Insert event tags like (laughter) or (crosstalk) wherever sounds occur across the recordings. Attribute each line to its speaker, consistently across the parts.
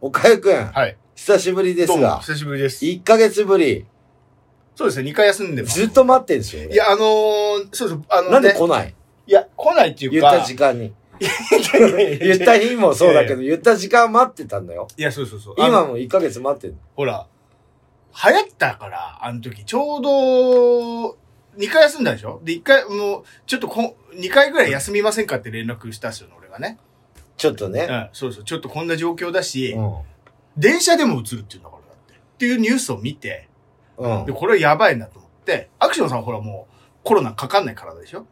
Speaker 1: 岡谷くん、
Speaker 2: はい。
Speaker 1: 久しぶりで
Speaker 2: ど
Speaker 1: す
Speaker 2: うも、
Speaker 1: が、
Speaker 2: 久しぶりです。
Speaker 1: 1ヶ月ぶり、
Speaker 2: そうですね、2回休んでます。
Speaker 1: ずっと待ってんですよ。俺
Speaker 2: い、や、あのー、そうそう、あの、ね、
Speaker 1: なんで来ない
Speaker 2: いや、来ないってい
Speaker 1: 言
Speaker 2: う
Speaker 1: っ
Speaker 2: か、
Speaker 1: た時間
Speaker 2: (laughs)
Speaker 1: に。
Speaker 2: 言
Speaker 1: 言った日もそうだけど、言った時間待ってたんだよ。
Speaker 2: いや、そうそうそう。あの
Speaker 1: 今も1ヶ月待ってる。
Speaker 2: ほら、流行ったから、あの時、ちょうど、2回休んだでしょで、1回、もう、ちょっとこ、2回ぐらい休みませんかって連絡したっすよね、俺がね。
Speaker 1: ちょっと
Speaker 2: う
Speaker 1: ね。
Speaker 2: ん、そうそう、ちょっとこんな状況だし、
Speaker 1: うん。
Speaker 2: 電車でも映るっていうんだからだって。っていうニュースを見て、
Speaker 1: うん
Speaker 2: で、。これはやばいなと思って、アクションさんはほらもうコロナかかんないからでしょ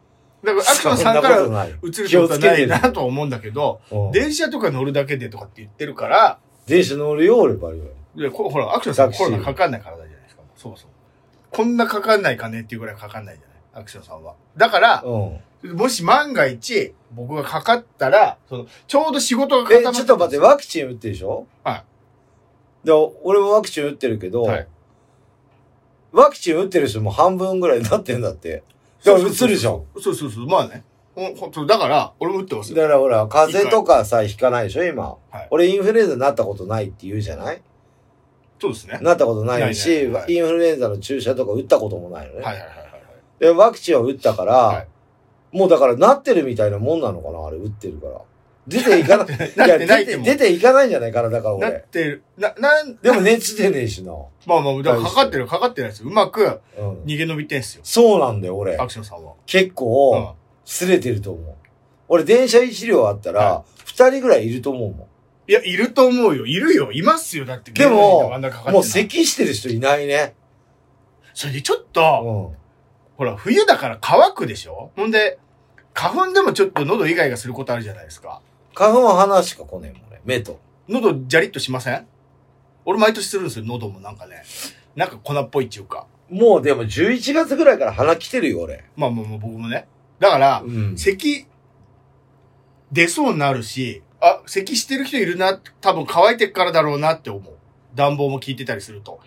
Speaker 2: だからアクションさんか
Speaker 1: そ
Speaker 2: ら
Speaker 1: なことない
Speaker 2: 映るってことは
Speaker 1: 気をつ
Speaker 2: な
Speaker 1: けてね
Speaker 2: いなとは思うんだけど、
Speaker 1: うん
Speaker 2: 電車とか乗るだけでとかって言ってるから、
Speaker 1: 電車乗るよ、俺バリバリ。
Speaker 2: いやこほら、アクションさ
Speaker 1: タ
Speaker 2: んは
Speaker 1: クシ
Speaker 2: コ
Speaker 1: ー
Speaker 2: ロナかかんないからじゃないですか。そうそう。こんなかかんないかねっていうぐらいかかんないじゃないアクションさんは。だから、
Speaker 1: うん。
Speaker 2: もし万が一、僕がかかったら、その、ちょうど仕事が
Speaker 1: え、
Speaker 2: 固
Speaker 1: ち
Speaker 2: ま
Speaker 1: ょっと待って、ワクチン打ってるでしょ。
Speaker 2: はい
Speaker 1: で、俺もワクチン打ってるけど、
Speaker 2: はい
Speaker 1: ワクチン打ってる人も半分ぐらいになってんだって。だから映るじゃん。
Speaker 2: そうそうそう。まあね。ほんほんそうだから、俺も打ってますよ。
Speaker 1: だからほら、風邪とかさ、引かないでしょ、今。
Speaker 2: はい
Speaker 1: 俺インフルエンザになったことないって言うじゃない
Speaker 2: そうですね。はい
Speaker 1: なったことないし
Speaker 2: ないないはい
Speaker 1: インフルエンザの注射とか打ったこともないのね。
Speaker 2: はいはいはいはい。
Speaker 1: で、ワクチンを打ったから、
Speaker 2: はい
Speaker 1: もうだからなってるみたいなもんなのかなあれ打ってるから。出ていかない。い
Speaker 2: (laughs) な
Speaker 1: や
Speaker 2: ってな
Speaker 1: 出
Speaker 2: いって
Speaker 1: て、
Speaker 2: も。
Speaker 1: 出ていかないんじゃない体から
Speaker 2: なっ
Speaker 1: 俺。
Speaker 2: てる。な、なん、
Speaker 1: でも熱出ねえしな。う
Speaker 2: まあまあ、だからかかってる、かかってないですよ。うまく
Speaker 1: ん。
Speaker 2: 逃げ延びてんすよ。
Speaker 1: そうなんだよ、俺
Speaker 2: ア。クションさんは。
Speaker 1: 結
Speaker 2: う
Speaker 1: 構、
Speaker 2: ん。
Speaker 1: すれてると思う。俺、電車一両あったら
Speaker 2: は、
Speaker 1: 二人ぐらいいると思うも
Speaker 2: いや、いると思うよ。いるよ。いますよ。だって、
Speaker 1: でも
Speaker 2: 芸能人があんなかかって
Speaker 1: ん。
Speaker 2: んの
Speaker 1: もう咳してる人いないね。
Speaker 2: それでちょっ
Speaker 1: う
Speaker 2: と、
Speaker 1: ん。
Speaker 2: ほら、冬だから乾くでしょほんで、花粉でもちょっと喉以外がすることあるじゃないですか。
Speaker 1: 花粉は鼻しか来ねえもん、俺。目と。
Speaker 2: 喉、ジャリッとしません俺毎年するんですよ。喉もなんかね。なんか粉っぽいっていうか。
Speaker 1: もうでも11月ぐらいから鼻来てるよ、俺。
Speaker 2: まあまあまあ、僕もね。だから、
Speaker 1: うん。
Speaker 2: 咳、出そうになるし、あ、咳してる人いるな、多分乾いてっからだろうなって思う。暖房も効いてたりすると。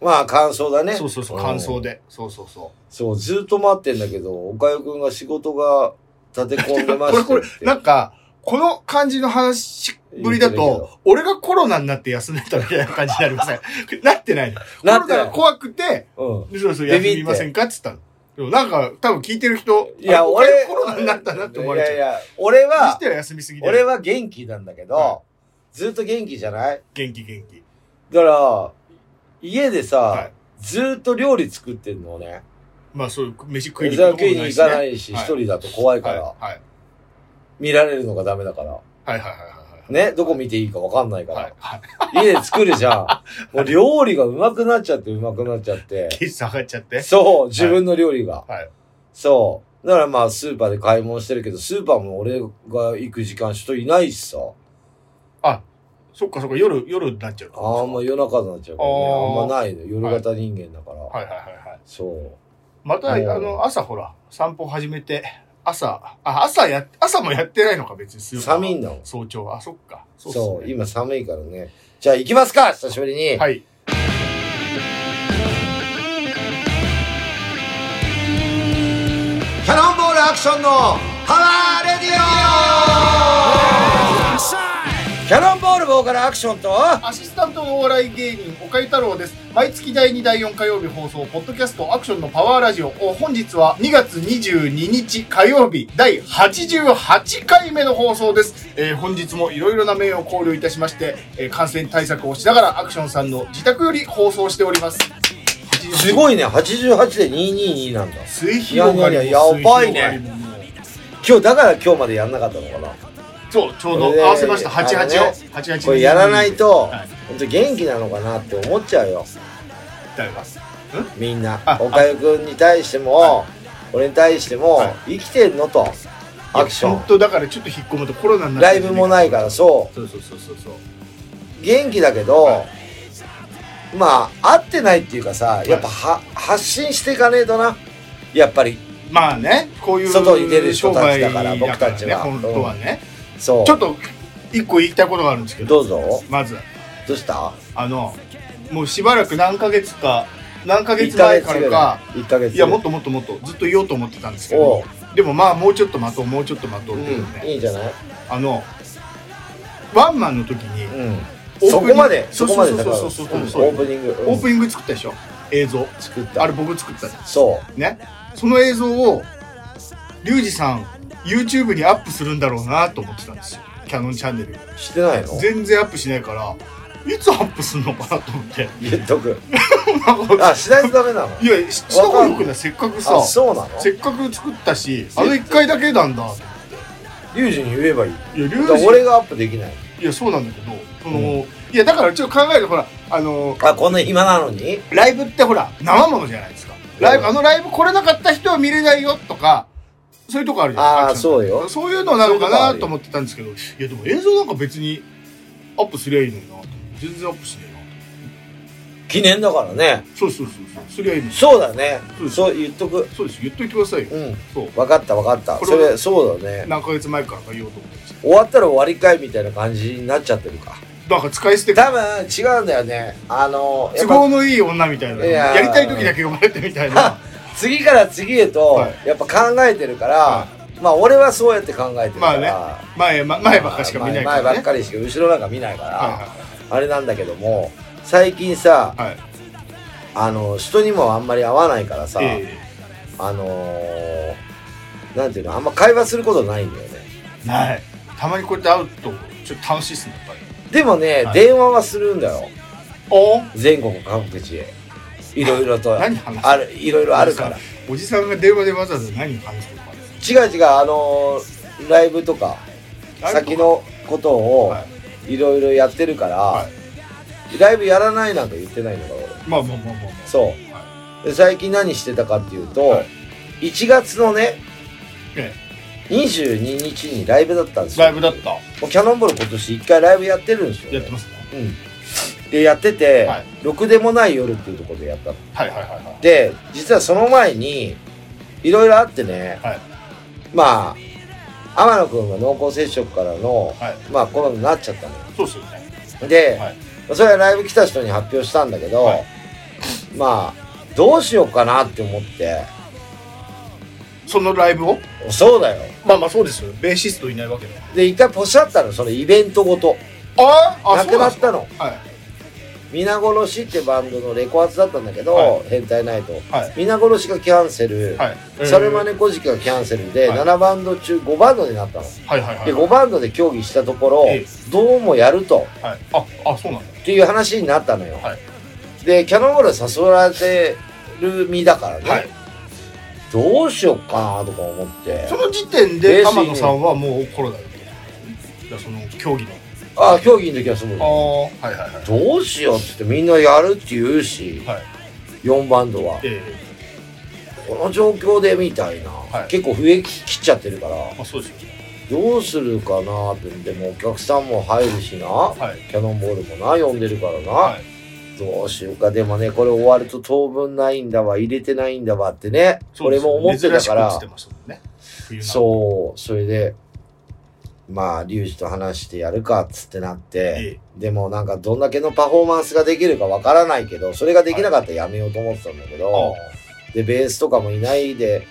Speaker 1: まあ、乾燥だね。
Speaker 2: そうそうそう、
Speaker 1: ん
Speaker 2: 乾燥。で。そうそうそう。
Speaker 1: そう、ずっと待ってんだけど、岡かくんが仕事が立て込んでま
Speaker 2: こ
Speaker 1: して (laughs)
Speaker 2: れ
Speaker 1: って。
Speaker 2: これ、なんか、この感じの話ぶりだ
Speaker 1: 言ってるけ
Speaker 2: と、俺がコロナになって休んでたみたいな感じになりません。なってないの。
Speaker 1: な
Speaker 2: コ
Speaker 1: っ
Speaker 2: ロ
Speaker 1: て
Speaker 2: ナ
Speaker 1: な
Speaker 2: が
Speaker 1: い
Speaker 2: 怖くて、
Speaker 1: うん。
Speaker 2: そうそう、
Speaker 1: ビビって
Speaker 2: 休みませんかって言ったの。でもなんか、多分聞いてる人、
Speaker 1: いや、
Speaker 2: あ
Speaker 1: 俺、
Speaker 2: コロナになったなって思われちゃう。
Speaker 1: いやいや、俺
Speaker 2: に
Speaker 1: は
Speaker 2: し、ては休みすぎだよ
Speaker 1: 俺は元気なんだけど、
Speaker 2: は
Speaker 1: ずっと元気じゃない
Speaker 2: 元気元気。
Speaker 1: だから、家でさ、
Speaker 2: はい
Speaker 1: ずっと料理作ってんのね。
Speaker 2: まあそういう、飯食い
Speaker 1: 食
Speaker 2: に
Speaker 1: い
Speaker 2: 行くとこも
Speaker 1: に
Speaker 2: ない
Speaker 1: 行
Speaker 2: しね。
Speaker 1: か
Speaker 2: は
Speaker 1: ないいし、一、
Speaker 2: はい
Speaker 1: 人だと怖いか
Speaker 2: はい
Speaker 1: ら、
Speaker 2: はい
Speaker 1: 見られるのがダメだから。
Speaker 2: はいはいはい。
Speaker 1: ね、どこ見ていいかわかんないか
Speaker 2: はい
Speaker 1: ら。
Speaker 2: はい。
Speaker 1: 家で作るじゃ
Speaker 2: (laughs)
Speaker 1: ん。もう料理がうまくなっちゃって、うまくなっちゃって。
Speaker 2: ケース上がっちゃって。
Speaker 1: そう、自分の料理が。
Speaker 2: はい
Speaker 1: そう。だからまあ、スーパーで買い物してるけど、スーパーも俺が行く時間人いないしさ。
Speaker 2: そっかそっか、夜、夜になっちゃうから
Speaker 1: あんま夜中になっちゃうからね。
Speaker 2: あー
Speaker 1: あんまないの。夜型人間だから。
Speaker 2: はいはいはいはい。
Speaker 1: そう。
Speaker 2: また、あ
Speaker 1: うん
Speaker 2: の、朝ほら、散歩始めて、朝、あ、朝や、朝もやってないのか、別にスーパーは。
Speaker 1: 寒いんだもん。
Speaker 2: 早朝、あ、そっか。
Speaker 1: そう
Speaker 2: っすね
Speaker 1: 今寒いからね。じゃあ行きますか久しぶりに。
Speaker 2: はい。
Speaker 1: キャノンボールアクションのパワーレディオキャノンボールボーカルアクションと
Speaker 2: アシスタントのお笑い芸人、岡井太郎です。毎月第2、第4火曜日放送、ポッドキャストアクションのパワーラジオ。お本日は2月22日火曜日、第88回目の放送です。えー本日もいろいろな面を考慮いたしまして、えー感染対策をしながらアクションさんの自宅より放送しております。
Speaker 1: すごいね。88で222なんだ。
Speaker 2: 水広がりも
Speaker 1: いやいややばいね
Speaker 2: 水広がりももう
Speaker 1: 今日だから今日までやんなかったのかな。
Speaker 2: そう、ちょう
Speaker 1: これで
Speaker 2: ど合わせました、
Speaker 1: あのね
Speaker 2: 88を。88
Speaker 1: これやらないと、
Speaker 2: はい
Speaker 1: 本当元気なのかなって思っちゃうよ。
Speaker 2: 誰がそ
Speaker 1: みんな
Speaker 2: あ。
Speaker 1: おかゆくんに対しても、俺に対しても
Speaker 2: は
Speaker 1: 生
Speaker 2: い、
Speaker 1: きてんのと。アクショ
Speaker 2: 本当だからちょっと引っ込むとコロナに
Speaker 1: ン。
Speaker 2: なっ
Speaker 1: ラ
Speaker 2: て
Speaker 1: イブもないから、そう。
Speaker 2: そうそうそうそうそう。
Speaker 1: 元気だけど、
Speaker 2: は
Speaker 1: まあ合ってないっていうかさやっぱは、発信していかねえとなやっぱり
Speaker 2: まあね、こういう
Speaker 1: 外に出る人たちだから
Speaker 2: 商売
Speaker 1: 僕たちは
Speaker 2: だからね本当はね。
Speaker 1: そう
Speaker 2: ちょっと一個言いたいことがあるんですけど、
Speaker 1: どうぞ
Speaker 2: まず、
Speaker 1: どうした
Speaker 2: あの、もうしばらく何ヶ月か、何ヶ
Speaker 1: 1
Speaker 2: 月
Speaker 1: ヶ
Speaker 2: 前
Speaker 1: 月
Speaker 2: か
Speaker 1: ぐら
Speaker 2: らか、
Speaker 1: い1ヶ月
Speaker 2: いや、もっともっともっとずっと言おうと思ってたんですけ
Speaker 1: お
Speaker 2: ど
Speaker 1: う、
Speaker 2: でもまあもうちょっと待とう、もうちょっと待とうっていう
Speaker 1: う
Speaker 2: ね
Speaker 1: ん、いいじゃない
Speaker 2: あの、ワンマンの時に、
Speaker 1: うんそこまで
Speaker 2: そ
Speaker 1: そうこま
Speaker 2: そう
Speaker 1: で
Speaker 2: そう
Speaker 1: だから
Speaker 2: そううんそうそうそう
Speaker 1: オープニング
Speaker 2: オー
Speaker 1: ング
Speaker 2: プニング作ったでしょ映像
Speaker 1: 作っ
Speaker 2: あ
Speaker 1: た
Speaker 2: れ僕作ったの
Speaker 1: そ
Speaker 2: ねその映像をリュウジさん YouTube にアップするんだろうなと思ってたんですよキャノンチャンネル
Speaker 1: うしてないの
Speaker 2: 全然アップしないからいつアップするのかなと思って
Speaker 1: 言っとく
Speaker 2: なんか
Speaker 1: あしないとダメなの
Speaker 2: いやしした方がよくないせっかくさ
Speaker 1: あそうなの
Speaker 2: せっかく作ったしあの1回だけなんだと
Speaker 1: リュウジに言えばいい
Speaker 2: いやリ
Speaker 1: だ
Speaker 2: ュ
Speaker 1: か
Speaker 2: ウ
Speaker 1: ら
Speaker 2: ジ
Speaker 1: 俺がアップできない
Speaker 2: いやそうなんだけどその、
Speaker 1: うん
Speaker 2: いやだからちょっと考えるとほらあの
Speaker 1: あこんな暇なのに
Speaker 2: ライブってほら生ものじゃないですかライブ
Speaker 1: うん
Speaker 2: あのライブ来れなかった人は見れないよとかそういうとこあるじゃない
Speaker 1: ああ
Speaker 2: ですか
Speaker 1: そうよ
Speaker 2: そういうのな
Speaker 1: そういう
Speaker 2: のか
Speaker 1: とこあ
Speaker 2: な
Speaker 1: る
Speaker 2: と思ってたんですけどいやでも映像なんか別にアップすりゃいいのになと思って全然アップしねえな
Speaker 1: 記念だからね
Speaker 2: とそうそうそうそうすりゃいいのに
Speaker 1: そうだね
Speaker 2: そうです
Speaker 1: そう言っとく
Speaker 2: そうです言っといてくださいよ
Speaker 1: うん
Speaker 2: そう
Speaker 1: 分かった分かった
Speaker 2: これ
Speaker 1: そ
Speaker 2: は
Speaker 1: れそうだね
Speaker 2: 何ヶ月前からか言おうと思ってまし
Speaker 1: 終わったら終わりかいみたいな感じになっちゃってるか
Speaker 2: たなんか使い捨て
Speaker 1: 多分違うんだよねあのや
Speaker 2: 都
Speaker 1: っぱ
Speaker 2: 合のいい女みたいない
Speaker 1: やー
Speaker 2: やりたい時だけ呼ばれてみたいな
Speaker 1: (laughs) 次から次へと
Speaker 2: は
Speaker 1: やっぱ考えてるから、
Speaker 2: は
Speaker 1: まあ俺はそうやって考えてるから、
Speaker 2: ま前ま前ばっかしか見ないか
Speaker 1: 前
Speaker 2: ら
Speaker 1: 前ば
Speaker 2: ね
Speaker 1: っかりしか後ろなんか見ないから、
Speaker 2: は
Speaker 1: あれなんだけども最近さ
Speaker 2: いはいはい
Speaker 1: あの人にもあんまり会わないからさ、
Speaker 2: え
Speaker 1: あのー、なんていうのあんま会話することないんだよね
Speaker 2: えないたまにこうやって会うとちょっと楽しいっすねやっぱり
Speaker 1: でもね、
Speaker 2: はい
Speaker 1: 電話はするんだよ
Speaker 2: おお
Speaker 1: 全国各地へいろいろと
Speaker 2: 何話す
Speaker 1: あるいろいろあるから
Speaker 2: おじさんが電話でわざわざ何を話すのか
Speaker 1: 違う違うあのーライブとか先のことを
Speaker 2: はい
Speaker 1: ろいろやってるから、
Speaker 2: は
Speaker 1: ライブやらないなんか言ってないのか俺
Speaker 2: まあまあまあまあまあ
Speaker 1: そうで最近何してたかっていうと、
Speaker 2: はい
Speaker 1: 1月のね
Speaker 2: え
Speaker 1: 22日にライブだったんですよ
Speaker 2: ライブだった
Speaker 1: もうキャノンボール今年1回ライブやってるんですよ、ね、
Speaker 2: やってますね
Speaker 1: うんでやってて、
Speaker 2: はい
Speaker 1: ろくでもない夜っていうところでやったの
Speaker 2: はいはいはいはい
Speaker 1: で実はその前にいろいろあってね、
Speaker 2: はい
Speaker 1: まあ天野くんが濃厚接触からの、
Speaker 2: はい
Speaker 1: まあコロナになっちゃったの
Speaker 2: そうっすよね
Speaker 1: よで、
Speaker 2: はい
Speaker 1: それはライブ来た人に発表したんだけど、
Speaker 2: はい
Speaker 1: まあどうしようかなって思って
Speaker 2: そのライブを
Speaker 1: そうだよ
Speaker 2: まあまあそうですよベーシストいないわけだ
Speaker 1: で一回ポシャったのそのイベントごと
Speaker 2: あーあ
Speaker 1: な
Speaker 2: そ
Speaker 1: く
Speaker 2: う
Speaker 1: な
Speaker 2: な
Speaker 1: んっ
Speaker 2: ですか
Speaker 1: たの
Speaker 2: はい
Speaker 1: 皆殺しってバンドのレコ発だったんだけど、
Speaker 2: は
Speaker 1: 変態ナイト
Speaker 2: はい
Speaker 1: 皆殺しがキャンセル、
Speaker 2: はい
Speaker 1: サルマ
Speaker 2: ね
Speaker 1: ネコジキがキャンセルで、
Speaker 2: はい
Speaker 1: 7バンド中5バンドになったの、
Speaker 2: はいはいはい
Speaker 1: で5バンドで協議したところ、
Speaker 2: え
Speaker 1: どうもやると
Speaker 2: はいああそうなんだ
Speaker 1: っていう話になったのよ、
Speaker 2: はい
Speaker 1: でキャノンボールは誘われてる身だからね、
Speaker 2: はい
Speaker 1: どうしよっかなとか思って
Speaker 2: その時点で天野さんはもうコロナだったじゃあその競技の
Speaker 1: ああ協議の時はそう
Speaker 2: ああはいはいはい
Speaker 1: どうしようっつってみんなやるって言うし、
Speaker 2: はい
Speaker 1: 4バンドは
Speaker 2: ええ
Speaker 1: この状況でみたいな、
Speaker 2: い
Speaker 1: 結構増え切っちゃってるから
Speaker 2: まあそうですよね
Speaker 1: どうするかなってでもお客さんも入るしな、
Speaker 2: はい
Speaker 1: キャノンボールもな呼んでるからな、
Speaker 2: はい
Speaker 1: どうしようかでもねこれ終わると当分ないんだわ入れてないんだわってね
Speaker 2: そう
Speaker 1: 俺
Speaker 2: ですよ
Speaker 1: も思ってたか
Speaker 2: 珍しくっ
Speaker 1: ら
Speaker 2: てましたもんね冬なんて
Speaker 1: そうそれでまあリュウジと話してやるかっつってなって、
Speaker 2: え
Speaker 1: でもなんかどんだけのパフォーマンスができるかわからないけどそれができなかったらやめようと思ってたんだけど、
Speaker 2: はい
Speaker 1: でベースとかもいないで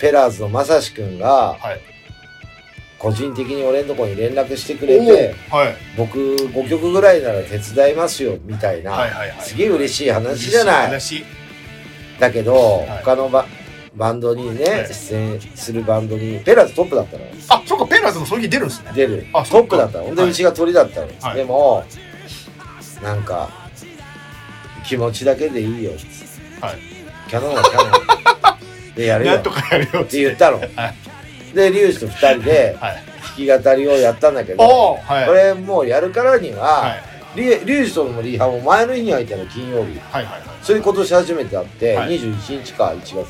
Speaker 1: ペラーズのまさしくんが
Speaker 2: はい
Speaker 1: 個人的に俺のとこに連絡してく
Speaker 2: お
Speaker 1: れて
Speaker 2: おはい
Speaker 1: 僕5曲ぐらいなら手伝いますよみたいな、
Speaker 2: はいはいはい
Speaker 1: すげえ嬉しい話じゃない
Speaker 2: 嬉しい話
Speaker 1: だけど、
Speaker 2: い
Speaker 1: 他のババンドにね、
Speaker 2: はい
Speaker 1: 出演するバンドにペラーズトップだったの
Speaker 2: あそうかペンラーズもその日出るんですね
Speaker 1: 出るト
Speaker 2: あそ
Speaker 1: ッ
Speaker 2: っか
Speaker 1: プだったのほんで
Speaker 2: はいう
Speaker 1: ちが鳥だったの、
Speaker 2: はい
Speaker 1: でもなんか気持ちだけでいいよ
Speaker 2: はい
Speaker 1: キャノンはキャノ
Speaker 2: (laughs)
Speaker 1: ンでやるよ
Speaker 2: な
Speaker 1: っ
Speaker 2: んとかやるよって
Speaker 1: 言ったの、でリュウジと2人で
Speaker 2: はい
Speaker 1: 弾き語りをやったんだけど、
Speaker 2: おおはい
Speaker 1: これもうやるからには、
Speaker 2: はい
Speaker 1: リュリュウジとのリハも前の日に入ったの金曜日
Speaker 2: はいはいはい
Speaker 1: それ今年初めて会って、
Speaker 2: はい
Speaker 1: 21日か1月に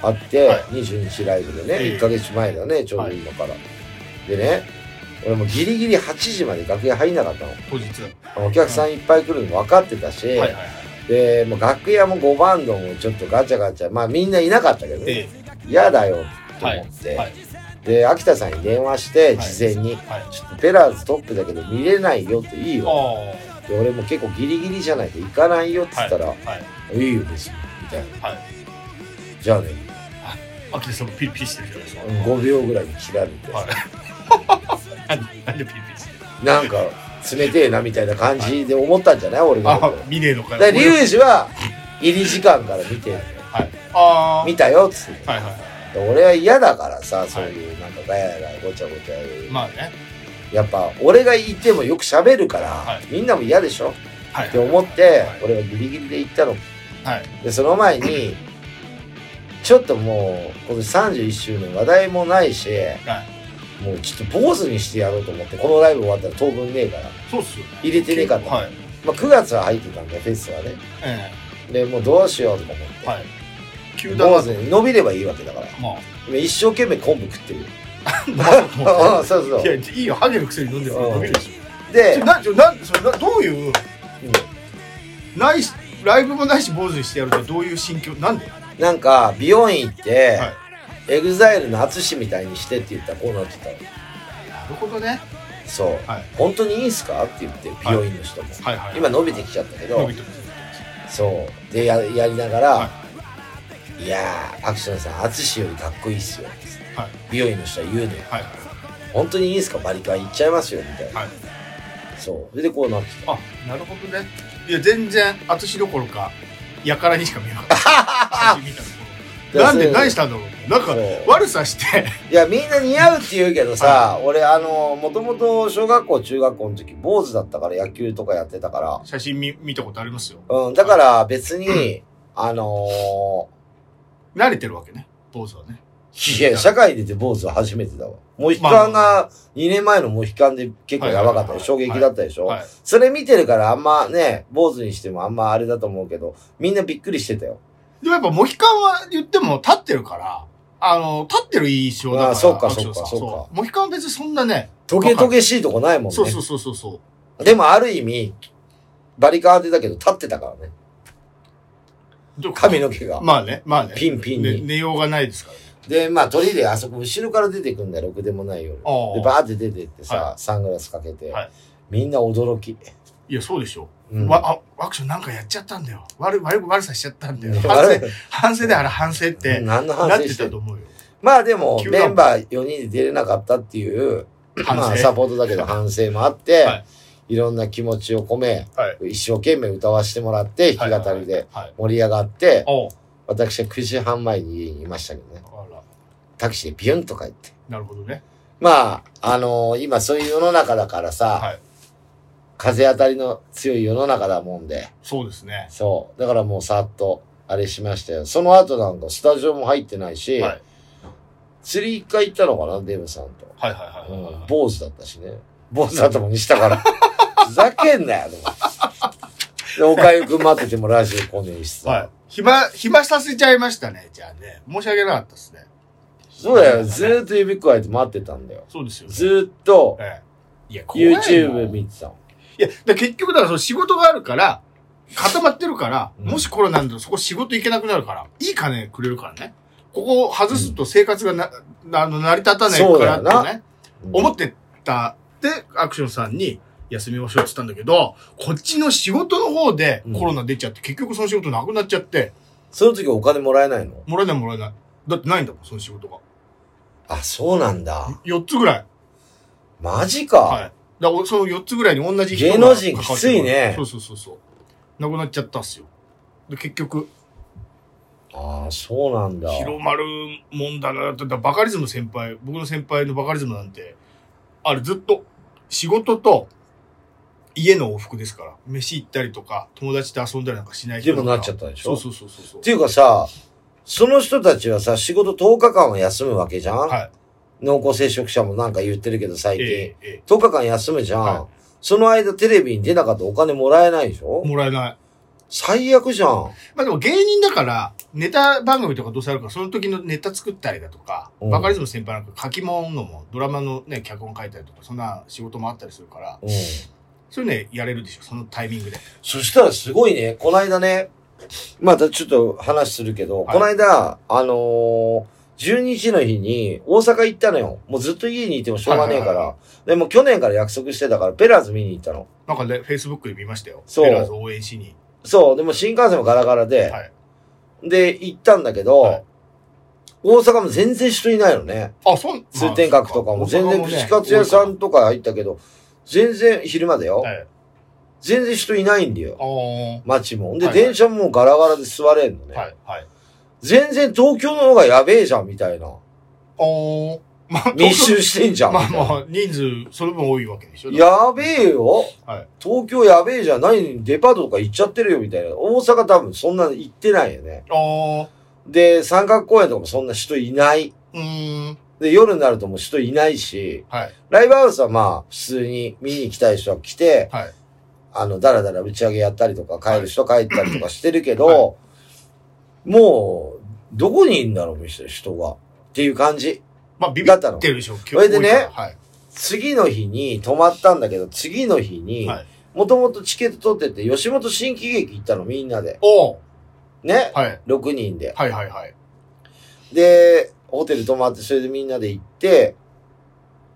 Speaker 1: 会って、
Speaker 2: はい
Speaker 1: 22日ライブでね、
Speaker 2: ええ
Speaker 1: 1ヶ月前だねちょうど今から、でね俺もギリギリ8時まで楽屋入んなかった
Speaker 2: 当日
Speaker 1: のお客さんいっぱい来るの分かってたし、
Speaker 2: はいはいはい
Speaker 1: でもう楽屋も5バンドもちょっとガチャガチャまあみんないなかったけど
Speaker 2: え
Speaker 1: 嫌、だよと
Speaker 2: は
Speaker 1: 思
Speaker 2: い
Speaker 1: って、
Speaker 2: えはい
Speaker 1: で秋田さんに電話して
Speaker 2: はい
Speaker 1: 事前に、
Speaker 2: はい
Speaker 1: ちょっとペラーズトップだけど見れないよっていいよ
Speaker 2: ああ
Speaker 1: で俺も結構ギリギリじゃないと行かないよって言ったら、
Speaker 2: はい
Speaker 1: い、いよ別にみたいな
Speaker 2: はい
Speaker 1: じゃあね
Speaker 2: アキレスさんもピリピリしてるじゃないですか (laughs)
Speaker 1: 5秒ぐらいに切られて、
Speaker 2: はいなんでピリピリしてる
Speaker 1: なんか冷てえなみたいな感じで思ったんじゃない俺が。だ
Speaker 2: あ
Speaker 1: か
Speaker 2: 見ねえのかよ
Speaker 1: らリュウジは入り時間から見て
Speaker 2: はいあ
Speaker 1: 見たよっつって。
Speaker 2: あはいはい
Speaker 1: 俺は嫌だからさ、そういうなんかガヤガヤごちゃごちゃやる
Speaker 2: まあね
Speaker 1: やっぱ俺がいてもよく喋るから、
Speaker 2: はい
Speaker 1: みんなも嫌でしょ
Speaker 2: はい
Speaker 1: って思って
Speaker 2: はい、
Speaker 1: 俺はギリギリで行ったの。
Speaker 2: はい
Speaker 1: で、その前に、ちょっともう、今年31周年話題もないし、
Speaker 2: は
Speaker 1: もうちょっと坊主にしてやろうと思って、このライブ終わったら当分ねえから、
Speaker 2: そうっすよね
Speaker 1: 入れてねえかと。
Speaker 2: はい
Speaker 1: まあ、9月は入ってたんだよ、フェスはね。
Speaker 2: え
Speaker 1: で、もうどうしようとか思って。
Speaker 2: えはい球団
Speaker 1: (laughs) 坊
Speaker 2: は
Speaker 1: 主に伸びればいいわけだから。
Speaker 2: まあ
Speaker 1: 今一生懸命昆布食って
Speaker 2: (laughs)
Speaker 1: る。
Speaker 2: まあそうそう
Speaker 1: ああ、 (laughs) そうそう
Speaker 2: いや、いいよ、ハゲのくせに飲んでる
Speaker 1: うん
Speaker 2: 伸びるでしょ。
Speaker 1: で
Speaker 2: ちょ、、な、ちょ、なん、それ、な、どういう、ないし、ライブもないし、坊主にしてやると、どういう心境、なんで。
Speaker 1: なんか、美容院行って、
Speaker 2: はい
Speaker 1: エグザイルの淳みたいにしてって言ったらこうなってたの。
Speaker 2: なるほどね。
Speaker 1: そう。
Speaker 2: はい
Speaker 1: 本当にいいんすかって言って、美容院の人も。
Speaker 2: はいはい。
Speaker 1: 今伸びてきちゃったけど、
Speaker 2: 伸びてます。
Speaker 1: そう。で、ややりながら、、
Speaker 2: はい
Speaker 1: やー、アクションさん、淳よりかっこいいっすよ。
Speaker 2: はい
Speaker 1: 美容院の人は言うのよ。
Speaker 2: はいはい。
Speaker 1: 本当にいいんすかバリカン行っちゃいますよ、みたいな。
Speaker 2: はい
Speaker 1: そう。それでこうなってた。
Speaker 2: あ、なるほどね。いや、全然、淳どころか、やからにしか見え
Speaker 1: (laughs)
Speaker 2: なかった。写真見たところなんで、
Speaker 1: だから
Speaker 2: 何したんだろう。なんか
Speaker 1: そう、
Speaker 2: 悪さして。
Speaker 1: いや、みんな似合うって言うけどさ、俺、あの、もともと小学校、中学校の時、坊主だったから、野球とかやってたから、
Speaker 2: 写真見、見たことありますよ。
Speaker 1: うん、だから別に、あの
Speaker 2: 慣れてるわけね。坊主はね。
Speaker 1: ー、いや、社会に出て坊主は初めてだわ。モヒカンが、2年前のモヒカンで結構やばかった
Speaker 2: はいはいは
Speaker 1: よ。
Speaker 2: い
Speaker 1: 衝撃だったでしょ、
Speaker 2: はい。
Speaker 1: それ見てるからあんまね、坊主にしてもあんまあれだと思うけど、みんなびっくりしてたよ。
Speaker 2: でもやっぱモヒカンは言っても立ってるから、あの、立ってる印象だから。
Speaker 1: あそうか
Speaker 2: アクションさん
Speaker 1: そうかそうか
Speaker 2: モヒカンは別にそんなね、
Speaker 1: トゲトゲしいとこないもんね。
Speaker 2: そうそうそうそうそう。
Speaker 1: でもある意味、バリカーでだけど立ってたからね。
Speaker 2: でも
Speaker 1: 髪の毛が。
Speaker 2: まあね、まあね。
Speaker 1: ピンピン
Speaker 2: ね
Speaker 1: に。
Speaker 2: 寝ようがないですからね。
Speaker 1: で、まあ、鳥であそこ後ろから出てくんだよ、ろくでもないよ。
Speaker 2: あ
Speaker 1: で、
Speaker 2: あ。
Speaker 1: バーって出てってさ、
Speaker 2: は
Speaker 1: サングラスかけて、
Speaker 2: はい
Speaker 1: みんな驚き。
Speaker 2: いや、そうでしょ。
Speaker 1: うん (laughs)
Speaker 2: わ、あ、アクションなんかやっちゃったんだよ。悪、悪、悪さしちゃったんだよ。
Speaker 1: うん
Speaker 2: 反
Speaker 1: 悪
Speaker 2: 省、反省であら反省って、
Speaker 1: 何の
Speaker 2: なっ
Speaker 1: 話
Speaker 2: て
Speaker 1: して
Speaker 2: た
Speaker 1: る
Speaker 2: と思うよ。
Speaker 1: まあでも、
Speaker 2: 球団
Speaker 1: メンバー4人で出れなかったっていう、
Speaker 2: 反省
Speaker 1: まあサポートだけど反省もあって、
Speaker 2: はい
Speaker 1: い、ろんな気持ちを込め、
Speaker 2: は
Speaker 1: 一生懸命歌わせてもらって、
Speaker 2: は
Speaker 1: 弾
Speaker 2: い
Speaker 1: き語りで
Speaker 2: はい。
Speaker 1: 盛り上がって、
Speaker 2: おう
Speaker 1: 私は9時半前に家にいましたけどね、
Speaker 2: あら、
Speaker 1: タクシーでビュンとか行って。
Speaker 2: なるほどね。
Speaker 1: まあ、あのー今そういう世の中だからさ、
Speaker 2: はい
Speaker 1: 風当たりの強い世の中だもんで、
Speaker 2: そうですね。
Speaker 1: そう。だからもうさっと、あれしましたよ。その後なんかスタジオも入ってないし、
Speaker 2: はい
Speaker 1: 釣り一回行ったのかな、デブさんと。
Speaker 2: はいはいはいはい
Speaker 1: うん
Speaker 2: はい。
Speaker 1: 坊主だったしね。坊主頭にしたから。ふざけんなよ、と思ってで、おかゆくん待っててもラジオ来ねえしさ。
Speaker 2: はい。暇、暇させちゃいましたね。じゃあね。申し訳なかったですね。
Speaker 1: そうだよ、ずーっと指くわえて待ってたんだよ。
Speaker 2: そうですよね。
Speaker 1: ずーっと
Speaker 2: ええいや、怖いな
Speaker 1: YouTube 見てたの。
Speaker 2: いや、だ結局だからその仕事があるから、固まってるから、
Speaker 1: うん
Speaker 2: もしコロナなんだとそこ仕事行けなくなるから、いい金くれるからね。ここを外すと生活がな、あの、成り立たない
Speaker 1: そう
Speaker 2: か
Speaker 1: だよな
Speaker 2: らってね、
Speaker 1: うん
Speaker 2: 思ってたって、アクションさんに休みましょうって言ったんだけど、こっちの仕事の方で
Speaker 1: うん
Speaker 2: コロナ出ちゃって、結局その仕事なくなっちゃって、
Speaker 1: その時お金もらえないの
Speaker 2: もらえないもらえない。だってないんだもん、その仕事が。
Speaker 1: あ、そうなんだ。
Speaker 2: 4つぐらい。
Speaker 1: マジか。
Speaker 2: はい。だからおその4つぐらいに同じ人が
Speaker 1: 芸能人きついね
Speaker 2: そうそうそうそう。なくなっちゃったっすよ。で、結局、
Speaker 1: ああ、そうなんだ。
Speaker 2: 広まるもんだなだってバカリズム先輩僕の先輩のバカリズムなんてあれずっと仕事と家の往復ですから飯行ったりとか友達と遊んだりなんかしない
Speaker 1: で
Speaker 2: 人
Speaker 1: も
Speaker 2: だ
Speaker 1: な
Speaker 2: から
Speaker 1: っちゃったでし
Speaker 2: そ
Speaker 1: ょ
Speaker 2: うそうそうそうそう
Speaker 1: っていうかさ、その人たちはさ、仕事10日間は休むわけじゃん、
Speaker 2: はい
Speaker 1: 濃厚接触者もなんか言ってるけど最近。
Speaker 2: えええ
Speaker 1: 10日間休むじゃん、
Speaker 2: は
Speaker 1: その間テレビに出なかったらお金もらえないでしょ
Speaker 2: えもらえない
Speaker 1: 最悪じゃん。
Speaker 2: まあでも芸人だからネタ番組とかどうせあるからその時のネタ作ったりだとか、
Speaker 1: うん
Speaker 2: バカリズム先輩なんか書き物のもドラマのね脚本書いたりとかそんな仕事もあったりするから
Speaker 1: うん。
Speaker 2: そういうのやれるでしょそのタイミングで
Speaker 1: そしたらすごいね、この間ね、またちょっと話するけど、
Speaker 2: はい
Speaker 1: この間、あのー、12日の日に大阪行ったのよ。もうずっと家にいてもしょうがねえから。
Speaker 2: はいはいは
Speaker 1: でも去年から約束してたから、ペラーズ見に行ったの。
Speaker 2: なんかねフェイスブックで見ましたよ
Speaker 1: そう
Speaker 2: ペラーズ応援しに
Speaker 1: そう、でも新幹線もガラガラで、
Speaker 2: はい
Speaker 1: で、行ったんだけど、
Speaker 2: はい
Speaker 1: 大阪も全然人いないのね。
Speaker 2: あ、そう、
Speaker 1: 通天閣とかも全然
Speaker 2: 口
Speaker 1: 串カツ屋さんとか入ったけど、全然昼間だよ。
Speaker 2: はい。
Speaker 1: 全然人いないんだよ。
Speaker 2: おー。
Speaker 1: 街も。で、
Speaker 2: はいはい
Speaker 1: 電車もガラガラで座れんのね。
Speaker 2: はい。はい。
Speaker 1: 全然東京の方がやべえじゃん、みたいな。
Speaker 2: おー。まあ、
Speaker 1: (laughs) 密集してんじゃん。
Speaker 2: まあま
Speaker 1: みたい
Speaker 2: あ、人数、その分多いわけでしょ。
Speaker 1: なやべえよ。
Speaker 2: はい
Speaker 1: 東京やべえじゃん。何、デパートとか行っちゃってるよ、みたいな。大阪多分そんなの行ってないよね。
Speaker 2: おー。
Speaker 1: で、三角公園とかもそんな人いない。
Speaker 2: うーん。
Speaker 1: で、夜になるともう人いないし、
Speaker 2: はい。
Speaker 1: ライブハウスはまあ、普通に見に来たい人は来て、
Speaker 2: はい
Speaker 1: あの、だらだら打ち上げやったりとか、帰る人帰ったりとかしてるけど、
Speaker 2: は
Speaker 1: もう、どこにいんだろう、みたいな人が。っていう感じ。
Speaker 2: まあ、ビビってるでしょ、
Speaker 1: それでね
Speaker 2: 今日多いからはい。
Speaker 1: 次の日に泊まったんだけど、次の日に
Speaker 2: はい、
Speaker 1: もともとチケット取ってて、吉本新喜劇行ったの、みんなで。
Speaker 2: おー。
Speaker 1: ね
Speaker 2: はい。
Speaker 1: ?6 人で。
Speaker 2: はいはいはい。
Speaker 1: で、ホテル泊まって、それでみんなで行って、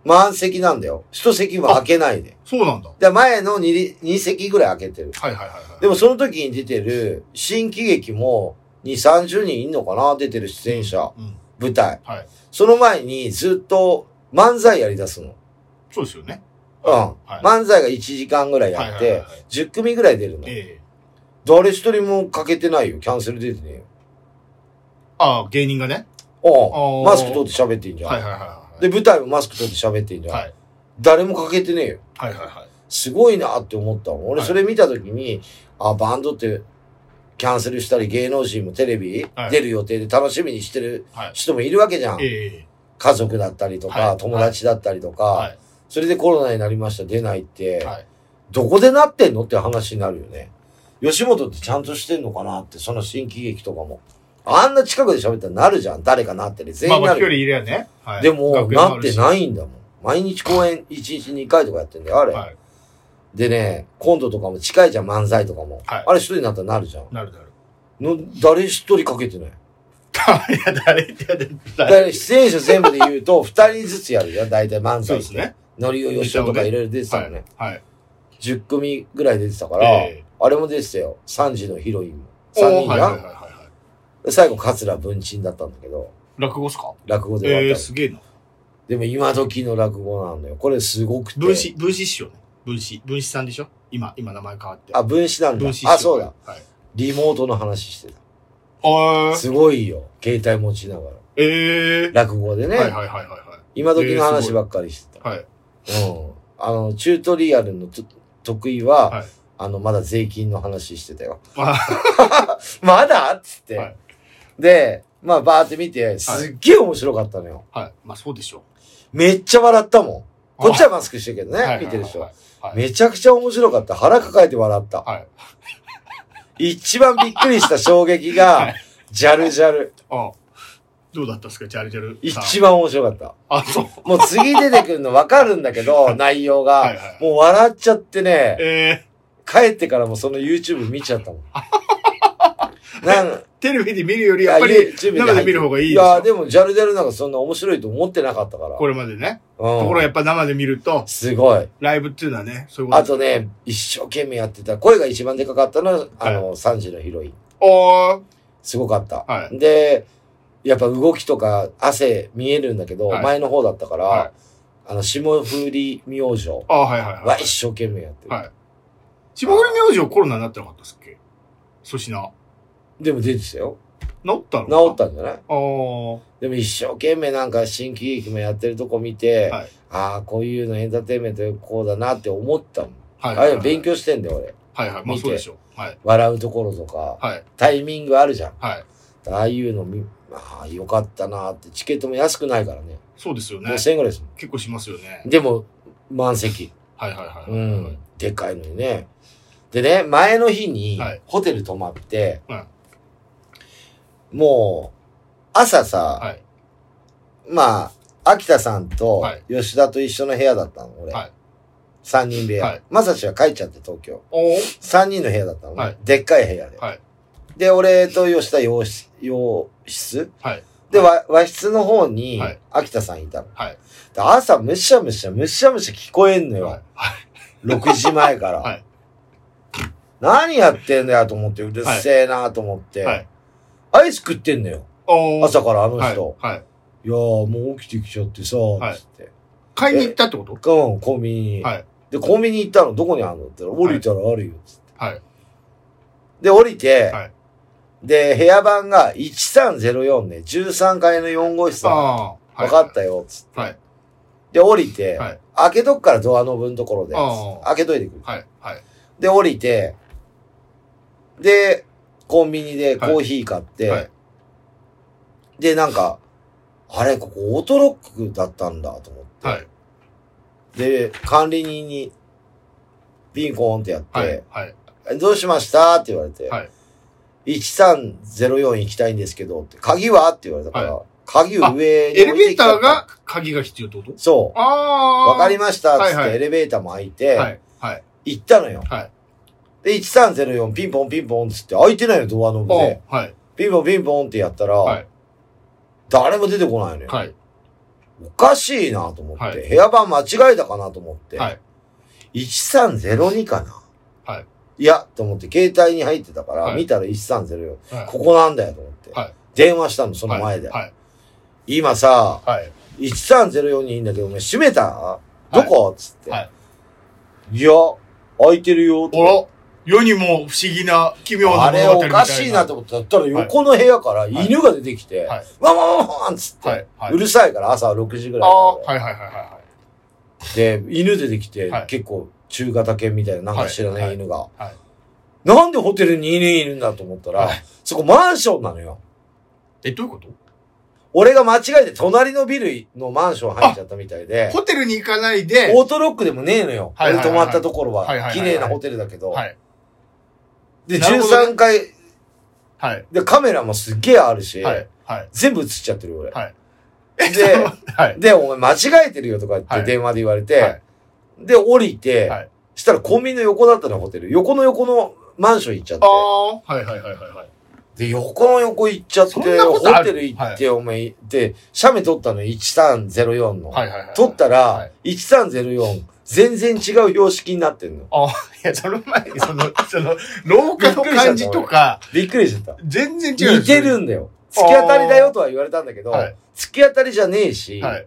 Speaker 1: 満席なんだよ。一席も開けないで。
Speaker 2: そうなんだ。
Speaker 1: で、前の 2, 2席ぐらい開けてる。
Speaker 2: はいはいはいはい。
Speaker 1: でもその時に出てる新喜劇も2、30人いんのかな出てる出演者、
Speaker 2: うん。
Speaker 1: 舞台。
Speaker 2: はい。
Speaker 1: その前にずっと漫才やり出すの。
Speaker 2: そうですよね。
Speaker 1: うん。
Speaker 2: はい。
Speaker 1: 漫才が1時間ぐらい
Speaker 2: はい
Speaker 1: やっ
Speaker 2: はいはい
Speaker 1: て、
Speaker 2: はい
Speaker 1: 10組ぐらい出るの。
Speaker 2: ええ。
Speaker 1: 誰一人も欠けてないよ。キャンセル出てね
Speaker 2: ああ、芸人がね。
Speaker 1: えよ。う
Speaker 2: お
Speaker 1: ん。
Speaker 2: ー
Speaker 1: マスク取って喋ってんじゃん。
Speaker 2: はいはいはいはい。
Speaker 1: で、、舞台もマスク取って喋ってんじゃん。
Speaker 2: はい。
Speaker 1: 誰も欠けてねえよ。
Speaker 2: はいはいはい。
Speaker 1: すごいなって思ったもん。俺
Speaker 2: はい
Speaker 1: それ見た時に、あ、バンドってキャンセルしたり芸能人もテレビ
Speaker 2: はい
Speaker 1: 出る予定で楽しみにしてる
Speaker 2: はい
Speaker 1: 人もいるわけじゃん。
Speaker 2: ええ。
Speaker 1: 家族だったりとか、
Speaker 2: はい
Speaker 1: 友達だったりとか、
Speaker 2: は
Speaker 1: それでコロナになりました、出ないって、
Speaker 2: い。はい。
Speaker 1: どこでなってんのって話になるよね。吉本ってちゃんとしてんのかなって、その新喜劇とかも。あんな近くで喋ったらなるじゃん。誰かなってね。全
Speaker 2: まあ
Speaker 1: 員
Speaker 2: まあ、
Speaker 1: な
Speaker 2: 一人
Speaker 1: るよ。
Speaker 2: いればね。はい。
Speaker 1: でも、
Speaker 2: 学園
Speaker 1: なっ
Speaker 2: ある
Speaker 1: て
Speaker 2: し
Speaker 1: ないんだもん。毎日公演1日2回とかやってんだよ、あれ。
Speaker 2: はい。
Speaker 1: でね、コントとかも近いじゃん、漫才とかも。
Speaker 2: はい
Speaker 1: あれ一人になったらなるじゃん。
Speaker 2: なるなる。
Speaker 1: の誰一人かけてない。
Speaker 2: (laughs) いや、誰ってやる
Speaker 1: だから出演者全部で言うと、 (laughs) 二人ずつやるじゃん、大体漫
Speaker 2: そ
Speaker 1: 才
Speaker 2: うで
Speaker 1: っ
Speaker 2: す
Speaker 1: て。
Speaker 2: ね。
Speaker 1: ノリオヨシオとかいろいろ出てた
Speaker 2: は
Speaker 1: のね
Speaker 2: い。。はい。
Speaker 1: 10組ぐらい出てたから、
Speaker 2: ええ
Speaker 1: あれも出てたよ。3時のヒロインも。3人
Speaker 2: おーはいはいはい
Speaker 1: が。
Speaker 2: はいはい。
Speaker 1: 最後、桂文鎮だったんだけど、
Speaker 2: 落語っすか
Speaker 1: 落語で終わ
Speaker 2: え
Speaker 1: っ
Speaker 2: え
Speaker 1: たの、
Speaker 2: ー、すげえな。
Speaker 1: でも今時の落語なんだよ。これすごくて。
Speaker 2: 分子、分子師匠ね。分子、分子さんでしょ今、今名前変わって。
Speaker 1: あ、分子なんだ
Speaker 2: 分子師。匠。
Speaker 1: あ、そうだ。。
Speaker 2: はい。
Speaker 1: リモートの話して
Speaker 2: あ
Speaker 1: た。
Speaker 2: ー
Speaker 1: すごいよ。携帯持ちなが
Speaker 2: ええ
Speaker 1: ら。落語でね。
Speaker 2: はいはいはいは
Speaker 1: 今時の話ばっかりして
Speaker 2: いはい。はい。
Speaker 1: た。うん。あの、チュートリアルのと得意は、
Speaker 2: はい
Speaker 1: あの、まだ税金の話してたよ。
Speaker 2: まあ、
Speaker 1: (laughs) まだっつって。
Speaker 2: はい
Speaker 1: で、まあ、バーって見て、すっげえ面白かったのよ。
Speaker 2: はい。まあそうでしょう。
Speaker 1: めっちゃ笑ったもん。こっち
Speaker 2: は
Speaker 1: はマスクしてるけど
Speaker 2: いはい
Speaker 1: ね
Speaker 2: は、い
Speaker 1: 見てる人
Speaker 2: は。
Speaker 1: はい
Speaker 2: はい。
Speaker 1: めちゃくちゃ面白かった。腹抱えて笑った。
Speaker 2: はい。
Speaker 1: 一番びっくりした衝撃
Speaker 2: は
Speaker 1: が
Speaker 2: い、
Speaker 1: ジャルジャル。
Speaker 2: あどうだったっすかジャルジャル。
Speaker 1: 一番面白かった。
Speaker 2: あ、そう。
Speaker 1: もう次出てくるの分かるんだけど、内容
Speaker 2: はい
Speaker 1: が。
Speaker 2: はい。
Speaker 1: もう笑っちゃってね。
Speaker 2: え
Speaker 1: 帰ってからもその YouTube 見ちゃった
Speaker 2: (laughs)
Speaker 1: もん。なん
Speaker 2: ー、テレビで見るよりやっぱり、
Speaker 1: YouTube
Speaker 2: 生で見る方がいい
Speaker 1: い
Speaker 2: ですよ
Speaker 1: や、でも、ジャルジャルなんかそんな面白いと思ってなかったから。
Speaker 2: これまでね。ところ
Speaker 1: う
Speaker 2: が
Speaker 1: ん。
Speaker 2: やっぱ生で見ると、
Speaker 1: すごい。
Speaker 2: ライブっていうのはね、そういうこと
Speaker 1: あとね、一生懸命やってた。声が一番でかかったのは、あの、3時のヒロイン。
Speaker 2: おー、
Speaker 1: すごかった。
Speaker 2: は
Speaker 1: で、やっぱ動きとか汗見えるんだけど、
Speaker 2: はい
Speaker 1: 前の方だったから、
Speaker 2: はい
Speaker 1: あの、霜降り明星は
Speaker 2: あはいはいはい。
Speaker 1: 一生懸命やってる。
Speaker 2: はい霜降り明星コロナになってなかったっすっけ粗品。
Speaker 1: でも出てたよ。
Speaker 2: 治ったの。
Speaker 1: 治ったたんじゃない
Speaker 2: あー。
Speaker 1: でも一生懸命なんか新喜劇もやってるとこ見て、
Speaker 2: はい
Speaker 1: ああ、こういうのエンターテインメントこうだなって思ったもん。
Speaker 2: はい
Speaker 1: あ
Speaker 2: はい
Speaker 1: れ
Speaker 2: はい。
Speaker 1: 勉。強してんだよ、俺。
Speaker 2: はいはい。ま
Speaker 1: 見
Speaker 2: あ
Speaker 1: て
Speaker 2: そうでしょう。はい。
Speaker 1: 笑うところとか、
Speaker 2: はい。
Speaker 1: タイミングあるじゃん。
Speaker 2: はい。
Speaker 1: ああいうの見、ああ、よかったなって。チケットも安くないからね。
Speaker 2: そうですよね。
Speaker 1: 5000円ぐらいですも
Speaker 2: 結構しますよね
Speaker 1: ん。。でも、満席。
Speaker 2: はいはいはい。
Speaker 1: う
Speaker 2: は
Speaker 1: ん
Speaker 2: い。
Speaker 1: でかいのにね。でね、前の日に
Speaker 2: はい、
Speaker 1: ホテル泊まって、
Speaker 2: うん
Speaker 1: もう、朝さ、
Speaker 2: はい。
Speaker 1: まあ、秋田さんと
Speaker 2: はい
Speaker 1: 吉田と一緒の部屋だったの、俺。
Speaker 2: はい
Speaker 1: 三人部屋。
Speaker 2: はい
Speaker 1: まさしは帰っちゃって、東京。
Speaker 2: おー。
Speaker 1: 三人の部屋だったの、ね
Speaker 2: はい
Speaker 1: でっかい部屋で。
Speaker 2: はい
Speaker 1: で、俺と吉田洋室洋室
Speaker 2: はい。
Speaker 1: で、わ和室の方に
Speaker 2: はい
Speaker 1: 秋田さんいたの。
Speaker 2: はい
Speaker 1: で朝、むしゃむしゃ、むしゃむしゃ聞こえんのよ。
Speaker 2: はい。
Speaker 1: 6時前から。
Speaker 2: はい
Speaker 1: 何やってんだよと思って、うるせえなと思って、
Speaker 2: はい
Speaker 1: アイス食ってんのよ。
Speaker 2: おー。
Speaker 1: 朝からあの
Speaker 2: は
Speaker 1: 人。
Speaker 2: い。はい。
Speaker 1: い、やーもう起きてきちゃってさ、
Speaker 2: はい
Speaker 1: つって。
Speaker 2: 買いに行ったってこと
Speaker 1: うんコンビニに。
Speaker 2: はい
Speaker 1: で、コンビニ行ったのどこにあるのって言ったら、降りたらあるよ、つって。
Speaker 2: はい。
Speaker 1: で、降りて、
Speaker 2: はい
Speaker 1: で、部屋番が1304ね、13階の4号室だわ
Speaker 2: ああ。
Speaker 1: かったよ、つって。
Speaker 2: はい
Speaker 1: で、降りて、
Speaker 2: はい
Speaker 1: 開けとくからドアノブのところで、つっ
Speaker 2: あ
Speaker 1: て
Speaker 2: ー
Speaker 1: 開けといてくれ。
Speaker 2: はい。はい。
Speaker 1: で、降りて、で、コンビニでコーヒー買って、
Speaker 2: はいはい
Speaker 1: で、なんか、あれ、ここオートロックだったんだと思って、
Speaker 2: はい。
Speaker 1: で、管理人にピンコーンってやって、
Speaker 2: はい。はい。
Speaker 1: えどうしましたって言われて、
Speaker 2: はい
Speaker 1: 1304行きたいんですけどって、鍵はって言われたから、鍵上に
Speaker 2: エレ
Speaker 1: 置い
Speaker 2: ベ
Speaker 1: て
Speaker 2: ー
Speaker 1: きた
Speaker 2: ターが、鍵が必要ってこと
Speaker 1: そう、
Speaker 2: ああ。
Speaker 1: わかりましたっつって、
Speaker 2: はいはい
Speaker 1: エレベーターも開いて、
Speaker 2: はい。はい。
Speaker 1: 行ったのよ。
Speaker 2: はい
Speaker 1: で、1304ピンポンピンポンっつって、開いてないのドアノブ
Speaker 2: お
Speaker 1: で
Speaker 2: う。はい。
Speaker 1: ピンポンピンポンってやったら、
Speaker 2: はい
Speaker 1: 誰も出てこないのよ。
Speaker 2: はい。
Speaker 1: おかしいなと思って、
Speaker 2: はい
Speaker 1: 部屋番間違えたかなと思って、
Speaker 2: はい
Speaker 1: 1302かな。
Speaker 2: はい
Speaker 1: いや、と思って、携帯に入ってたから、
Speaker 2: はい
Speaker 1: 見たら1304、
Speaker 2: はい
Speaker 1: ここなんだよと思って、
Speaker 2: はい
Speaker 1: 電話したの、その前で。
Speaker 2: はい。
Speaker 1: 今さ、
Speaker 2: はい。
Speaker 1: 1304にいいんだけど、お前閉めた
Speaker 2: い
Speaker 1: どこ、っつって。、
Speaker 2: はい
Speaker 1: や、開いてるよ。
Speaker 2: おら、世にも不思議な奇妙な
Speaker 1: あれ
Speaker 2: 物語
Speaker 1: お
Speaker 2: みたいな。
Speaker 1: かしいなと思って、だったら横の部屋から犬が出てきて、
Speaker 2: はいはい
Speaker 1: ワンワンワンワンっつって、
Speaker 2: はい。は
Speaker 1: う
Speaker 2: い。
Speaker 1: るさいから朝6時ぐ
Speaker 2: あ
Speaker 1: らい
Speaker 2: あ、
Speaker 1: か
Speaker 2: はいはいはいは
Speaker 1: らで、犬出てきて、
Speaker 2: はい
Speaker 1: 結構中型犬みたいな、なんか知ら
Speaker 2: は
Speaker 1: ない
Speaker 2: い
Speaker 1: 犬が。
Speaker 2: いはい
Speaker 1: なんでホテルに犬いるんだと思ったら、
Speaker 2: はい
Speaker 1: そこマンションなのよ。
Speaker 2: い。え、どういうこと
Speaker 1: 俺が間違えて隣のビルのマンション入っちゃったみたいで、
Speaker 2: ホテルに行かないで、
Speaker 1: オートロックでもねえのよ。
Speaker 2: はいはいはい
Speaker 1: 俺泊まったところは
Speaker 2: はいはい。はい
Speaker 1: 綺
Speaker 2: はい
Speaker 1: 麗なホテルだけど。
Speaker 2: はい。
Speaker 1: で、
Speaker 2: なるほどね
Speaker 1: 13階、
Speaker 2: はい。
Speaker 1: で、カメラもすっげえあるし、
Speaker 2: はい。はい。
Speaker 1: 全部映っちゃってるよ俺。
Speaker 2: はい (laughs)
Speaker 1: で、
Speaker 2: はい。
Speaker 1: で、お前間違えてるよとか言っ
Speaker 2: は
Speaker 1: て
Speaker 2: い
Speaker 1: 電話で言われて、
Speaker 2: はい
Speaker 1: で、降りて、
Speaker 2: はい
Speaker 1: したらコンビニの横だったのホテル。横の横のマンション行っちゃっ
Speaker 2: あ
Speaker 1: て。
Speaker 2: あ、はいはいはいはいはい。
Speaker 1: で、横の横行っちゃって、ホ
Speaker 2: そんなことある
Speaker 1: テル行って、お前、で、写メ撮ったの1304の。
Speaker 2: はいはいはい。
Speaker 1: 撮ったら、
Speaker 2: はい
Speaker 1: 1304、全然違う様式になってんの。
Speaker 2: いや、その前
Speaker 1: (laughs)
Speaker 2: に、その、その、廊下の感じとか、
Speaker 1: びっくりしてた。
Speaker 2: 全然違う。
Speaker 1: 似てるんだよ。突き当たりだよとは言われたんだけど、
Speaker 2: はい。
Speaker 1: 突き当たりじゃねえし、
Speaker 2: はい。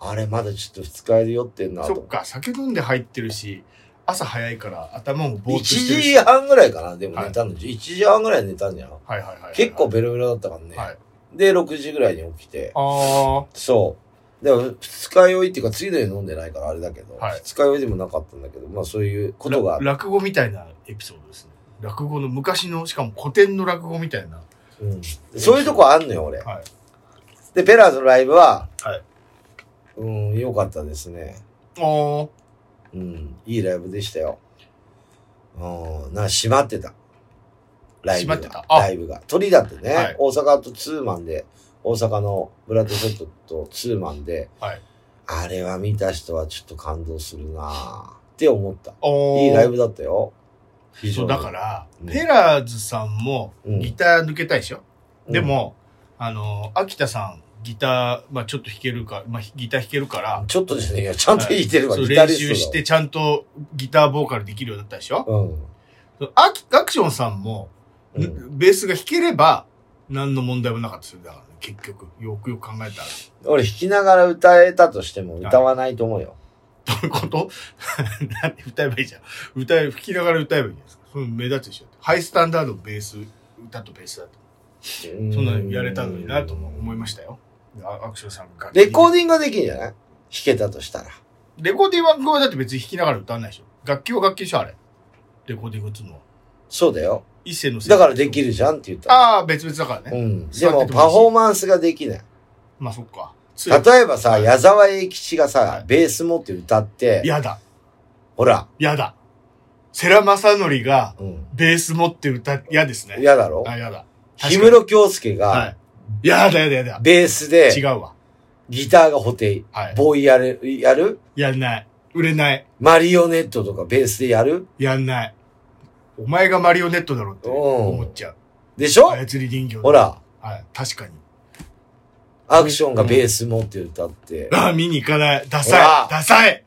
Speaker 1: あれまだちょっと二日酔いで酔ってんなと
Speaker 2: そ
Speaker 1: 思
Speaker 2: っ
Speaker 1: って。
Speaker 2: か、酒飲んで入ってるし、朝早いから頭もぼー
Speaker 1: 1
Speaker 2: っとしてるし。
Speaker 1: 時半ぐらいかな、でも
Speaker 2: はい
Speaker 1: 寝たの。1時半ぐらい寝たんじゃん。
Speaker 2: はいはいはいはい。
Speaker 1: 結構ベロベロだったからね。
Speaker 2: はい
Speaker 1: で、6時ぐらいに起きて、
Speaker 2: あ
Speaker 1: そう。でも、二日酔いっていうか、次の日飲んでないからあれだけど、
Speaker 2: はい
Speaker 1: 二日酔いでもなかったんだけど、まあそういうこ
Speaker 2: あ、
Speaker 1: とがあ
Speaker 2: ら
Speaker 1: って、
Speaker 2: 落語みたいなエピソードですね。落語の昔の、しかも古典の落語みたいな。
Speaker 1: うんそういうとこあんのよ、俺。
Speaker 2: はい
Speaker 1: で、ペラーズのライブは、
Speaker 2: はい
Speaker 1: うん、良かったですね。
Speaker 2: ああ。
Speaker 1: うん、いいライブでしたよ。うん、なんか閉まってた。ライブが。
Speaker 2: 閉まってたあ
Speaker 1: ライブが。鳥だってね、
Speaker 2: はい
Speaker 1: 大阪とツーマンで、大阪のブラッドセットとツーマンで、
Speaker 2: はい
Speaker 1: あれは見た人はちょっと感動するなぁって思った。
Speaker 2: お
Speaker 1: いいライブだったよ。非常
Speaker 2: そう、
Speaker 1: に
Speaker 2: だから、
Speaker 1: うん
Speaker 2: ペラーズさんも
Speaker 1: うん
Speaker 2: ギター抜けたいでしょ、
Speaker 1: うん
Speaker 2: でも、あの、秋田さん、ギター、まあちょっと弾けるか、まあギター弾けるから、
Speaker 1: ちょっとですね、いやちゃんと弾いてるわ、
Speaker 2: そう
Speaker 1: ギタ
Speaker 2: 練
Speaker 1: リストだ
Speaker 2: 習してちゃんとギターボーカルできるようになったでしょ
Speaker 1: うん。
Speaker 2: そうアキアクションさんも、
Speaker 1: うん
Speaker 2: ベースが弾ければ、何の問題もなかったですよ。だから、ね、結局、よくよく考えたら。
Speaker 1: 俺弾きながら歌えたとしても歌わないと思うよ。
Speaker 2: どういうこと (laughs) なんで歌えばいいじゃん。歌え、吹きながら歌えばいいじゃないですか。その目立つでしょ。ハイスタンダードベース、歌とベースだと。
Speaker 1: そ
Speaker 2: そん
Speaker 1: ん
Speaker 2: なのやれたのになとも思いましたよ。アアクションさんが楽器。
Speaker 1: レコー
Speaker 2: デ
Speaker 1: ディングができんじゃない弾けたとしたら。
Speaker 2: ィレコーディングはだって別に弾きながら歌わないでしょ。楽器は楽器でしょ、あれ。レコーディングっつうのは。
Speaker 1: そうだよ。
Speaker 2: 一斉のせい
Speaker 1: だからでき。るじゃんって言ったら。
Speaker 2: ああ、別々だから
Speaker 1: う
Speaker 2: ね。
Speaker 1: ん。で
Speaker 2: 座っててもい
Speaker 1: も
Speaker 2: いし
Speaker 1: パフォーマンスができない。
Speaker 2: まあそっか。つい
Speaker 1: 例えばさ、
Speaker 2: はい
Speaker 1: 矢沢永吉が
Speaker 2: は
Speaker 1: さ
Speaker 2: い、
Speaker 1: ベース持って歌って、
Speaker 2: やだ。
Speaker 1: ほら、
Speaker 2: やだ。世良正則が
Speaker 1: うん。
Speaker 2: ベース持って歌、嫌ですね。
Speaker 1: 嫌だろ
Speaker 2: あ、やだ。
Speaker 1: 氷
Speaker 2: 確か
Speaker 1: 室京介
Speaker 2: に
Speaker 1: が、
Speaker 2: はい。やだやだやだ。
Speaker 1: ベース
Speaker 2: 違
Speaker 1: で、
Speaker 2: うわ。
Speaker 1: ギターが補填。
Speaker 2: はい。
Speaker 1: ボーイやる、やる
Speaker 2: やんない。売れない。
Speaker 1: マリオネットとかベースでやる
Speaker 2: やんない。お前がマリオネットだろって思っちゃう。
Speaker 1: でしょ
Speaker 2: 操り人形だ
Speaker 1: ほ。ら、
Speaker 2: はい。確かに。
Speaker 1: アクションがベース持って歌って。
Speaker 2: ああ、見に行かない。ダ
Speaker 1: ほら
Speaker 2: サい。ダサい。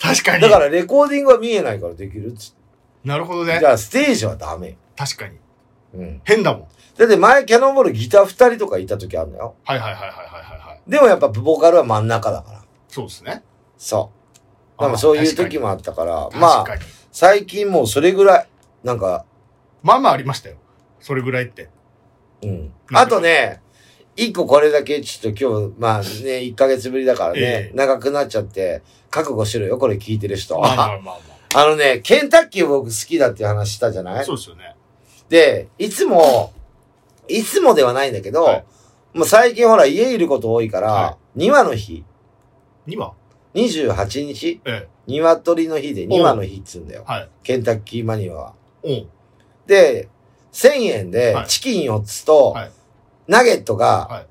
Speaker 2: 確かに。
Speaker 1: だからレコーディングは見えないからできるっつって。
Speaker 2: なるほど
Speaker 1: だ
Speaker 2: ね
Speaker 1: か。らステージはダメ。
Speaker 2: 確かに。
Speaker 1: うん。
Speaker 2: 変だもん。
Speaker 1: だって前キャノンボールギター二人とかいた時あるのよ。
Speaker 2: はいはいはいはいはいはいはい。
Speaker 1: でもやっぱボーカルは真ん中だから。
Speaker 2: そうですね。
Speaker 1: そなんかそういう時もあったから、ま
Speaker 2: まあ、
Speaker 1: あ、
Speaker 2: 確かに
Speaker 1: 最近もうそれぐらい、なんか、
Speaker 2: まあまあありましたよ。それぐらいって。
Speaker 1: うん。
Speaker 2: なん
Speaker 1: あ
Speaker 2: か
Speaker 1: とね、一個これだけちょっと今日、まあね、1ヶ月ぶりだからね、
Speaker 2: ええ
Speaker 1: 長くなっちゃって、覚悟しろよ、これ聞いてる人。
Speaker 2: まあまあまあ
Speaker 1: あのね、ケンタッキー僕好きだっていう話したじゃ
Speaker 2: ま
Speaker 1: な
Speaker 2: あ。
Speaker 1: い
Speaker 2: そうですよね。
Speaker 1: で、いつも、いつもではないんだけど、
Speaker 2: はい
Speaker 1: もう最近ほら家いること多いから、
Speaker 2: は
Speaker 1: 2話の日、
Speaker 2: 2は
Speaker 1: 28日、
Speaker 2: え
Speaker 1: 鶏の日で2話の日っつうんだよ
Speaker 2: え。。はい。
Speaker 1: ケンタッキーマニアは。
Speaker 2: おう
Speaker 1: で、1000円で
Speaker 2: はい
Speaker 1: チキン4つと
Speaker 2: はい、
Speaker 1: ナゲットが
Speaker 2: は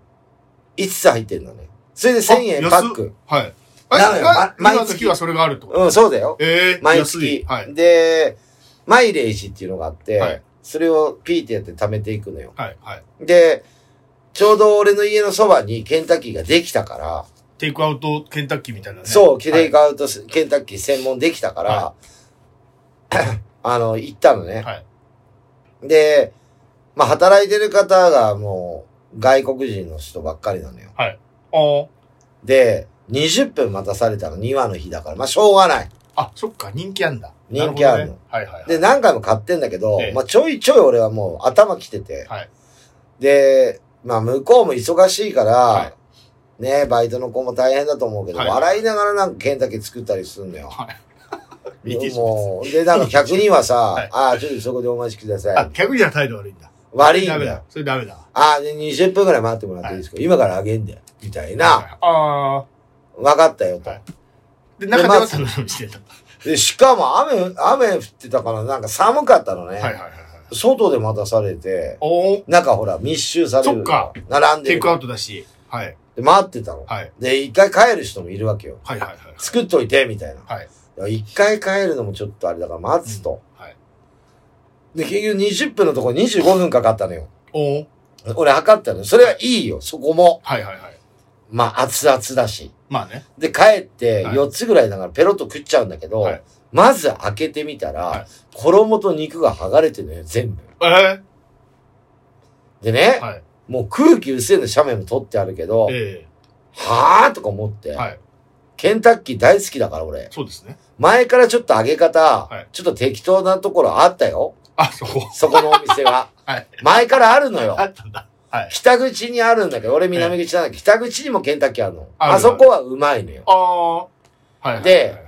Speaker 1: 5つ入ってるのね。それで1000円パック。
Speaker 2: はい。
Speaker 1: なのよ
Speaker 2: あ
Speaker 1: ま
Speaker 2: 今の
Speaker 1: 毎月
Speaker 2: 日はそれがあるってこと
Speaker 1: うん、そうだよ。
Speaker 2: ええ
Speaker 1: 毎
Speaker 2: 安い
Speaker 1: 月。
Speaker 2: はい。
Speaker 1: で、マイレージっていうのがあって、
Speaker 2: はい
Speaker 1: それをピーってやって貯めていくのよ。
Speaker 2: はい。はい。
Speaker 1: で、ちょうど俺の家のそばにケンタッキーができたから、
Speaker 2: テイクアウトケンタッキーみたいなね。
Speaker 1: そう、
Speaker 2: き
Speaker 1: テ
Speaker 2: れ
Speaker 1: レイクアウトスケンタッキー専門できたから、
Speaker 2: は
Speaker 1: (coughs) あの、行ったのね。
Speaker 2: はい
Speaker 1: で、まあ、働いてる方がもう、外国人の人ばっかりなのよ。
Speaker 2: あ
Speaker 1: で、20分待たされたの2話の日だから、まあ、しょうがない。
Speaker 2: あ。あ、そっか、人気あんだ。
Speaker 1: 人気あるの
Speaker 2: なほどねはいはいはい。
Speaker 1: で、何回も買ってんだけど、
Speaker 2: ええ
Speaker 1: まあ、ちょいちょい俺はもう頭きてて、
Speaker 2: はい
Speaker 1: で、まあ、向こうも忙しいから、
Speaker 2: は
Speaker 1: ね、バイトの子も大変だと思うけど、
Speaker 2: はい
Speaker 1: 笑いながらなんかケンタッキー作ったりすんのよ。
Speaker 2: はい。いいでしょ
Speaker 1: も (laughs) う、で、なんか客にはさ、
Speaker 2: (laughs) はい
Speaker 1: ああ、ちょっとそこでお待ちくださ
Speaker 2: あ
Speaker 1: い。、
Speaker 2: 逆には態度悪いんだ。
Speaker 1: 悪いん
Speaker 2: ダメ
Speaker 1: だ
Speaker 2: だ
Speaker 1: よ。。
Speaker 2: それダメだ。
Speaker 1: ああ、で、20分くらい待ってもらっていいですか、今からあげんだよ。みたいな。
Speaker 2: ああ
Speaker 1: わかったよと。
Speaker 2: はいー。で、中では楽しみにしてた。
Speaker 1: で、しかも雨、雨降ってたから、なんか寒かったのね。
Speaker 2: はいはいはいはい。
Speaker 1: 外で待たされて、
Speaker 2: おー
Speaker 1: なんかほら、密集されるから。並んで
Speaker 2: テイ
Speaker 1: る
Speaker 2: クアウトだし。はい。
Speaker 1: で待ってたの。
Speaker 2: はい。
Speaker 1: で、一回帰る人もいるわけよ。
Speaker 2: はいはいはい。
Speaker 1: 作っといて、みたいな。
Speaker 2: はい。
Speaker 1: いや一回帰るのもちょっとあれだから、待つと。
Speaker 2: はい。
Speaker 1: で、結局20分のところ25分かかったのよ。
Speaker 2: おー
Speaker 1: 俺測ったのよ。それはいいよ、そこも。
Speaker 2: はいはいはい。
Speaker 1: まあ、熱々だし。
Speaker 2: まあね。
Speaker 1: で、帰って、
Speaker 2: はい
Speaker 1: 4つぐらいだからペロッと食っちゃうんだけど、
Speaker 2: はい
Speaker 1: まず開けてみたら、
Speaker 2: はい
Speaker 1: 衣と肉が剥がれてるのよ、全部。
Speaker 2: ええ
Speaker 1: でね、
Speaker 2: はい。
Speaker 1: もう空気薄いの斜面も取ってあるけど、
Speaker 2: え
Speaker 1: はぁーとか思って、
Speaker 2: えはい。
Speaker 1: ケンタッキー大好きだから俺。
Speaker 2: そうですね。
Speaker 1: 前からちょっと揚げ方、
Speaker 2: はい
Speaker 1: ちょっと適当なところあったよ。
Speaker 2: あ、そう。
Speaker 1: そこのお店は。
Speaker 2: はい。
Speaker 1: 前からあるのよ
Speaker 2: (laughs) あ。ったんだ。はい。
Speaker 1: 北口にあるんだけど、俺南口なんだけど、北口にもケンタッキーあるの。
Speaker 2: ある
Speaker 1: あそこはうまいのよ。
Speaker 2: ああ。はいはいはい。
Speaker 1: で
Speaker 2: はいはい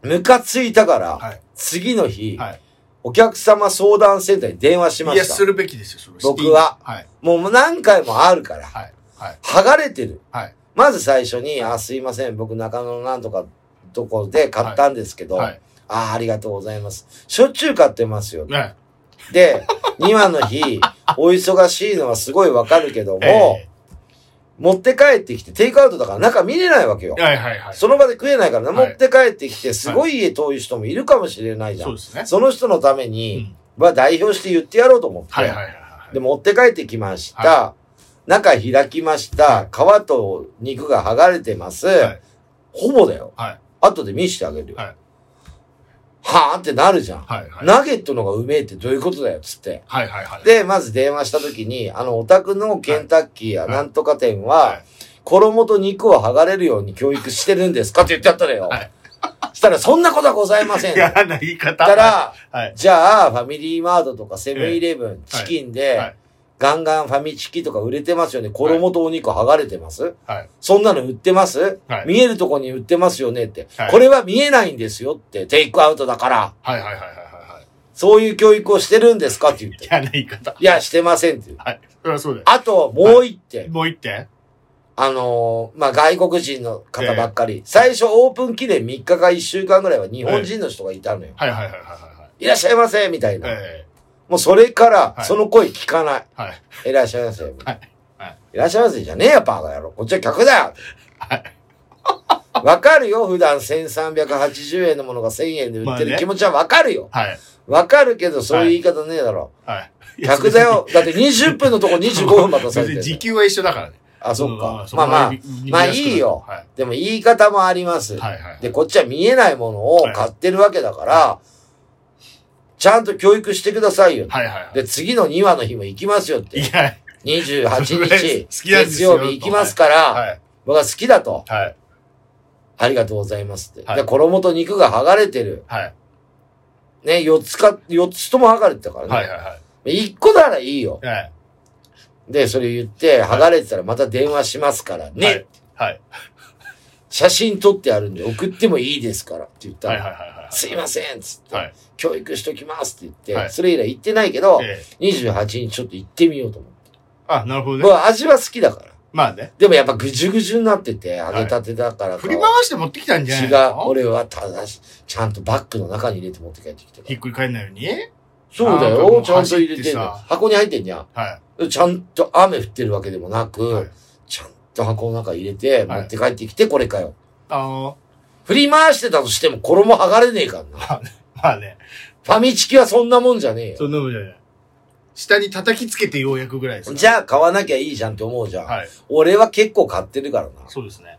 Speaker 1: ムカついたから、
Speaker 2: はい
Speaker 1: 次の日、
Speaker 2: はい
Speaker 1: お客様相談センターに電話しま
Speaker 2: いや、
Speaker 1: した
Speaker 2: す。るべきですよ、それ
Speaker 1: 僕は。
Speaker 2: はい。
Speaker 1: もう何回もあるから、
Speaker 2: はい。はい。
Speaker 1: 剥がれてる。
Speaker 2: はい
Speaker 1: まず最初に、あ、すいません、僕中野のなんとかとこで買ったんですけど、
Speaker 2: はい。
Speaker 1: あ、ありがとうございます。しょっちゅう買ってますよ。
Speaker 2: ね。
Speaker 1: で、2話の日、お忙しいのはすごいわかるけども、
Speaker 2: え
Speaker 1: 持って帰ってきて、テイクアウトだから中見れないわけよ
Speaker 2: え。はいはいはい。
Speaker 1: その場で食えないからな、
Speaker 2: はい
Speaker 1: 持って帰ってきて、すごい家遠い人もいるかもしれないじゃん
Speaker 2: そう。ですね。
Speaker 1: その人のため
Speaker 2: う
Speaker 1: に、
Speaker 2: ん
Speaker 1: は代表して言ってやろうと思って、
Speaker 2: はいはいはいはい。
Speaker 1: で、
Speaker 2: も、
Speaker 1: 持って帰ってきました。中開きました。皮と肉が剥がれてます。
Speaker 2: はい
Speaker 1: ほぼだよ。
Speaker 2: はい
Speaker 1: 後で見してあげるよ。
Speaker 2: はい
Speaker 1: はーってなるじゃん。
Speaker 2: はいはい。
Speaker 1: ナゲットのがうめえってどういうことだよ、つって。
Speaker 2: はいはいはい。
Speaker 1: で、まず電話した時に、あの、お宅のケンタッキーや
Speaker 2: はい
Speaker 1: なんとか店
Speaker 2: は、
Speaker 1: はい衣と肉を剥がれるように教育してるんですかって言っちゃったのよ。
Speaker 2: はい
Speaker 1: した (laughs) ら、そんなことはございません。
Speaker 2: いや嫌な言い方。
Speaker 1: た
Speaker 2: (laughs)
Speaker 1: ら、
Speaker 2: はい。
Speaker 1: じゃあ、ファミリーマートとかセブンイレブン、チキン
Speaker 2: は
Speaker 1: で
Speaker 2: い、
Speaker 1: ガンガンファミチキとか売れてますよね。衣とお肉剥がれてます
Speaker 2: はい。
Speaker 1: そんなの売ってます
Speaker 2: はい
Speaker 1: 見えるとこに売ってますよねって
Speaker 2: は。い
Speaker 1: これは見えないんですよって、テイクアウトだから、
Speaker 2: はいはいはいはいはい。
Speaker 1: そういう教育をしてるんですかって言って。
Speaker 2: 嫌な言い方。
Speaker 1: いや、してませんって言う。
Speaker 2: はい。それはそうだよ。
Speaker 1: あと、もう一点。
Speaker 2: もう一点
Speaker 1: あのーまあ、外国人の方ばっかり。最初オープン記念3日か1週間ぐらいは日本人の人がいたのよ。
Speaker 2: はいはいはいはいはい。
Speaker 1: いらっしゃいませみたいな。
Speaker 2: え
Speaker 1: もうそれから、
Speaker 2: はい
Speaker 1: その声聞かない。
Speaker 2: えはい。
Speaker 1: いらっしゃいませ。い
Speaker 2: はい。はい。
Speaker 1: らっしゃいませじゃねえよ、バカ野郎。こっちは客だよ。
Speaker 2: はい。
Speaker 1: わかるよ、普段1380円のものが1000円で売って
Speaker 2: まあ
Speaker 1: る
Speaker 2: ね
Speaker 1: 気持ちはわかるよ。
Speaker 2: はい。
Speaker 1: わかるけど、そういう言い方ねえだろ。
Speaker 2: (laughs) はい。
Speaker 1: 客だ。よ。 (laughs) だって20分のとこ25分待たさ
Speaker 2: 別
Speaker 1: れて
Speaker 2: (laughs) に
Speaker 1: る。
Speaker 2: 時給は一緒だからね。
Speaker 1: あ、そっか。
Speaker 2: うん
Speaker 1: まあまあ
Speaker 2: そこ、は
Speaker 1: まあいいよ
Speaker 2: は
Speaker 1: でも言い方もあります。
Speaker 2: い。はいはい。
Speaker 1: で、こっちは見えないものを買ってるわけだから、ちゃんと教育してくださいよ。
Speaker 2: はいはいはい。
Speaker 1: で、次の2話の日も行きますよって。
Speaker 2: いや、
Speaker 1: 28
Speaker 2: (laughs) 僕が好
Speaker 1: 日、
Speaker 2: きなんです
Speaker 1: 月曜
Speaker 2: よ
Speaker 1: 日行きますから、
Speaker 2: はい。
Speaker 1: 僕は好きだと。
Speaker 2: はい。
Speaker 1: ありがとうございますって。
Speaker 2: はい
Speaker 1: で衣と肉が剥がれてる。
Speaker 2: はい。
Speaker 1: ね、四つか、四つとも剥がれてたからね。
Speaker 2: はいは
Speaker 1: 一個ならいいよ。
Speaker 2: いはい。はい。
Speaker 1: で、それ言って、剥がれてたらまた電話しますからね。
Speaker 2: はいはい。
Speaker 1: 写真撮ってあるんで送ってもいいですからって言った
Speaker 2: は
Speaker 1: ら、
Speaker 2: いはいはい。
Speaker 1: すいませんっつって、
Speaker 2: はい
Speaker 1: 教育しときますって言って、
Speaker 2: はい
Speaker 1: それ以来行ってないけど、
Speaker 2: ええ。
Speaker 1: 28日ちょっと行ってみようと思って。
Speaker 2: あ、なるほどね。
Speaker 1: 僕味は好きだから。
Speaker 2: まあね。
Speaker 1: でもやっぱぐじゅぐじゅになってて、揚げたてだからか、
Speaker 2: 振り回して持ってきたんじゃない
Speaker 1: 血
Speaker 2: の
Speaker 1: が、俺は正し、ちゃんとバッグの中に入れて持って帰ってきて
Speaker 2: ひ
Speaker 1: た
Speaker 2: っ。くり返んないように
Speaker 1: そうだ
Speaker 2: あーも
Speaker 1: よ。
Speaker 2: う
Speaker 1: ちゃんと入れてん
Speaker 2: 走って
Speaker 1: の。
Speaker 2: さ
Speaker 1: 箱に入ってんじゃん。
Speaker 2: は
Speaker 1: ちゃんと雨降ってるわけでもなく、
Speaker 2: い。はい。
Speaker 1: ちゃんと箱の中入れて、持って帰ってきて、これかよ。
Speaker 2: あの
Speaker 1: 振り回してたとしても衣剥がれねえからな。
Speaker 2: ー、まあね。
Speaker 1: ファミチキはそんなもんじゃねえよ。
Speaker 2: そんなもんじゃない。下に叩きつけてようやくぐらいです。
Speaker 1: じゃあ買わなきゃいいじゃんって思うじゃん。
Speaker 2: はい。
Speaker 1: 俺は結構買ってるからな。
Speaker 2: そうですね。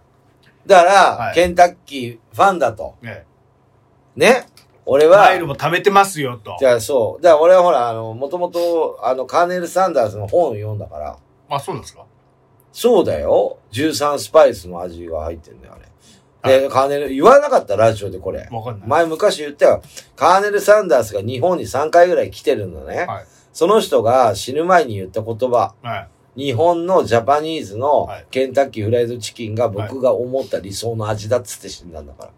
Speaker 1: だから、
Speaker 2: はい
Speaker 1: ケンタッキーファンだと。
Speaker 2: ええ。
Speaker 1: ね俺は
Speaker 2: マイ、ルも貯めてますよと
Speaker 1: じ。ゃあそう。だから俺はほら、あの、もともと、あの、カーネル・サンダースの本を読んだから。
Speaker 2: あ、そうなんですか
Speaker 1: そうだよ。13スパイスの味が入ってんだよ、あれ。で、カーネル、言わなかったラジオでこれ。
Speaker 2: わかんない。
Speaker 1: 前昔言ったよ。カーネル・サンダースが日本に3回ぐらい来てるのね。
Speaker 2: はい
Speaker 1: その人が死ぬ前に言った言葉。
Speaker 2: はい。
Speaker 1: 日本のジャパニーズの
Speaker 2: はい
Speaker 1: ケンタッキーフライドチキンが僕が思った理想の味だっつって死んだんだから。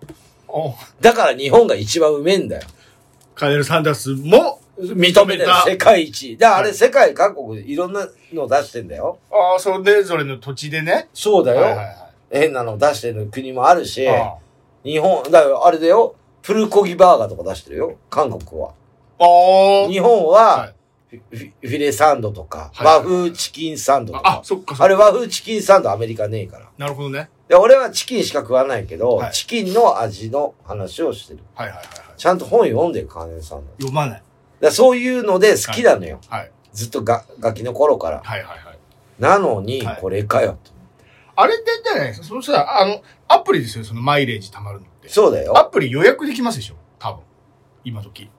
Speaker 2: お
Speaker 1: だから日本が一番うめえんだよ。
Speaker 2: カネル・サンダースも、
Speaker 1: 認めてる
Speaker 2: た
Speaker 1: 世界一。だからあ
Speaker 2: は
Speaker 1: れ
Speaker 2: い
Speaker 1: 世界各国いろんなの出してんだよ。
Speaker 2: ああ、それぞれの土地でね。
Speaker 1: そうだよ。
Speaker 2: はいはいは
Speaker 1: 変なの出してる国もあるし
Speaker 2: い。、あ
Speaker 1: 日本、だからあれだよ。プルコギバーガーとか出してるよ。韓国は。
Speaker 2: あー。
Speaker 1: 日本
Speaker 2: は、
Speaker 1: はいフィフィレサンドとか、
Speaker 2: はいはい
Speaker 1: 和風チキンサンドと
Speaker 2: あ、
Speaker 1: か。
Speaker 2: そっかそ
Speaker 1: あ
Speaker 2: っか。
Speaker 1: れ和風チキンサンドアメリカねえから。
Speaker 2: なるほどね。
Speaker 1: で、俺はチキンしか食わないけど、
Speaker 2: はい
Speaker 1: チキンの味の話をしてる。
Speaker 2: はいはいはいはい。
Speaker 1: ちゃんと本読んでる、カーネルさんの。だか
Speaker 2: 読まない。
Speaker 1: らそういうので好きなのよ。
Speaker 2: はい。
Speaker 1: ずっとが、ガキの頃から。
Speaker 2: はいはいはい。
Speaker 1: なのに
Speaker 2: は、い
Speaker 1: これかよ、と
Speaker 2: あれってじゃないですか。そしたら、あの、アプリですよ、そのマイレージ貯まるのって。
Speaker 1: そうだよ。
Speaker 2: アプリ予約できますでしょ多分。今時。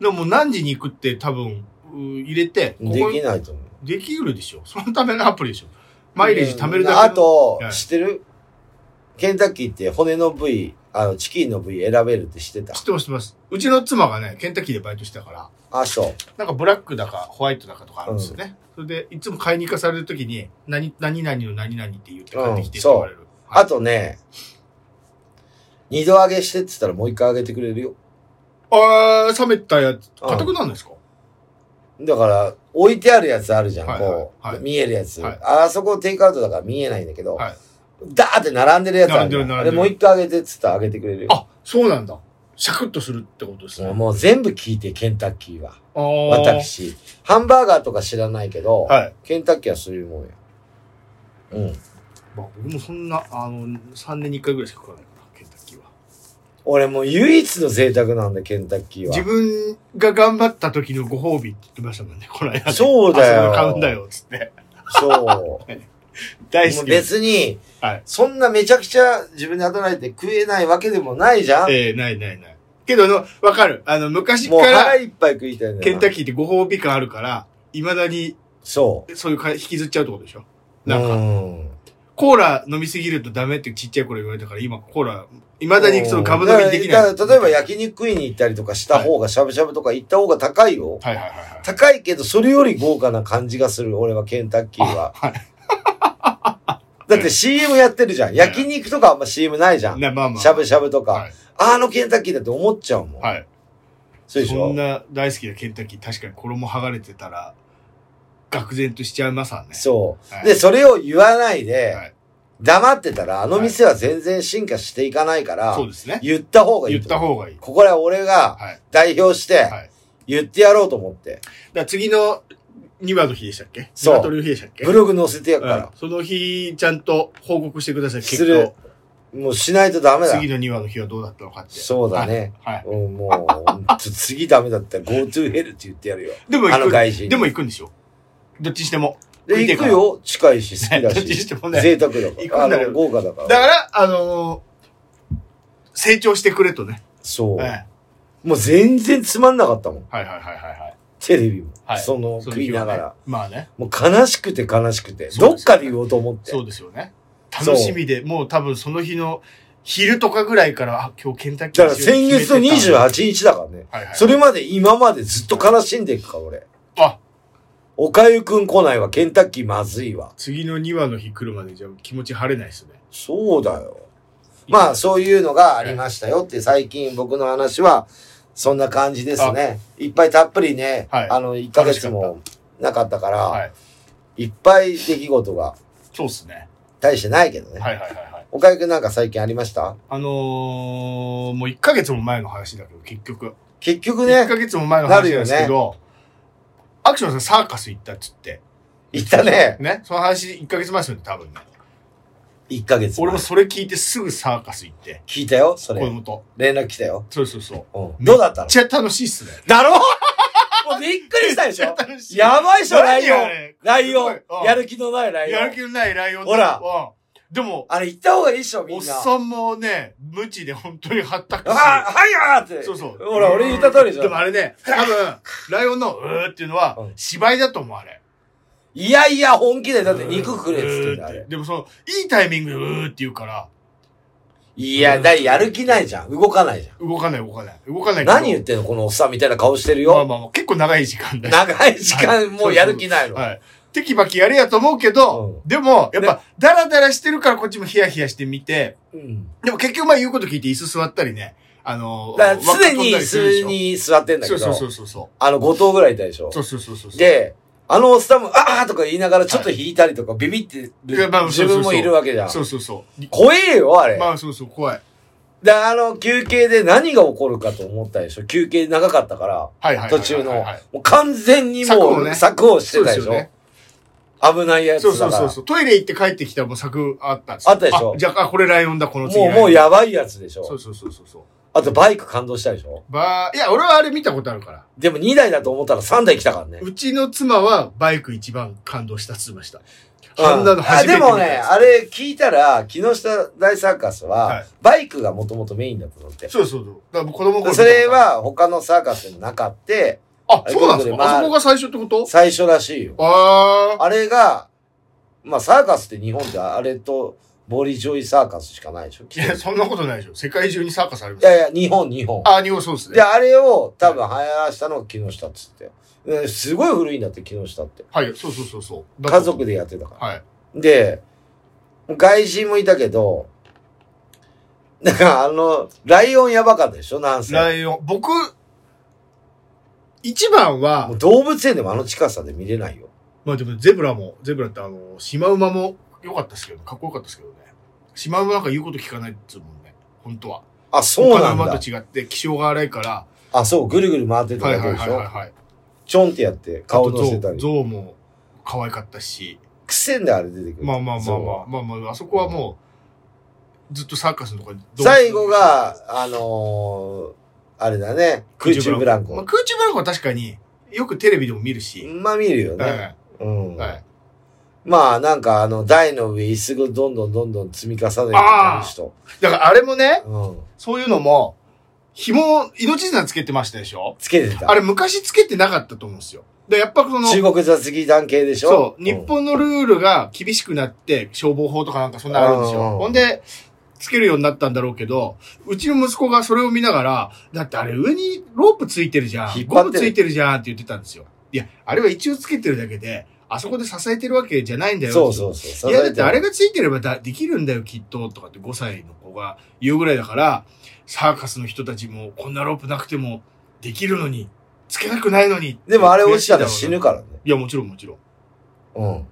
Speaker 2: でももう何時に行くって多分、うー入れて、ここ
Speaker 1: できないと思う。
Speaker 2: できるでしょそのためのアプリでしょマイレージ貯めるだけの
Speaker 1: あと
Speaker 2: は、い
Speaker 1: 知ってるケンタッキーって骨の部位、あの、チキンの部位選べるって知ってた
Speaker 2: 知ってます、知ってます。うちの妻がね、ケンタッキーでバイトしてたから、
Speaker 1: あ、そう。
Speaker 2: なんかブラックだかホワイトだかとかあるんですよね。それで、いつも買いに行かされるときに、何、何々の何々って言って買ってきてって言われる。はい
Speaker 1: あとね、二度揚げしてって言ったらもう一回揚げてくれるよ。
Speaker 2: あー、冷めたやつ、
Speaker 1: うん
Speaker 2: 硬くなるんですか
Speaker 1: だから、置いてあるやつあるじゃん、
Speaker 2: はい
Speaker 1: こう、
Speaker 2: はいはい
Speaker 1: 見えるやつ、
Speaker 2: はい
Speaker 1: あそこテイクアウトだから見えないんだけど、
Speaker 2: はい
Speaker 1: ダーって並んでるやつあるじゃん。
Speaker 2: 並
Speaker 1: あ
Speaker 2: ん
Speaker 1: れ
Speaker 2: でる並んでる
Speaker 1: もう一回揚げてって言ったら揚げてくれるよ。
Speaker 2: あ、そうなんだ。シャクッとするってことですね。
Speaker 1: もう全部聞いて、ケンタッキーは。
Speaker 2: あー。
Speaker 1: 私。ハンバーガーとか知らないけど、
Speaker 2: はい。
Speaker 1: ケンタッキーはそういうもんや。うん。
Speaker 2: まあ、僕もそんな、あの、3年に1回ぐらいしか食わないから、ケンタッキーは。
Speaker 1: 俺もう唯一の贅沢なんだ、ケンタッキーは。
Speaker 2: 自分が頑張った時のご褒美って言ってましたもんね、この間ね。
Speaker 1: そうだよ
Speaker 2: あそこ買うんだよ、つって。
Speaker 1: そう。
Speaker 2: 大
Speaker 1: も
Speaker 2: 好
Speaker 1: う
Speaker 2: きです。
Speaker 1: 別に、
Speaker 2: はい
Speaker 1: そんなめちゃくちゃ自分で働いて食えないわけでもないじゃん。
Speaker 2: ええないないない。けど、あの、わかる。あの、昔か
Speaker 1: もう腹
Speaker 2: ら、
Speaker 1: いっぱい食いたいんだよな。
Speaker 2: ケンタッキーってご褒美感あるから、未だに、
Speaker 1: そう。
Speaker 2: そういうか、引きずっちゃうってことでしょなんか、
Speaker 1: うん
Speaker 2: コーラ飲みすぎるとダメってちっちゃい頃言われたから、今コーラ、未だにその株飲みできな
Speaker 1: だから
Speaker 2: い。
Speaker 1: だから例えば焼肉食いに行ったりとかした方が、しゃぶしゃぶとか行った方が高いよ。
Speaker 2: はいはいはいはい。
Speaker 1: 高いけど、それより豪華な感じがする、俺はケンタッキーは。 (laughs) だって CM やってるじゃん。焼肉とかあんま CM ないじゃん。
Speaker 2: なまあまあ。
Speaker 1: しゃぶしゃぶとか。
Speaker 2: はい
Speaker 1: あのケンタッキーだって思っちゃうもん。
Speaker 2: はい。
Speaker 1: そうでし
Speaker 2: そ
Speaker 1: ょ
Speaker 2: んな大好きなケンタッキー、確かに衣剥がれてたら、愕然としちゃいますわね。
Speaker 1: そう
Speaker 2: は
Speaker 1: で、それを言わない
Speaker 2: は
Speaker 1: で
Speaker 2: い、
Speaker 1: 黙ってたら、あの店は全然進化していかないから
Speaker 2: そ、うですね。
Speaker 1: 言った方がい
Speaker 2: 言
Speaker 1: い
Speaker 2: っ
Speaker 1: と
Speaker 2: た
Speaker 1: 思う。
Speaker 2: 方がいい。
Speaker 1: ここは俺が
Speaker 2: はい。
Speaker 1: 代表して
Speaker 2: はい、
Speaker 1: 言ってやろうと思って。
Speaker 2: だから次の2話の日でしたっけ
Speaker 1: そう
Speaker 2: 鶏の日でしたっけ
Speaker 1: ブログ載せてやる
Speaker 2: うん
Speaker 1: か
Speaker 2: その日、ちゃんと報告してください。
Speaker 1: す
Speaker 2: 結
Speaker 1: る
Speaker 2: 果
Speaker 1: ら。もうしないとダメだ。
Speaker 2: 次の2話の日はどうだったのかって。
Speaker 1: そうだね。
Speaker 2: はい。はい。
Speaker 1: うんもう、ちょ次ダメだったら GoToHell って言ってやるよ。
Speaker 2: でも
Speaker 1: あ
Speaker 2: 行
Speaker 1: の
Speaker 2: く。
Speaker 1: 外人。
Speaker 2: でも行くんでしょどっちにしても。
Speaker 1: で、
Speaker 2: 見て
Speaker 1: 行
Speaker 2: か
Speaker 1: く
Speaker 2: ら
Speaker 1: よ。近いし、好き
Speaker 2: (laughs) ど
Speaker 1: だ
Speaker 2: っちに
Speaker 1: し。
Speaker 2: してもね。
Speaker 1: 贅沢だ
Speaker 2: 行
Speaker 1: か
Speaker 2: くん
Speaker 1: ら。
Speaker 2: だ
Speaker 1: あ
Speaker 2: け
Speaker 1: の、
Speaker 2: ど
Speaker 1: 豪華だか
Speaker 2: だ
Speaker 1: ら。
Speaker 2: から、あのー成長してくれとね。
Speaker 1: そう
Speaker 2: は。い。
Speaker 1: もう全然つまんなかったもん。
Speaker 2: はいはいはいはいはい。
Speaker 1: テレビも。
Speaker 2: はい
Speaker 1: その、
Speaker 2: その
Speaker 1: 食
Speaker 2: 日
Speaker 1: いな
Speaker 2: はね
Speaker 1: がら。
Speaker 2: まあね。
Speaker 1: もう悲しくて悲しくて、
Speaker 2: そ
Speaker 1: ど
Speaker 2: うで
Speaker 1: っ
Speaker 2: す
Speaker 1: かで言おうと思って。
Speaker 2: そうですよね。楽しみで、もう多分その日の昼とかぐらいから、あ、今日ケンタッキー
Speaker 1: だから先月の
Speaker 2: はい
Speaker 1: 28日だからね。
Speaker 2: はい。
Speaker 1: それまで今までずっと悲しんでいくから、俺。
Speaker 2: あ、
Speaker 1: おかゆくん来ないわ、ケンタッキーまずいわ。
Speaker 2: 次の2話の日来るまでじゃ気持ち晴れないですね。
Speaker 1: そうだよ。まあ、そういうのがありましたよって、最近僕の話は、そんな感じですね。いっぱいたっぷりね、
Speaker 2: はい
Speaker 1: あの、1ヶ月もなかったから、
Speaker 2: はい。
Speaker 1: い、っぱい出来事が
Speaker 2: そうっすね。
Speaker 1: 大してないけどね。
Speaker 2: はいはいはいはい。
Speaker 1: おかゆくんなんか最近ありました
Speaker 2: あのー、もう1ヶ月も前の話だけど、結局。
Speaker 1: 結局
Speaker 2: 1
Speaker 1: ね
Speaker 2: ヶ、月も前の話なんですけど、アクションさんサーカス行ったっつって。
Speaker 1: 行ったね。
Speaker 2: ね。その話1ヶ月前ですよね、多分ね。
Speaker 1: 1ヶ月前。
Speaker 2: 俺もそれ聞いてすぐサーカス行って。
Speaker 1: 聞いたよ、そ
Speaker 2: 子
Speaker 1: れ。
Speaker 2: 供と。
Speaker 1: 連絡来たよ。
Speaker 2: そうそうそう。
Speaker 1: うん。どうだった
Speaker 2: め
Speaker 1: の
Speaker 2: っちゃ楽しいっすね。
Speaker 1: だろもうびっくりしたでしょ
Speaker 2: 楽しい。
Speaker 1: やばいっしょ、ラ
Speaker 2: 何
Speaker 1: イオ
Speaker 2: あ
Speaker 1: ン。
Speaker 2: れ
Speaker 1: ライオン
Speaker 2: すごい。うん
Speaker 1: やる気のないライオン。
Speaker 2: やる気のないライオンだ
Speaker 1: ほら。
Speaker 2: うんでも、
Speaker 1: あれ、行った方がいいっしょ、み
Speaker 2: おっ
Speaker 1: んな。
Speaker 2: さんもね、無知で本当にはったく
Speaker 1: あはいよーって。
Speaker 2: そうそう。
Speaker 1: ほら、俺言った通りじゃ
Speaker 2: でも
Speaker 1: ん。
Speaker 2: あれね、多分、ライオンのうーっていうのは
Speaker 1: うん、
Speaker 2: 芝居だと思う、あれ。
Speaker 1: いやいや、本気で、だって肉くれっつってんだ、あ
Speaker 2: うーっ
Speaker 1: れ
Speaker 2: て。でもその、いいタイミングでうーって言うから、
Speaker 1: いや、だ、やる気ないじゃん。動かないじゃん。
Speaker 2: 動かない動かない。動かないけど
Speaker 1: 何言ってんのこのおっさんみたいな顔してる
Speaker 2: まあ
Speaker 1: よ。
Speaker 2: まあまあ、結構長い時間だし
Speaker 1: 長い時
Speaker 2: は
Speaker 1: 間、
Speaker 2: い
Speaker 1: もうやる気ないの。
Speaker 2: はい。テキパキやれやと思うけど、でも、やっぱ、ダラダラしてるからこっちもヒヤヒヤしてみて、
Speaker 1: うん。
Speaker 2: でも結局まあ言うこと聞いて椅子座ったりね、あのー、
Speaker 1: だから、
Speaker 2: 輪っか
Speaker 1: 常
Speaker 2: 飛ん
Speaker 1: に
Speaker 2: だ
Speaker 1: 椅
Speaker 2: りするでし
Speaker 1: 子
Speaker 2: ょ
Speaker 1: に座ってんだけ
Speaker 2: そう
Speaker 1: ど
Speaker 2: そ、うそうそう。
Speaker 1: あの、5頭ぐらいいたでしょ
Speaker 2: そ。うそうそうそうそう。、
Speaker 1: で、あのおっさんも、あーとか言いながらちょっと引いたりとか、ビビって
Speaker 2: いや
Speaker 1: る
Speaker 2: まあ
Speaker 1: 自分もいるわけじゃん。
Speaker 2: そうそうそう。
Speaker 1: 怖えよ、あれ。
Speaker 2: まあそうそう、怖い。
Speaker 1: で、あの、休憩で何が起こるかと思ったでしょ休憩長かったから、
Speaker 2: はいはいはいはいは
Speaker 1: 途
Speaker 2: い。
Speaker 1: 中の。もう完全にも
Speaker 2: 柵を
Speaker 1: う、
Speaker 2: ね
Speaker 1: 柵をして
Speaker 2: そうで
Speaker 1: た
Speaker 2: す
Speaker 1: でし
Speaker 2: よ
Speaker 1: ょ
Speaker 2: ね。
Speaker 1: 危ないやつ
Speaker 2: そ
Speaker 1: だ
Speaker 2: う
Speaker 1: から。
Speaker 2: そうそうそう。トイレ行って帰ってきたらもう柵あったんですよ
Speaker 1: あったでしょ
Speaker 2: あじゃあ、あこれライオンだ、この次。
Speaker 1: もう、もうやばいやつでし
Speaker 2: そ
Speaker 1: ょ
Speaker 2: うそうそうそうそう。
Speaker 1: あとバイク感動したでしょ
Speaker 2: ばいや、俺はあれ見たことあるから。
Speaker 1: でも2台だと思ったら3台来たからね。
Speaker 2: うちの妻はバイク一番感動したっついました。
Speaker 1: うん
Speaker 2: あんなの初めて
Speaker 1: あで
Speaker 2: 見た。
Speaker 1: もね、あれ聞いたら、木下大サーカスは、
Speaker 2: はい
Speaker 1: バイクがもともとメインだったのって。
Speaker 2: そうそうそう。だからもう子供の頃
Speaker 1: それ、は他のサーカスになかって、
Speaker 2: あ、そうなんですか、
Speaker 1: まあ
Speaker 2: あ、そこが最初ってこと
Speaker 1: 最初らしいよ。
Speaker 2: ああ。
Speaker 1: あれが、まあサーカスって日本ってあれと、ボリジョイサーカスしかないでしょ
Speaker 2: いや、そんなことないでしょ。世界中にサーカスありま
Speaker 1: い
Speaker 2: す。
Speaker 1: やいや、日本、日本。
Speaker 2: あ、日本そうです
Speaker 1: で、
Speaker 2: ね。
Speaker 1: あれを多分流行らしたのが木下っつって。うんすごい古いんだって、木下って。
Speaker 2: はい、そうそうそうそう。だか
Speaker 1: 家
Speaker 2: ら
Speaker 1: 族でやってたから。
Speaker 2: はい。
Speaker 1: で、外人もいたけど、なんかあの、ライオンやばかったでしょなんせ。
Speaker 2: ライオン。僕、一番は
Speaker 1: もう、動物園でもあの近さで見れないよ。
Speaker 2: まあでもゼブラも、ゼブラってあの、シマウマも良かったですけど、かっこよかったですけどね。シマウマなんか言うこと聞かないっつうもんね。本当は。
Speaker 1: あ、そうなん
Speaker 2: 他の馬
Speaker 1: だ。
Speaker 2: と違って気性が荒いから、
Speaker 1: あ、そう、ぐるぐる回ってた
Speaker 2: はい
Speaker 1: だ
Speaker 2: はい
Speaker 1: け
Speaker 2: はい
Speaker 1: でし
Speaker 2: はい、
Speaker 1: ょ
Speaker 2: はい。
Speaker 1: ちょんってやって顔乗せた
Speaker 2: あと
Speaker 1: り。
Speaker 2: ゾウゾウも可愛かったし、
Speaker 1: くせんであれ出てくる。
Speaker 2: まあまあまあま
Speaker 1: そ
Speaker 2: あ、まあまあ、あそこはもう、ずっとサーカスのとこに
Speaker 1: う。最後、が、あのー、あれだね、空中ブラン
Speaker 2: まあ、
Speaker 1: コ。
Speaker 2: 空中ブランコは確かによくテレビでも見るし、
Speaker 1: まあ見るよ
Speaker 2: は
Speaker 1: ね。
Speaker 2: い、
Speaker 1: うん。
Speaker 2: はい。
Speaker 1: まあなんかあの台の上椅子がどんどんどんどん積み重ねてくる人。
Speaker 2: だからあれもね、
Speaker 1: うん。
Speaker 2: そういうのも、紐を命綱つけてましたでしょ
Speaker 1: つけてた。
Speaker 2: あれ昔つけてなかったと思うんですよ。で、やっぱその、
Speaker 1: 中国雑技団系でしょ
Speaker 2: そう、
Speaker 1: ん
Speaker 2: 日本のルールが厳しくなって、消防法とかなんかそんなのあるんです
Speaker 1: うんうんう
Speaker 2: よ。
Speaker 1: ん
Speaker 2: ほんで、つけるようになったんだろうけど、うちの息子がそれを見ながら、だってあれ上にロープついてるじゃ
Speaker 1: 引
Speaker 2: ん、
Speaker 1: っ張
Speaker 2: ゴ
Speaker 1: ってる
Speaker 2: ムついてるじゃんって言ってたんですよ。いや、あれは一応つけてるだけで、あそこで支えてるわけじゃないんだよ。
Speaker 1: そうそうそう。
Speaker 2: いや、だってあれ
Speaker 1: が。
Speaker 2: がついてればだできるんだよ、きっと、とかって5歳の子が言うぐらいだから、サーカスの人たちも、こんなロープなくても、できるのに、つけなくないのに。
Speaker 1: でもあれ落ちたら
Speaker 2: 悔しい
Speaker 1: 死
Speaker 2: だろう
Speaker 1: ぬからね。
Speaker 2: な。いや、もちろんもちろん。
Speaker 1: うん。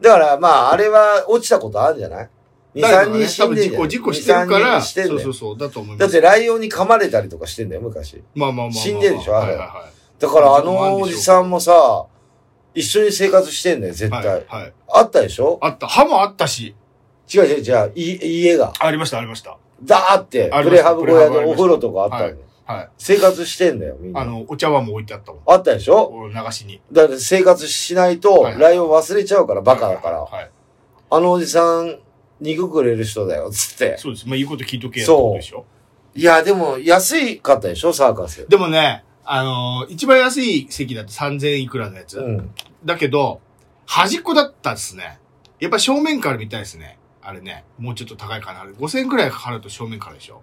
Speaker 1: だからまああれは落ちたことあるんじゃない ?2、
Speaker 2: 誰か
Speaker 1: 3
Speaker 2: がね
Speaker 1: 人死んでんじゃ
Speaker 2: 多
Speaker 1: な
Speaker 2: 分
Speaker 1: い
Speaker 2: 事故、事故してるから、
Speaker 1: 2 3人してんだよ
Speaker 2: そうそうそう、だと思い
Speaker 1: だ
Speaker 2: ま
Speaker 1: っ
Speaker 2: す。
Speaker 1: てライオンに噛まれたりとかしてんだよ、昔。
Speaker 2: まあまあまあまあまあ。
Speaker 1: 死んでるでしょ
Speaker 2: は
Speaker 1: あ
Speaker 2: いは
Speaker 1: れ
Speaker 2: いは
Speaker 1: だからあのおじさんもさ、一緒に生活してんだよ、絶
Speaker 2: い。はい
Speaker 1: 対。
Speaker 2: はい。
Speaker 1: あったでしょ
Speaker 2: あった。歯もあったし。
Speaker 1: 違う違う違う、い家が。
Speaker 2: ありました、ありました。
Speaker 1: だーって、
Speaker 2: あ
Speaker 1: プ
Speaker 2: りま
Speaker 1: レ
Speaker 2: した
Speaker 1: ハブ小屋
Speaker 2: プレハブ
Speaker 1: で
Speaker 2: ありま
Speaker 1: お
Speaker 2: した
Speaker 1: 風呂とかあったのよ。
Speaker 2: はい。
Speaker 1: 生活してんだよ、みん
Speaker 2: あ
Speaker 1: な。
Speaker 2: の、お茶碗も置いてあったもん。
Speaker 1: あったでしょ
Speaker 2: お流しに。
Speaker 1: だって生活しないと
Speaker 2: は、い
Speaker 1: ライオン忘れちゃうから、バカだか
Speaker 2: は
Speaker 1: ら
Speaker 2: い。はいはい。
Speaker 1: あのおじさん、肉くれる人だよ、つって。
Speaker 2: そうです。まあ、言うこと聞いとけやってことでしょ。
Speaker 1: いや、でも、安いかったでしょ、サーカス。
Speaker 2: でもね、あのー一番安い席だと3000いくらのやつ。
Speaker 1: うん。
Speaker 2: だけど、端っこだったですね。やっぱ正面から見たいですね。あれね、もうちょっと高いかな。あれ5000円くらいかかると正面からでしょ。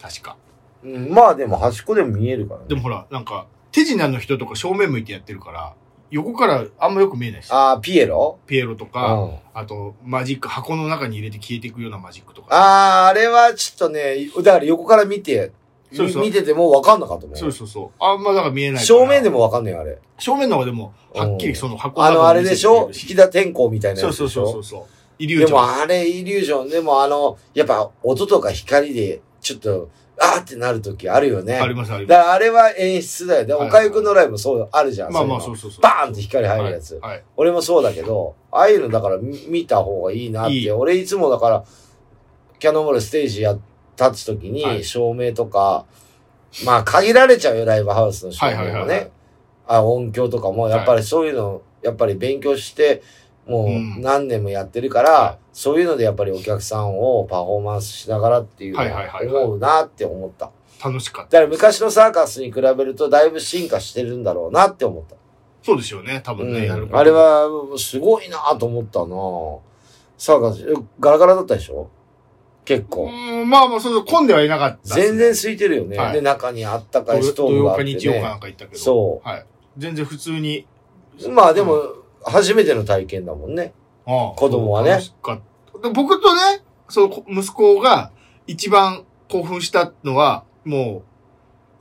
Speaker 2: 確か。
Speaker 1: うん、まあでも端っこでも見えるからね。
Speaker 2: でもほら、なんか、手品の人とか正面向いてやってるから、横からあんまよく見えないし。
Speaker 1: ああ、ピエロ
Speaker 2: ピエロと
Speaker 1: う
Speaker 2: か、
Speaker 1: ん。
Speaker 2: あと、マジック、箱の中に入れて消えていくようなマジックとか。
Speaker 1: ああー、あれはちょっとね、だから横から見て、み
Speaker 2: そうそう
Speaker 1: 見てても分かんなかったもん。
Speaker 2: そうそうそう。あんまだから見えないから。
Speaker 1: 正面でも分かんないあれ。
Speaker 2: 正面の方がでも、はっきりその箱
Speaker 1: あの、あれでしょ
Speaker 2: 見せて
Speaker 1: 引
Speaker 2: くれ
Speaker 1: 田天候みたい
Speaker 2: る
Speaker 1: な
Speaker 2: しそ
Speaker 1: や
Speaker 2: う
Speaker 1: つ
Speaker 2: そう
Speaker 1: でし
Speaker 2: そうそ
Speaker 1: ょ
Speaker 2: うそう。イリュー
Speaker 1: で
Speaker 2: ジョン。
Speaker 1: もあれ、イリュージョン。でもあの、やっぱ音とか光で、ちょっと、あーってなるときあるよね。
Speaker 2: ありますありま
Speaker 1: だからあれは演出だよ。で、
Speaker 2: はい
Speaker 1: おかゆくんのライブもそう、あるじゃん。
Speaker 2: す。まあまあ
Speaker 1: そ
Speaker 2: そう
Speaker 1: いうの
Speaker 2: うそうそう。
Speaker 1: バーンって光入るやつ。
Speaker 2: はいはい。
Speaker 1: 俺もそうだけど、ああいうのだから見見た方がいいなって。
Speaker 2: いい
Speaker 1: 俺いつもだから、キャノンボールステージや、立つとき
Speaker 2: は
Speaker 1: に、
Speaker 2: い
Speaker 1: 照明とか、まあ限られちゃうよ、ライブハウスの照明もね。
Speaker 2: はいはいはいはい
Speaker 1: あ音響とかも、やっぱりそういうの、やっぱり勉強して、もううん何年もやってるから、
Speaker 2: は
Speaker 1: そういうのでやっぱりお客さんをパフォーマンスしながらっていうの
Speaker 2: はいはい
Speaker 1: は
Speaker 2: はいはい
Speaker 1: 思うなって思った。
Speaker 2: 楽しかった。
Speaker 1: だから昔のサーカスに比べるとだいぶ進化してるんだろうなって思った。
Speaker 2: そうですよね、多分ね、や
Speaker 1: う
Speaker 2: るこ
Speaker 1: ん、
Speaker 2: と
Speaker 1: あれ、はすごいなと思ったなサーカス、えガラガラだったでしょ結
Speaker 2: う
Speaker 1: 構。
Speaker 2: ーん、まあまあそうそう、混んではいなかったっすね。
Speaker 1: 全然空いてるよね。
Speaker 2: はい
Speaker 1: で、中にあったかいスト
Speaker 2: 土
Speaker 1: ーブがあ
Speaker 2: 曜
Speaker 1: って、
Speaker 2: か日曜かな
Speaker 1: ね。
Speaker 2: んか行ったけど。
Speaker 1: そ
Speaker 2: はい。全然普通に。
Speaker 1: う。まあで
Speaker 2: う
Speaker 1: も、初めての体験だもんね。
Speaker 2: ああ
Speaker 1: 子供はね
Speaker 2: 楽しかったで僕とね、その息子が一番興奮したのは、も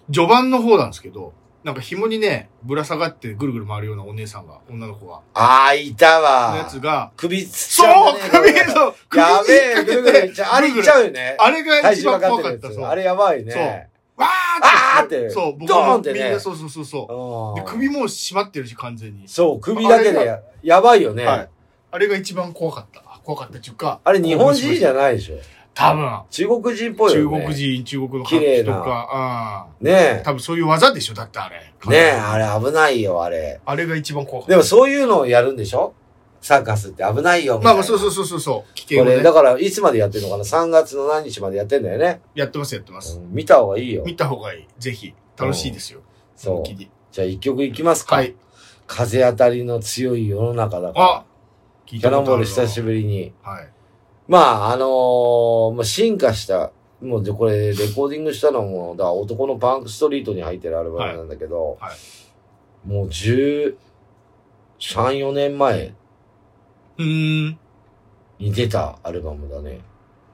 Speaker 2: う、序盤の方なんですけど、なんか紐にね、ぶら下がってぐるぐる回るようなお姉さんが、女の子が、
Speaker 1: ああ、いた
Speaker 2: の
Speaker 1: わ。
Speaker 2: やつが、
Speaker 1: 首つっち
Speaker 2: そう
Speaker 1: ゃうね
Speaker 2: 首
Speaker 1: これ
Speaker 2: の、首
Speaker 1: やべえ、
Speaker 2: に
Speaker 1: ぐる
Speaker 2: 引っ
Speaker 1: ぐ
Speaker 2: 掛
Speaker 1: るい
Speaker 2: け、
Speaker 1: ってちゃう。あれいっちゃうよね。
Speaker 2: あれが
Speaker 1: 体
Speaker 2: 一
Speaker 1: 重
Speaker 2: 番
Speaker 1: かかっ
Speaker 2: 怖
Speaker 1: て
Speaker 2: か
Speaker 1: る
Speaker 2: った、
Speaker 1: や
Speaker 2: そう。
Speaker 1: つ。あれやばい
Speaker 2: そう
Speaker 1: ね。
Speaker 2: わ
Speaker 1: あ
Speaker 2: ー
Speaker 1: ーって
Speaker 2: そう、僕
Speaker 1: ドーンって
Speaker 2: も
Speaker 1: ね
Speaker 2: みんな、そうそうそうそう。
Speaker 1: うん
Speaker 2: で、首もう締まってるし、完全に。
Speaker 1: そう、首だけ
Speaker 2: あれ
Speaker 1: でややばいよね。
Speaker 2: はい。あれが一番怖かった。怖かったっていうか。
Speaker 1: あれ日本人じゃ
Speaker 2: ん。
Speaker 1: ないでしょ。
Speaker 2: 多分。
Speaker 1: 中国人っぽい
Speaker 2: 中
Speaker 1: よね。
Speaker 2: 国人、中国の
Speaker 1: 綺
Speaker 2: 感
Speaker 1: 麗
Speaker 2: じ
Speaker 1: な
Speaker 2: とか、
Speaker 1: ね
Speaker 2: う
Speaker 1: え
Speaker 2: ん。。多分そういう技でしょだってあれ。
Speaker 1: ねえ、あれ危ないよ、あれ。
Speaker 2: あれが一番怖かった。
Speaker 1: でもそういうのをやるんでしょサーカスって危ないよ。
Speaker 2: まあまあそう
Speaker 1: う。
Speaker 2: そうそうそうそう。危険
Speaker 1: こ
Speaker 2: を
Speaker 1: れ、
Speaker 2: ね
Speaker 1: だ。から、いつまでやってんのかな ?3 月の何日までやってんだよね。
Speaker 2: やってますやってます。
Speaker 1: うん見た方がいいよ。
Speaker 2: 見た方がいい。ぜひ。楽しいですよ。
Speaker 1: そ
Speaker 2: 本気
Speaker 1: う。
Speaker 2: に
Speaker 1: じゃあ一曲いきますか。
Speaker 2: はい。
Speaker 1: 風当たりの強い世の中だから。
Speaker 2: あ
Speaker 1: キ
Speaker 2: 聞
Speaker 1: ャノンボール久し
Speaker 2: ぶ
Speaker 1: ぶりに。
Speaker 2: り。はい。
Speaker 1: まあ、あのーもう進化した、もうで、これ、レコーディングしたのも、だから男のパンクストリートに入ってるアルバムなんだけど、
Speaker 2: はいは
Speaker 1: もう13、4年前
Speaker 2: うーん。
Speaker 1: に出たアルバムだね。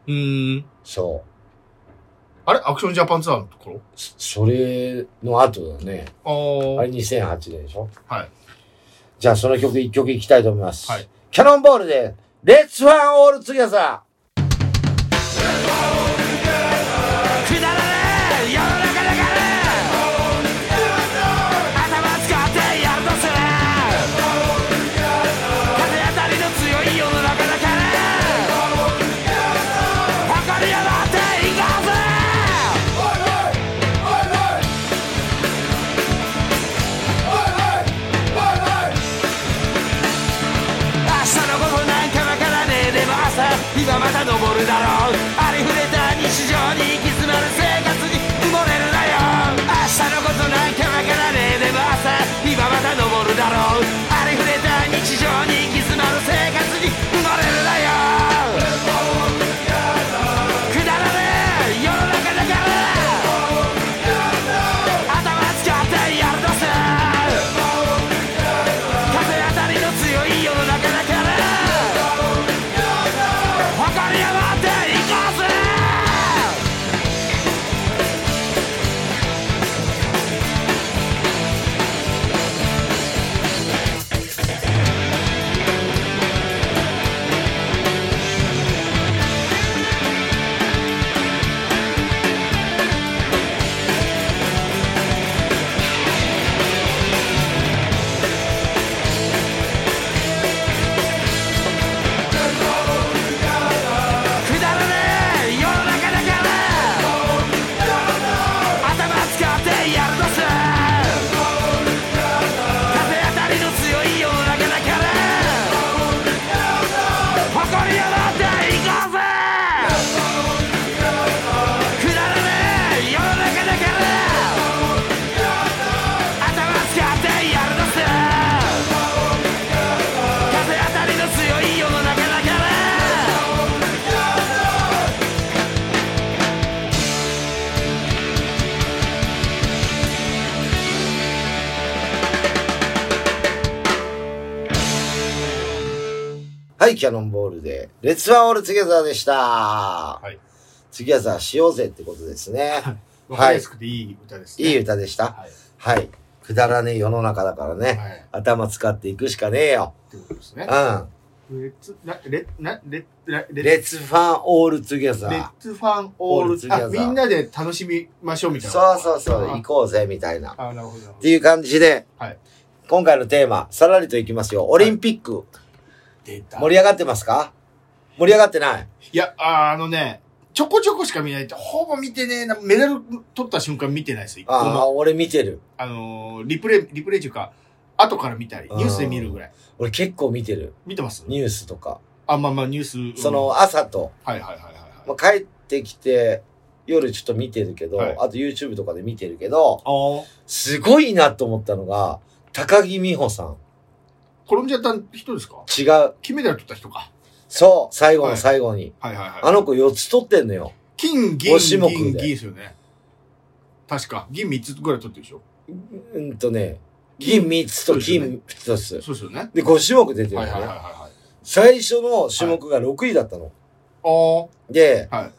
Speaker 2: うーん。
Speaker 1: そう。
Speaker 2: あれアクションジャパンツアーのとこ
Speaker 1: そそれの後だね。
Speaker 2: ろ
Speaker 1: あ
Speaker 2: あ
Speaker 1: れ
Speaker 2: ー。
Speaker 1: 2008年でしょ
Speaker 2: はい。
Speaker 1: じゃあその曲1曲いきたいと思います。
Speaker 2: はい
Speaker 1: キャノンボールで、レッツワンオールツギャザ
Speaker 3: くだらねえ世の中だから頭使ってやるとする風当たりの強い世の中だから誇りを持っていこうぜ明日のことなんかわからねえでも朝今また登るだろうありふれた日常に行き詰まる生活に埋もれるなよ明日のことなんかわからねえでも朝今また登るだろうありふれた日常に行き詰まる生活に埋もれるなよくだらねえ世の中だから頭使ってやるとさ風当たりの強い世の中だから誇りを持っていこう
Speaker 1: はい、キャノンボールで、レッツワンオールツゲザーでした。
Speaker 2: はい
Speaker 1: ツゲザーしようぜってことですね。
Speaker 2: わかりやすくていい歌ですね。
Speaker 1: いい歌でした。
Speaker 2: はい。
Speaker 1: はい。くだらねえ世の中だからね。
Speaker 2: はい。
Speaker 1: 頭使っていくしかねえよ。
Speaker 2: ってことです
Speaker 1: う
Speaker 2: ね
Speaker 1: ん。。レ
Speaker 2: レッツ、な、レ、な、レ、レ、
Speaker 1: ッツファンオールツゲザ
Speaker 2: レッ
Speaker 1: ー。
Speaker 2: ツファンオ
Speaker 1: オ
Speaker 2: ー
Speaker 1: ール
Speaker 2: ル
Speaker 1: ツ
Speaker 2: ズ
Speaker 1: ギャザ
Speaker 2: あ、
Speaker 1: ー
Speaker 2: みんなで楽しみましょうみたいな。
Speaker 1: そうそうそう、
Speaker 2: あ
Speaker 1: 行こうぜ、みたいな。っ
Speaker 2: あ、なるほどなるほ
Speaker 1: て
Speaker 2: ど。
Speaker 1: いう感じで、
Speaker 2: はい
Speaker 1: 今回のテーマ、さらりといきますよ。オリンピック、
Speaker 2: 出た
Speaker 1: 盛り上がってますか盛り上がってない
Speaker 2: いや、ああのね、ちょこちょこしか見ないって、ほぼ見てねえな。メダル取った瞬間見てないですよ。一個
Speaker 1: ああ、
Speaker 2: も。
Speaker 1: 俺見てる。
Speaker 2: あのー、リプレイ、リプレイっていうか、後から見たり、
Speaker 1: あー
Speaker 2: ニュースで見るぐらい。
Speaker 1: 俺結構見てる。
Speaker 2: 見てます
Speaker 1: ニュースとか。
Speaker 2: あ、まあまあ、ニュースうん。
Speaker 1: その朝と、
Speaker 2: はいはいはいはい
Speaker 1: ま
Speaker 2: はい。
Speaker 1: あ、帰ってきて、夜ちょっと見てるけど、
Speaker 2: はい
Speaker 1: あと YouTube とかで見てるけど、
Speaker 2: あー
Speaker 1: すごいなと思ったのが、高木美帆さん。
Speaker 2: コロンビアた人ですか
Speaker 1: 違う。
Speaker 2: 金メダル取った人か。
Speaker 1: そう、最後
Speaker 2: は
Speaker 1: の
Speaker 2: い
Speaker 1: 最後に。
Speaker 2: はいはいはい。
Speaker 1: あの子4つ取ってんのよ。
Speaker 2: 金、銀、
Speaker 1: 五種目で
Speaker 2: 銀、銀ですよね。確か。銀3つぐらい取ってるでしょ。
Speaker 1: うんとね、銀3つと金1つ。
Speaker 2: そうですよね。
Speaker 1: で、5種目出てる
Speaker 2: は
Speaker 1: の
Speaker 2: い
Speaker 1: ね、
Speaker 2: はいはいはいはい。
Speaker 1: 最初の種目が6位だったの。
Speaker 2: あ
Speaker 1: で、
Speaker 2: あ、はい。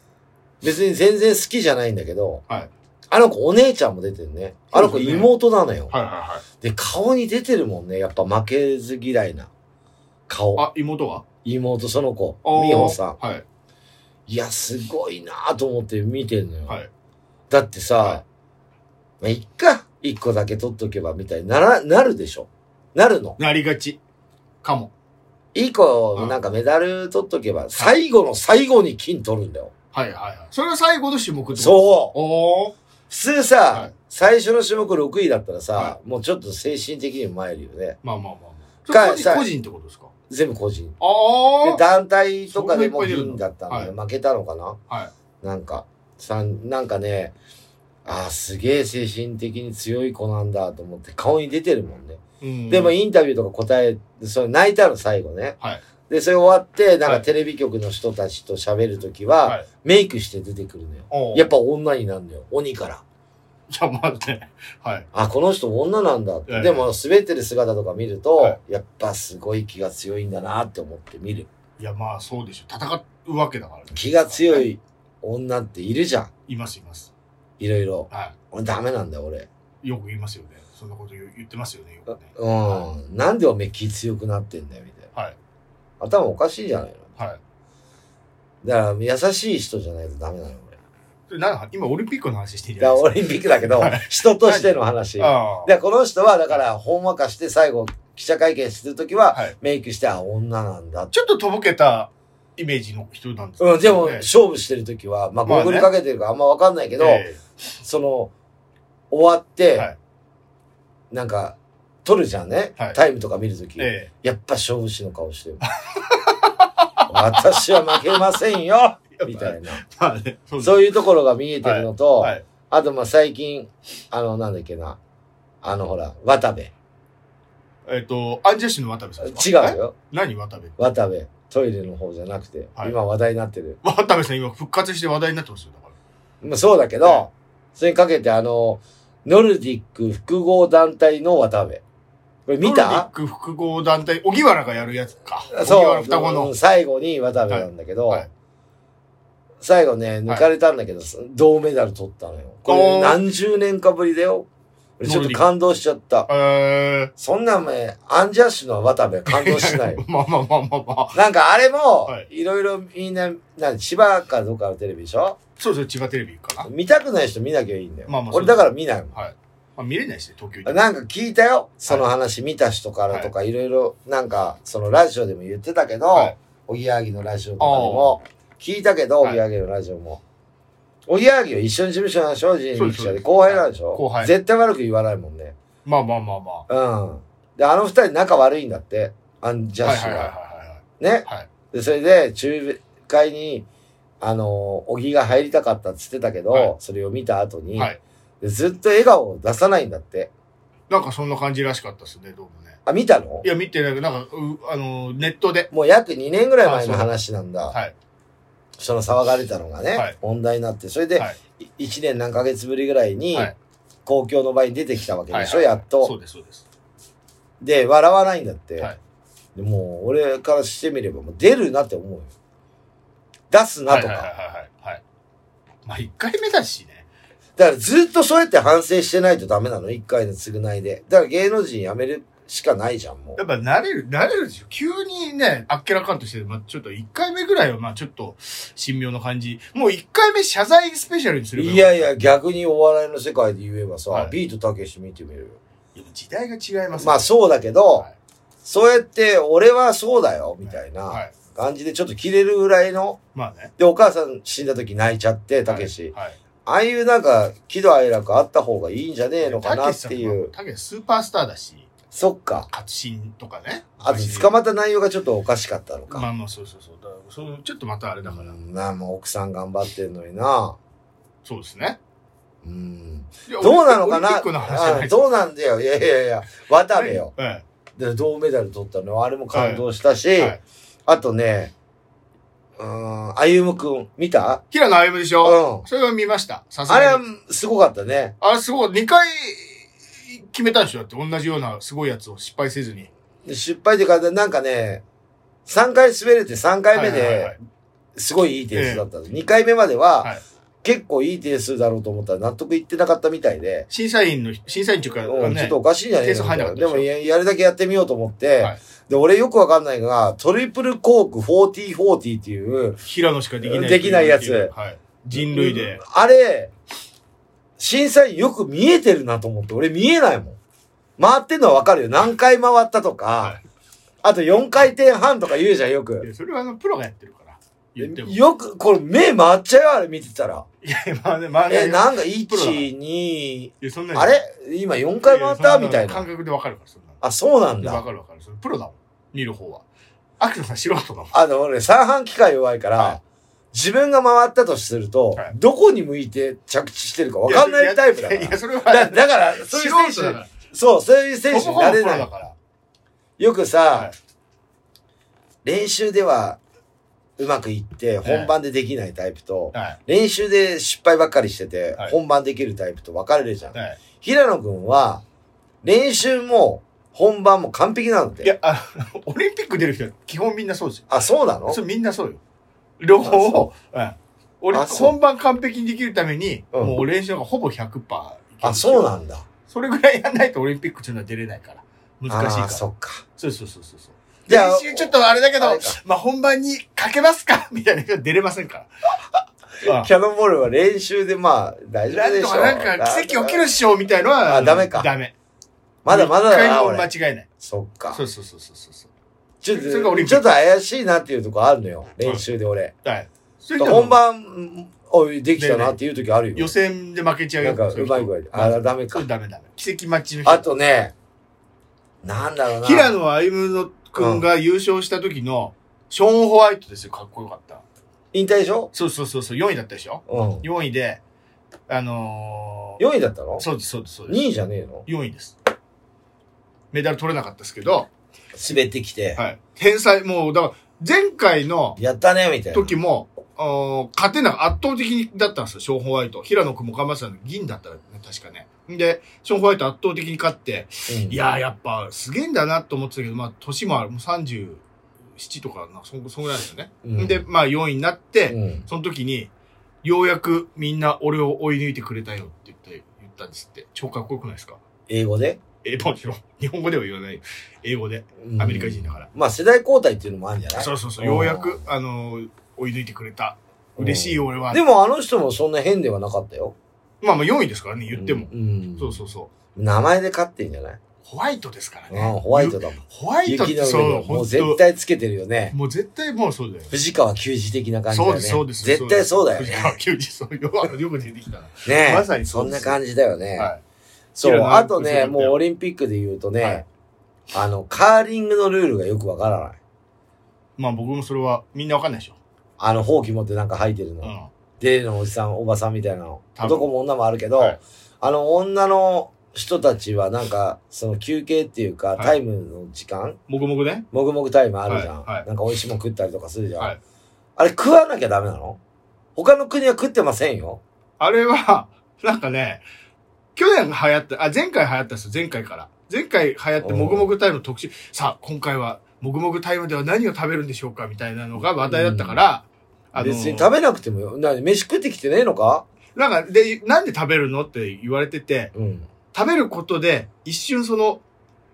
Speaker 1: 別に全然好きじゃないんだけど、
Speaker 2: はい
Speaker 1: あの子お姉ちゃんも出てるね。あの子妹なのよ。
Speaker 2: はいはいはい。
Speaker 1: で、顔に出てるもんね。やっぱ負けず嫌いな顔。
Speaker 2: あ、妹が
Speaker 1: 妹その子、
Speaker 2: ああ
Speaker 1: 美穂さ
Speaker 2: はい。
Speaker 1: ん。いや、すごいなぁと思って見てんのよ。
Speaker 2: はい。
Speaker 1: だってさ、
Speaker 2: はい
Speaker 1: まあ、いっか。一個だけ取っとけば、みたいになら、なるでしょ。なるの。
Speaker 2: なりがち。かも。
Speaker 1: いい子
Speaker 2: う、ん
Speaker 1: なんかメダル取っとけば、最後の最後に金取るんだよ。
Speaker 2: はいはいはい。それが最後の種目ってこと
Speaker 1: そう
Speaker 2: おー。
Speaker 1: 普通さ、
Speaker 2: はい
Speaker 1: 最初の種目6位だったらさ、
Speaker 2: は
Speaker 1: もうちょっと精神的にも参るよね。
Speaker 2: まあまあまあまあ。そ
Speaker 1: か
Speaker 2: れ個人
Speaker 1: さ
Speaker 2: 個人ってことですか
Speaker 1: 全部個人。
Speaker 2: あ
Speaker 1: で、
Speaker 2: あ。
Speaker 1: 団体とかでも
Speaker 2: そんないっぱい出るの
Speaker 1: 銀だったんだけど、
Speaker 2: は
Speaker 1: 負けたのかな
Speaker 2: はい。
Speaker 1: なんか、さん、なんかね、ああ、すげえ精神的に強い子なんだと思って顔に出てるもんね。
Speaker 2: うん
Speaker 1: でも、インタビューとか答え、それ泣いたの最後ね。
Speaker 2: はい
Speaker 1: で、それ終わって、なん
Speaker 2: は
Speaker 1: か
Speaker 2: い
Speaker 1: テレビ局の人たちと喋るときは、
Speaker 2: はい
Speaker 1: メイクして出てくるのよ。
Speaker 2: おー (laughs)
Speaker 1: やっぱ女になるのよ。鬼から。
Speaker 2: いや、まあね。はい。
Speaker 1: あ、この人女なんだって。
Speaker 2: ええ
Speaker 1: でも、滑ってる姿とか見ると、
Speaker 2: は
Speaker 1: やっぱすごい気が強いんだなって思って見る。
Speaker 2: いや、まあそうでしょ。戦うわけだからね。
Speaker 1: 気が強
Speaker 2: はい。
Speaker 1: い女っているじゃん。
Speaker 2: いますいます。
Speaker 1: いろいろ。
Speaker 2: は
Speaker 1: 俺ダメなんだよ、俺。
Speaker 2: い。よく言いますよね。そんなこと言う言ってますよね、よくね。は
Speaker 1: うん。なんでおめえ気強くなってんだよ、みたいな。
Speaker 2: はい。
Speaker 1: 頭おかしいじゃないの。
Speaker 2: はい。
Speaker 1: だから、優しい人じゃないとダメなの、俺。
Speaker 2: それ何の話今オリンピックの話してんじゃ
Speaker 1: だ
Speaker 2: な
Speaker 1: から
Speaker 2: いです
Speaker 1: オリンピックだけど
Speaker 2: はい、
Speaker 1: 人としての話。
Speaker 2: か。ああ。
Speaker 1: で、この人は、だから、ほんわかして最後、記者会見するときは、
Speaker 2: はい
Speaker 1: メイクして、あ、女なんだって。
Speaker 2: ちょっととぼけたイメージの人なんです
Speaker 1: うん、でも、
Speaker 2: ね
Speaker 1: 勝負してるときは、まあ、ゴ
Speaker 2: まあ
Speaker 1: ー
Speaker 2: ね
Speaker 1: グルかけてるからあんまわかんないけど、
Speaker 2: え
Speaker 1: その、終わっ
Speaker 2: え
Speaker 1: て、
Speaker 2: はい。
Speaker 1: なんか、撮るじゃんね。
Speaker 2: はい
Speaker 1: タイムとか見るとき、
Speaker 2: え
Speaker 1: やっぱ勝負師の顔してる。 (laughs) 私は負けませんよ
Speaker 2: え。
Speaker 1: みたいな。
Speaker 2: まあね。そうです
Speaker 1: そういうところが見えてるのと、
Speaker 2: はい。
Speaker 1: あと、まあ、最近、あの、なんだっけな。あの、ほら、渡部。
Speaker 2: えっと、アンジャッシュの渡部さんです
Speaker 1: 違
Speaker 2: か。
Speaker 1: う
Speaker 2: え
Speaker 1: よ。
Speaker 2: 何渡部
Speaker 1: 渡部。トイレの方じゃなくて、
Speaker 2: はい
Speaker 1: 今話題になってる。
Speaker 2: 渡部さん今復活して話題になってますよ。だから。
Speaker 1: まあ、そうだけど、
Speaker 2: は
Speaker 1: それにかけて、あの、ノルディック複合団体の渡部。これ見
Speaker 2: ノルディッ
Speaker 1: た
Speaker 2: ク複合団体、荻原がやるやつか。荻
Speaker 1: そ
Speaker 2: 原
Speaker 1: う。
Speaker 2: 双子の
Speaker 1: うん。最後に渡部なんだけど、
Speaker 2: はいはい
Speaker 1: 最後ね、抜かれたんだけど、銅メダル取ったのよ。これ
Speaker 2: おー
Speaker 1: 何十年かぶりだよ。俺ちょっと感動しちゃった。
Speaker 2: え
Speaker 1: そんなお前、アンジャッシュの渡部は感動しないよ
Speaker 2: ー。。 (laughs) まあまあまあまあまあ。
Speaker 1: なんかあれも
Speaker 2: は、
Speaker 1: いろいろみんな、なん千葉かどっかのテレビでしょ
Speaker 2: そうそう、千葉テレビかな。
Speaker 1: 見たくない人見なきゃいいんだよ。
Speaker 2: まあまあ
Speaker 1: 俺だから見ないも
Speaker 2: はい。まあ見れないしね、東京行
Speaker 1: ん。
Speaker 2: って。
Speaker 1: なんか聞いたよ。その話見た人からとか、いろいろ、なんか、そのラジオでも言ってたけ
Speaker 2: は
Speaker 1: ど
Speaker 2: い、
Speaker 1: おぎやはぎのラジオとかでも、聞いたけど、お
Speaker 2: はい
Speaker 1: ぎやはぎのラジオも。おぎやはぎは一緒に事務所なんでしょ人力
Speaker 2: そう
Speaker 1: 車
Speaker 2: で
Speaker 1: です後輩なんでしょ
Speaker 2: 後輩
Speaker 1: 絶対悪く言わないもんね。
Speaker 2: まあまあまあまあ。
Speaker 1: うん。で、あの二人仲悪いんだって。アンジャッ
Speaker 2: はい
Speaker 1: シ
Speaker 2: はい
Speaker 1: ュ
Speaker 2: はい
Speaker 1: が。
Speaker 2: は
Speaker 1: ね
Speaker 2: い。はい。はい。
Speaker 1: で、それで、中会に、あの、小木が入りたかったって言ってたけど、
Speaker 2: はい
Speaker 1: それを見た後に、
Speaker 2: はい
Speaker 1: でずっと笑顔を出さないんだって。
Speaker 2: なんかそんな感じらしかったですね、どうもね。
Speaker 1: あ、見たの
Speaker 2: いや、見てないけど、なんか、うあの、ネットで。
Speaker 1: もう約2年ぐらい前の話なんだ。
Speaker 2: はい。
Speaker 1: その騒がれたのがね、
Speaker 2: はい
Speaker 1: 問題になって、それで、
Speaker 2: はい
Speaker 1: い1年何ヶ月ぶりぐらいに、
Speaker 2: はい
Speaker 1: 公共の場に出てきたわけでしょ、
Speaker 2: はいはい
Speaker 1: やっと。
Speaker 2: そうです、そうです。
Speaker 1: で、笑わないんだって。
Speaker 2: はい
Speaker 1: でもう俺からしてみればもう出るなって思うよ出すなとか、
Speaker 2: はいはいはいはい、はい。まあ、一回目だしね。
Speaker 1: だからずっとそうやって反省してないとダメなの一回の償いでだから芸能人辞めるしかないじゃんも
Speaker 2: やっぱ慣れる、慣れるでしょ。急にね、あっけらかんとして、まあ、ちょっと一回目ぐらいは、まあ、ちょっと、神妙な感じ。もう一回目謝罪スペシャルにす
Speaker 1: う
Speaker 2: る
Speaker 1: いやいや逆にお笑いの世界で言えばさ、
Speaker 2: はい
Speaker 1: ビートたけし見てみるよ
Speaker 2: 時代が違います、
Speaker 1: まあそうだけど、
Speaker 2: はい
Speaker 1: そうやって俺はそうだよみたい
Speaker 2: は。
Speaker 1: ない感じでちょっと切れるぐらいの
Speaker 2: まあね。
Speaker 1: でお母さん死んだ時泣いちゃってたけし、
Speaker 2: はい。
Speaker 1: ああいうなんか喜怒哀楽あった方がいいんじゃねえのかなっていう
Speaker 2: たけしスーパースターだし、
Speaker 1: そっか
Speaker 2: 活心とかね。
Speaker 1: あと捕まった内容がちょっとおかしかったのか、
Speaker 2: まあまあ、そうそうそう。だからそのちょっとまたあれだから、
Speaker 1: うんなあもう奥さん頑張ってんのにな
Speaker 2: そうですね。
Speaker 1: うん
Speaker 2: いや
Speaker 1: どうなのか
Speaker 2: オリンピ
Speaker 1: な
Speaker 2: ックの話じゃない
Speaker 1: あどうなんだよいやいやいや渡部よ、
Speaker 2: はいはい
Speaker 1: で銅メダル取ったのあれも感動したし、
Speaker 2: はい
Speaker 1: あとねうーん歩夢くん見た
Speaker 2: 平野歩夢でし
Speaker 1: う
Speaker 2: ょ、
Speaker 1: ん
Speaker 2: それは見ました。さす
Speaker 1: あれは
Speaker 2: がに。
Speaker 1: すごかったね
Speaker 2: あれすごい。2回決めたんでしょだって同じようなすごいやつを失敗せずに。
Speaker 1: で失敗っていうかなんかね3回滑れて3回目
Speaker 2: はいはいは
Speaker 1: で
Speaker 2: い
Speaker 1: すごいいい点数だったの、2回目までは、
Speaker 2: はい
Speaker 1: 結構いい点数だろうと思ったら納得いってなかったみたいで、
Speaker 2: 審査員の、審査員中から
Speaker 1: う
Speaker 2: ね。
Speaker 1: んちょっとおかしいんじゃねえ
Speaker 2: 点数
Speaker 1: の
Speaker 2: 入んなかった
Speaker 1: で
Speaker 2: でしょ
Speaker 1: もややるだけやってみようと思って、
Speaker 2: はい
Speaker 1: で俺よくわかんないのがトリプルコーク4040っていう
Speaker 2: 平野しかできない。
Speaker 1: できないやつ
Speaker 2: はい。人類で。
Speaker 1: あれ審査員よく見えてるなと思って俺見えないもん回ってんのはわかるよ何回回ったとか、
Speaker 2: はい
Speaker 1: あと4回転半とか言うじゃんよく
Speaker 2: いやそれはあの、プロがやってるから。言っても。い
Speaker 1: よくこれ目回っちゃうよあれ見てたら
Speaker 2: や、まあね、まあね。
Speaker 1: えなんか
Speaker 2: プロだから
Speaker 1: 12
Speaker 2: いやそんなに
Speaker 1: あれ今4回回ったみたい
Speaker 2: やそん
Speaker 1: な
Speaker 2: 感覚でわかるから、そんなの
Speaker 1: あそうなん
Speaker 2: いやわ
Speaker 1: だ
Speaker 2: かるわかる。それプロだもん。見る方は。アクションさん素人だもん。
Speaker 1: あの俺三半規管弱いから、
Speaker 2: はい
Speaker 1: 自分が回ったとすると、
Speaker 2: はい
Speaker 1: どこに向いて着地してるかわかんないタイプだか
Speaker 2: いや、い
Speaker 1: ら
Speaker 2: やそれは。
Speaker 1: だだからそうい
Speaker 2: 素
Speaker 1: う
Speaker 2: 人
Speaker 1: 選
Speaker 2: だから。
Speaker 1: 手そうそういう選手
Speaker 2: ほ
Speaker 1: に
Speaker 2: ぼ
Speaker 1: な
Speaker 2: ほぼ
Speaker 1: れ
Speaker 2: プロ
Speaker 1: な
Speaker 2: だ
Speaker 1: い
Speaker 2: から。
Speaker 1: よくさ、
Speaker 2: はい
Speaker 1: 練習ではうまくいって本番でできないタイプと、
Speaker 2: はい。
Speaker 1: 練習で失敗ばっかりしてて、
Speaker 2: はい
Speaker 1: 本番できるタイプと分かれるじゃん。
Speaker 2: はい。
Speaker 1: 平野くんは、練習も本番も完璧なん
Speaker 2: い
Speaker 1: で。
Speaker 2: や、あの、オリンピック出る人は基本みんなそうですよ。
Speaker 1: あ、そうなの
Speaker 2: それみんなそうよ。両方を、うん。俺、
Speaker 1: あそう
Speaker 2: 本番完璧にできるために、
Speaker 1: うん
Speaker 2: もう練習がほぼ100%いけるんですよ
Speaker 1: あ、そうなんだ。
Speaker 2: それぐらいやんないとオリンピックっていうのは出れないから。難し
Speaker 1: あ
Speaker 2: い
Speaker 1: ー
Speaker 2: から。
Speaker 1: そ
Speaker 2: そう
Speaker 1: っか。
Speaker 2: そうそうそうそう。
Speaker 1: じゃあ
Speaker 2: 練習ちょっとあれだけど
Speaker 1: あれか、
Speaker 2: まあ本番にかけますか (laughs) みたいな人は出れません (laughs) から。あ
Speaker 1: キャノンボールは練習でまあ、大丈
Speaker 2: な
Speaker 1: 夫
Speaker 2: ん
Speaker 1: でし
Speaker 2: と
Speaker 1: ょ
Speaker 2: かなんか奇跡起きるっしょみたいの
Speaker 1: あ
Speaker 2: は。
Speaker 1: ダメか
Speaker 2: ダメ。
Speaker 1: まだまだだ
Speaker 2: 一
Speaker 1: な、
Speaker 2: 回も間
Speaker 1: 俺。
Speaker 2: 違いない。
Speaker 1: そっか
Speaker 2: そ。うそうそうそうそうそう。
Speaker 1: ちょっ
Speaker 2: それがオリン
Speaker 1: と、
Speaker 2: ピ
Speaker 1: ち
Speaker 2: ック
Speaker 1: ょっと怪しいなっていうとこあるのよ。練習で俺。
Speaker 2: はい。それでも
Speaker 1: 本番、おい、できたなっていう時あるよ
Speaker 2: 予。選で負けちゃう
Speaker 1: なんか、
Speaker 2: そういう人
Speaker 1: まい具合で。あ、ダメ
Speaker 2: そ
Speaker 1: か
Speaker 2: れ。ダメダメ。奇跡待ちの人。
Speaker 1: あとね、なんだろうな。
Speaker 2: 平野歩夢のくんが優勝した時の、ショーン・ホワイトですよ。かっこよかった。
Speaker 1: 引退でしょ
Speaker 2: そうそうそうそう、4位だったでしょ
Speaker 1: うん。
Speaker 2: 4位で、あのー、
Speaker 1: 4位だったの
Speaker 2: そうです、そうです、そう
Speaker 1: ?2
Speaker 2: で
Speaker 1: 位じゃねえの
Speaker 2: す。4位です。メダル取れなかったですけど、
Speaker 1: 滑ってきて、
Speaker 2: はい。天才、もう、だから、前回の
Speaker 1: やったね、みたいな。
Speaker 2: 時も、あー勝てな圧倒的だったんですよ、ショーン・ホワイト。平野くんも頑張ってたの銀だったらね、確かね。で、ショーン・ホワイト圧倒的に勝って、
Speaker 1: うん
Speaker 2: いやー、やっぱ、すげえんだなと思ってたけど、まあ、年もある、もう37とか、なんかそん、そんぐらいですよね。
Speaker 1: うん
Speaker 2: で、まあ、4位になって、
Speaker 1: うん
Speaker 2: その時に、ようやくみんな俺を追い抜いてくれたよって言って、言ったんですって。超かっこよくないですか
Speaker 1: 英語で
Speaker 2: え、もちろん。日本語では言わない。英語で。
Speaker 1: うん
Speaker 2: アメリカ人だから。
Speaker 1: まあ、世代交代っていうのもあるんじゃない
Speaker 2: そうそうそう。
Speaker 1: うん
Speaker 2: ようやく、あのー、追い抜いてくれた。嬉しいよ、俺は。
Speaker 1: でも、あの人もそんな変ではなかったよ。
Speaker 2: まあまあ4位ですからね、言っても。
Speaker 1: うん。
Speaker 2: そうそうそう。
Speaker 1: うん。名前で勝ってんじゃない
Speaker 2: ホワイトですから
Speaker 1: うん
Speaker 2: ね。、
Speaker 1: ホワイトだもん。
Speaker 2: ホワイトっ
Speaker 1: 雪
Speaker 2: て
Speaker 1: の
Speaker 2: そ
Speaker 1: 上
Speaker 2: う、
Speaker 1: にもう
Speaker 2: 本
Speaker 1: 絶
Speaker 2: 当
Speaker 1: 対つけてるよね。
Speaker 2: もう絶対もうそうだよ。
Speaker 1: 藤川球児的な感じだ
Speaker 2: そ
Speaker 1: よ
Speaker 2: う
Speaker 1: ね。
Speaker 2: です、そうです。
Speaker 1: 絶対そうだよ
Speaker 2: ね。
Speaker 1: ね。
Speaker 2: 急にそう、よくよく出てきたな。
Speaker 1: ねえ
Speaker 2: まさに
Speaker 1: そ
Speaker 2: そうんです
Speaker 1: な感じだよね。
Speaker 2: はい。
Speaker 1: そう。
Speaker 2: 平野
Speaker 1: あと
Speaker 2: そうだ
Speaker 1: ね、
Speaker 2: ったよ
Speaker 1: もうオリンピックで言うとね、
Speaker 2: はい
Speaker 1: あの、カーリングのルールがよくわからない。
Speaker 2: まあ僕もそれはみんなわかんないでしょ。
Speaker 1: あの、ほうき持ってなんか吐いてる
Speaker 2: う
Speaker 1: の。
Speaker 2: ん。
Speaker 1: デレのおじさん、おばさんみたいなの。
Speaker 2: 多分
Speaker 1: 男も女もあるけど、
Speaker 2: はい
Speaker 1: あの、女の人たちはなんか、その休憩っていうか、
Speaker 2: はい
Speaker 1: タイムの時間、
Speaker 2: もぐもぐね。
Speaker 1: もぐもぐタイムあるじゃん。
Speaker 2: はいはい
Speaker 1: なんか美味しいもん食ったりとかするじゃん。
Speaker 2: はい
Speaker 1: あれ食わなきゃダメなの他の国は食ってませんよ。
Speaker 2: あれは、 (laughs) なんかね、去年流行った、あ、前回流行ったんですよ、前回から。前回流行って、もぐもぐタイムの特集。さあ、今回は、もぐもぐタイムでは何を食べるんでしょうかみたいなのが話題だったから、あの、
Speaker 1: 別に食べなくてもよ。な飯食ってきてねえのか
Speaker 2: なんか、で、なんで食べるのって言われてて、
Speaker 1: うん。
Speaker 2: 食べることで一瞬その、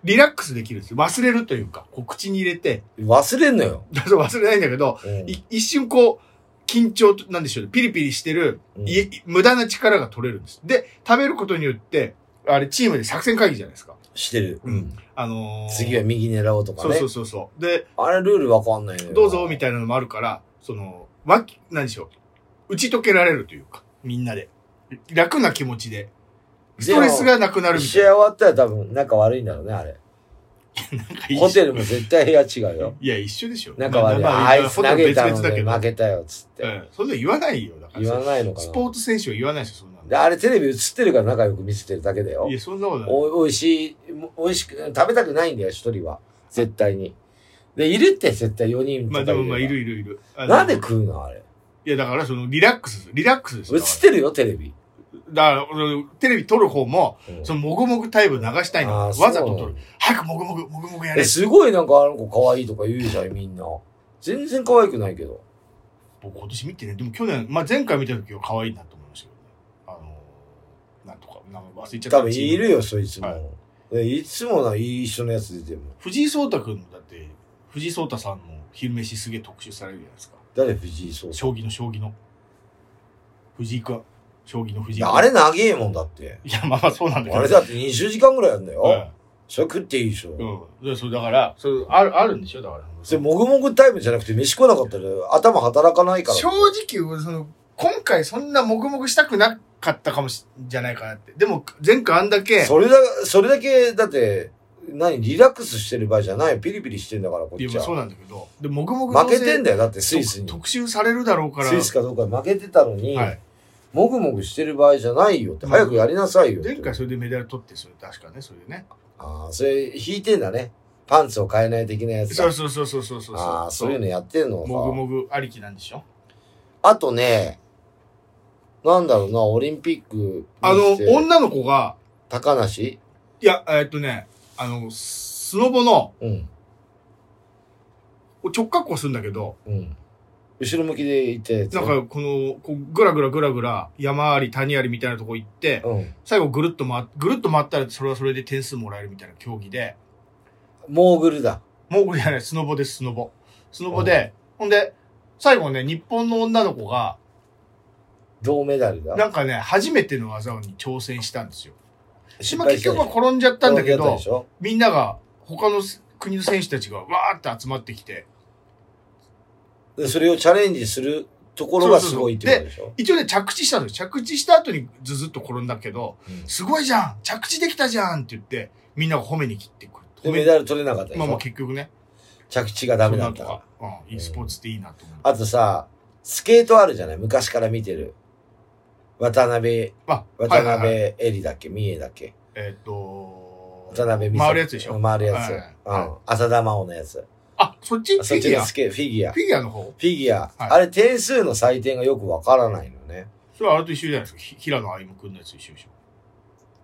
Speaker 2: リラックスできるんですよ。忘れるというか、こう口に入れて、 (laughs)
Speaker 1: 忘れんのよ。
Speaker 2: だと忘れないんだけど、
Speaker 1: うん
Speaker 2: い一瞬こう、緊張と、なんでしょうね、ピリピリしてる、
Speaker 1: うん
Speaker 2: い無駄な力が取れるんです。で、食べることによって、あれ、チームで作戦会議じゃないですか。
Speaker 1: してる。
Speaker 2: うんあのー、
Speaker 1: 次は右狙おうとか
Speaker 2: そう
Speaker 1: ね。
Speaker 2: そうそうそう。で、
Speaker 1: あれルールわかんないのよ。
Speaker 2: どうぞみ
Speaker 1: た
Speaker 2: たいなのもあるから、その、わき、何でしょう。打ち解けられるというか、みんなで。楽な気持ちで。ストレスがなくなるみた
Speaker 1: 試
Speaker 2: い
Speaker 1: 合終わったら多分仲悪いんだろうね、
Speaker 2: (laughs)
Speaker 1: あれ。
Speaker 2: な。
Speaker 1: ホテルも絶対部屋違
Speaker 2: (laughs)
Speaker 1: うよ。
Speaker 2: いや、一緒でしょ。
Speaker 1: 仲悪い。
Speaker 2: まま
Speaker 1: あいつ
Speaker 2: ホテ
Speaker 1: 投
Speaker 2: ル
Speaker 1: げた
Speaker 2: 別
Speaker 1: の
Speaker 2: 々だけ
Speaker 1: で
Speaker 2: ど
Speaker 1: 負けたよ、つって。
Speaker 2: うん。それで言わないよ。だから
Speaker 1: 言わないのかな
Speaker 2: スポーツ選手は言わないでしょ、そんな
Speaker 1: で、
Speaker 2: の。
Speaker 1: あれテレビ映ってるから仲良く見せてるだけだよ
Speaker 2: い。や、そんなことない。
Speaker 1: おいしい、おいしく、食べたくないんだよ、一人は。絶対に。で、いるって絶対4人と
Speaker 2: ま
Speaker 1: か
Speaker 2: あ
Speaker 1: い
Speaker 2: で
Speaker 1: れば
Speaker 2: もまあ、いるいるいる。あの
Speaker 1: なんで食うのあれ。
Speaker 2: いや、だからその、リラックスする、リラックスです
Speaker 1: 映
Speaker 2: よ。
Speaker 1: ってるよ、テレビ。
Speaker 2: だから、俺テレビ撮る方も、
Speaker 1: うん
Speaker 2: その、もぐもぐタイム流したいの。
Speaker 1: あ
Speaker 2: わ
Speaker 1: ー
Speaker 2: ざ
Speaker 1: そ
Speaker 2: と
Speaker 1: うな
Speaker 2: 撮
Speaker 1: の
Speaker 2: る。早くもぐもぐ、もぐもぐや
Speaker 1: え、
Speaker 2: れ。
Speaker 1: すごいなんかあの子可愛いとか言うじゃん、みんな。全然可愛くないけど。
Speaker 2: 僕今年見てね、でも去年、まあ前回見た時は可愛いなと思いましたけどね。あのー、なんとか、名前忘れちゃった。
Speaker 1: 多分いるよ、そいつ
Speaker 2: はい
Speaker 1: も。でいつもな、一緒のやつ出ても。
Speaker 2: 藤井聡太君だって、藤井聡太さんの昼飯すげえ特集されるじゃないですか。
Speaker 1: 誰、藤井聡太。
Speaker 2: 将棋の将棋の。藤井君。将棋の
Speaker 1: い
Speaker 2: 藤井
Speaker 1: や
Speaker 2: 君。
Speaker 1: あれ長えもんだって。
Speaker 2: いや、まあまあそうなんだけど。
Speaker 1: あれだって20時間ぐらいあるんだよ。
Speaker 2: うん
Speaker 1: それ食っていいでしょ。
Speaker 2: うん。でそうだから、そうある、あるんでしょだから。
Speaker 1: それ、もぐもぐタイムじゃなくて、飯食わなかったら頭働かないから。
Speaker 2: 正直、俺その、今回そんなもぐもぐしたくなかったかもし、じゃないかなって。でも、前回あんだけ、
Speaker 1: それだ、それだけ、だって、何、リラックスしてる場合じゃない。ピリピリしてんだから、こっ
Speaker 2: いや
Speaker 1: ち
Speaker 2: まあそう
Speaker 1: は。
Speaker 2: なんだけど、で、もぐもぐどう
Speaker 1: 負
Speaker 2: せ
Speaker 1: けてんだよ、だってスイスに
Speaker 2: 特。特集されるだろうから。
Speaker 1: スイスかどうかに負けてたのに、
Speaker 2: はい。
Speaker 1: もぐもぐしてる場合じゃないよって、早くやりなさいよって
Speaker 2: 前。回それでメダル取って、それ確かね、それでね。
Speaker 1: ああ、それ、引いてんだね。パンツを変えない的なやつだ
Speaker 2: そうそうそうそうそうそう。
Speaker 1: ああ、そういうのやってんの
Speaker 2: もぐ
Speaker 1: か。
Speaker 2: もぐありきなんでしょ
Speaker 1: あとね、なんだろうな、オリンピック。
Speaker 2: あの、
Speaker 1: 女。
Speaker 2: 女の子が、
Speaker 1: 高梨
Speaker 2: いや、えーっとね、あの、スノボの
Speaker 1: うん。
Speaker 2: 直角行するんだけど、
Speaker 1: うん。後ろ向きで行ったやつ。
Speaker 2: なんかこの、こうぐらぐらぐらぐら、山あり谷ありみたいなとこ行って、
Speaker 1: うん。
Speaker 2: 最後ぐるっと回っ、ぐるっと回ったらそれはそれで点数もらえるみたいな競技で、
Speaker 1: モーグルだ。
Speaker 2: もうこれじゃない、スノボです、スノボ。スノボで、ほんで、最後ね、日本の女の子が、
Speaker 1: 銅メダルだ。
Speaker 2: なんかね、初めての技に挑戦したんですよ。
Speaker 1: 失
Speaker 2: まあ
Speaker 1: 敗
Speaker 2: 結
Speaker 1: したでしょ
Speaker 2: 局は転んじゃったんだけ
Speaker 1: 転
Speaker 2: ど
Speaker 1: で、しょ
Speaker 2: みんなが、他の国の選手たちがわーって集まってきて、
Speaker 1: でそれをチャレンジするところがすごいってことでしょ
Speaker 2: 一応ね、着地したんですよ。着地した後にずずっと転んだけど、
Speaker 1: うん
Speaker 2: すごいじゃん着地できたじゃんって言って、みんなが褒めに来てくる。
Speaker 1: で
Speaker 2: 褒
Speaker 1: メ
Speaker 2: め
Speaker 1: ダル取れなかったでし
Speaker 2: まあまあ
Speaker 1: ょ
Speaker 2: 結局ね、
Speaker 1: 着地がダ
Speaker 2: そ
Speaker 1: メ
Speaker 2: んな
Speaker 1: だ
Speaker 2: ん
Speaker 1: っ
Speaker 2: と
Speaker 1: た
Speaker 2: か
Speaker 1: ら。、
Speaker 2: うん、e スポーツっていいなと思う。
Speaker 1: あとさ、スケートあるじゃない昔から見てる。渡辺、
Speaker 2: あ、
Speaker 1: 渡辺
Speaker 2: はいはいはい
Speaker 1: 絵里だっけ三重だっけ
Speaker 2: えーっと、
Speaker 1: 渡辺美
Speaker 2: 回るやつでしょ
Speaker 1: 回るやつ。
Speaker 2: はいはい
Speaker 1: うん。浅田真央のやつ。
Speaker 2: あ、そっちフ
Speaker 1: そっ
Speaker 2: ィギ
Speaker 1: ち
Speaker 2: ュ
Speaker 1: の
Speaker 2: ア。
Speaker 1: ス
Speaker 2: フ
Speaker 1: ケ、フィギュア。フ
Speaker 2: ィギュアの方
Speaker 1: ィギュア。
Speaker 2: はい
Speaker 1: あれ点数の採点がよくわからないのね。
Speaker 2: それはあれと一緒じゃないですか。ひ平野歩夢君のやつと一緒でしょ。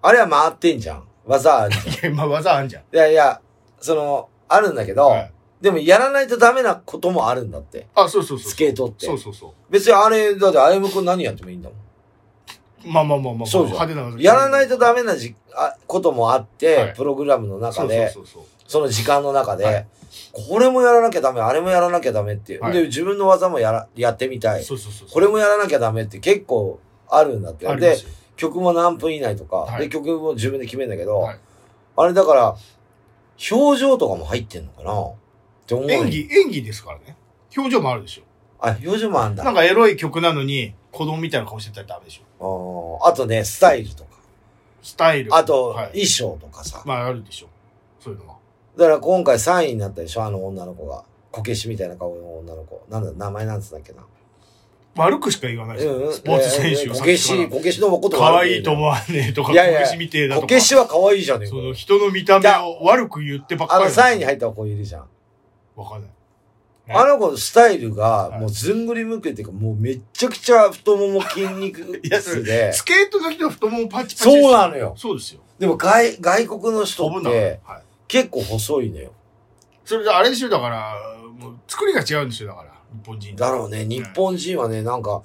Speaker 1: あれは回ってんじゃん。技あるじゃん。い
Speaker 2: いや、まあ技あんじゃん。
Speaker 1: やいや、その、あるんだけど、
Speaker 2: はい
Speaker 1: でもやらないとダメなこともあるんだって。
Speaker 2: あ、そうそうそうそう。
Speaker 1: スケートって
Speaker 2: そうそうそう。
Speaker 1: 別にあれ、だって歩夢君何やってもいいんだもん。
Speaker 2: まあまあまあまあ、
Speaker 1: そうじゃん
Speaker 2: 派手な技。
Speaker 1: やらないとダ
Speaker 2: メ
Speaker 1: メなじあこともあって、
Speaker 2: はい
Speaker 1: プログラムの中で、そ
Speaker 2: そうそうそう
Speaker 1: の時間の中で、
Speaker 2: はい
Speaker 1: これもやらなきゃダメ、あれもやらなきゃダメっていう。
Speaker 2: はい
Speaker 1: で、自分の技もやら、やってみた
Speaker 2: そう。
Speaker 1: い。
Speaker 2: そうそうそう。
Speaker 1: これもやらなきゃダメって結構あるんだって
Speaker 2: あ。りま、
Speaker 1: です
Speaker 2: よ
Speaker 1: 曲も何分以内とか、
Speaker 2: は
Speaker 1: で、
Speaker 2: い
Speaker 1: 曲も自分で決めるんだけど、
Speaker 2: はい
Speaker 1: あれだから、表情とかも入ってんのかなって思う。
Speaker 2: 演技、演技ですからね。表情もあるでしょ。
Speaker 1: あ、表情もあんだ。
Speaker 2: なんかエロい曲なのに、子供みたいな顔してたらダメでしょ。
Speaker 1: あーあとね、スタイルとか。
Speaker 2: スタイル。
Speaker 1: あと、
Speaker 2: は
Speaker 1: 衣
Speaker 2: い。
Speaker 1: 装とかさ。
Speaker 2: まああるでしょ。そういうのは。
Speaker 1: だから今回3位になったでしょあの女の子が。こけしみたいな顔の女の子。なんだ、名前なんつうんだっけな。
Speaker 2: 悪くしか言わないですよ
Speaker 1: うんうん
Speaker 2: スポーツ選手
Speaker 1: えー
Speaker 2: を
Speaker 1: こ
Speaker 2: さっ
Speaker 1: け
Speaker 2: きから
Speaker 1: し、こけしのこと
Speaker 2: 可愛いと思わねえとか、こ
Speaker 1: いやいや
Speaker 2: けしみてえだと
Speaker 1: こ
Speaker 2: か。
Speaker 1: けしは可愛いじゃねえか
Speaker 2: そ。の人の見た目を悪く言ってばっか
Speaker 1: あ
Speaker 2: り
Speaker 1: の
Speaker 2: な。
Speaker 1: 3位に入った子いるじゃん。
Speaker 2: わかんない。はい
Speaker 1: あの子のスタイル
Speaker 2: は
Speaker 1: が、
Speaker 2: い
Speaker 1: もうずんぐりむけっていうか、もうめっちゃくちゃ太もも筋肉
Speaker 2: いやそれ
Speaker 1: 質で。
Speaker 2: スケートの人は太ももパチパチです
Speaker 1: そうなのよ。
Speaker 2: そうですよ。
Speaker 1: でも外、外国の人
Speaker 2: 飛ぶ
Speaker 1: っ
Speaker 2: な。はい
Speaker 1: て、。結構細いのよ。
Speaker 2: それであれでしょ、だから、もう作りが違うんでしょ、だから、日本人。
Speaker 1: だろうね、日本人はね、なんか、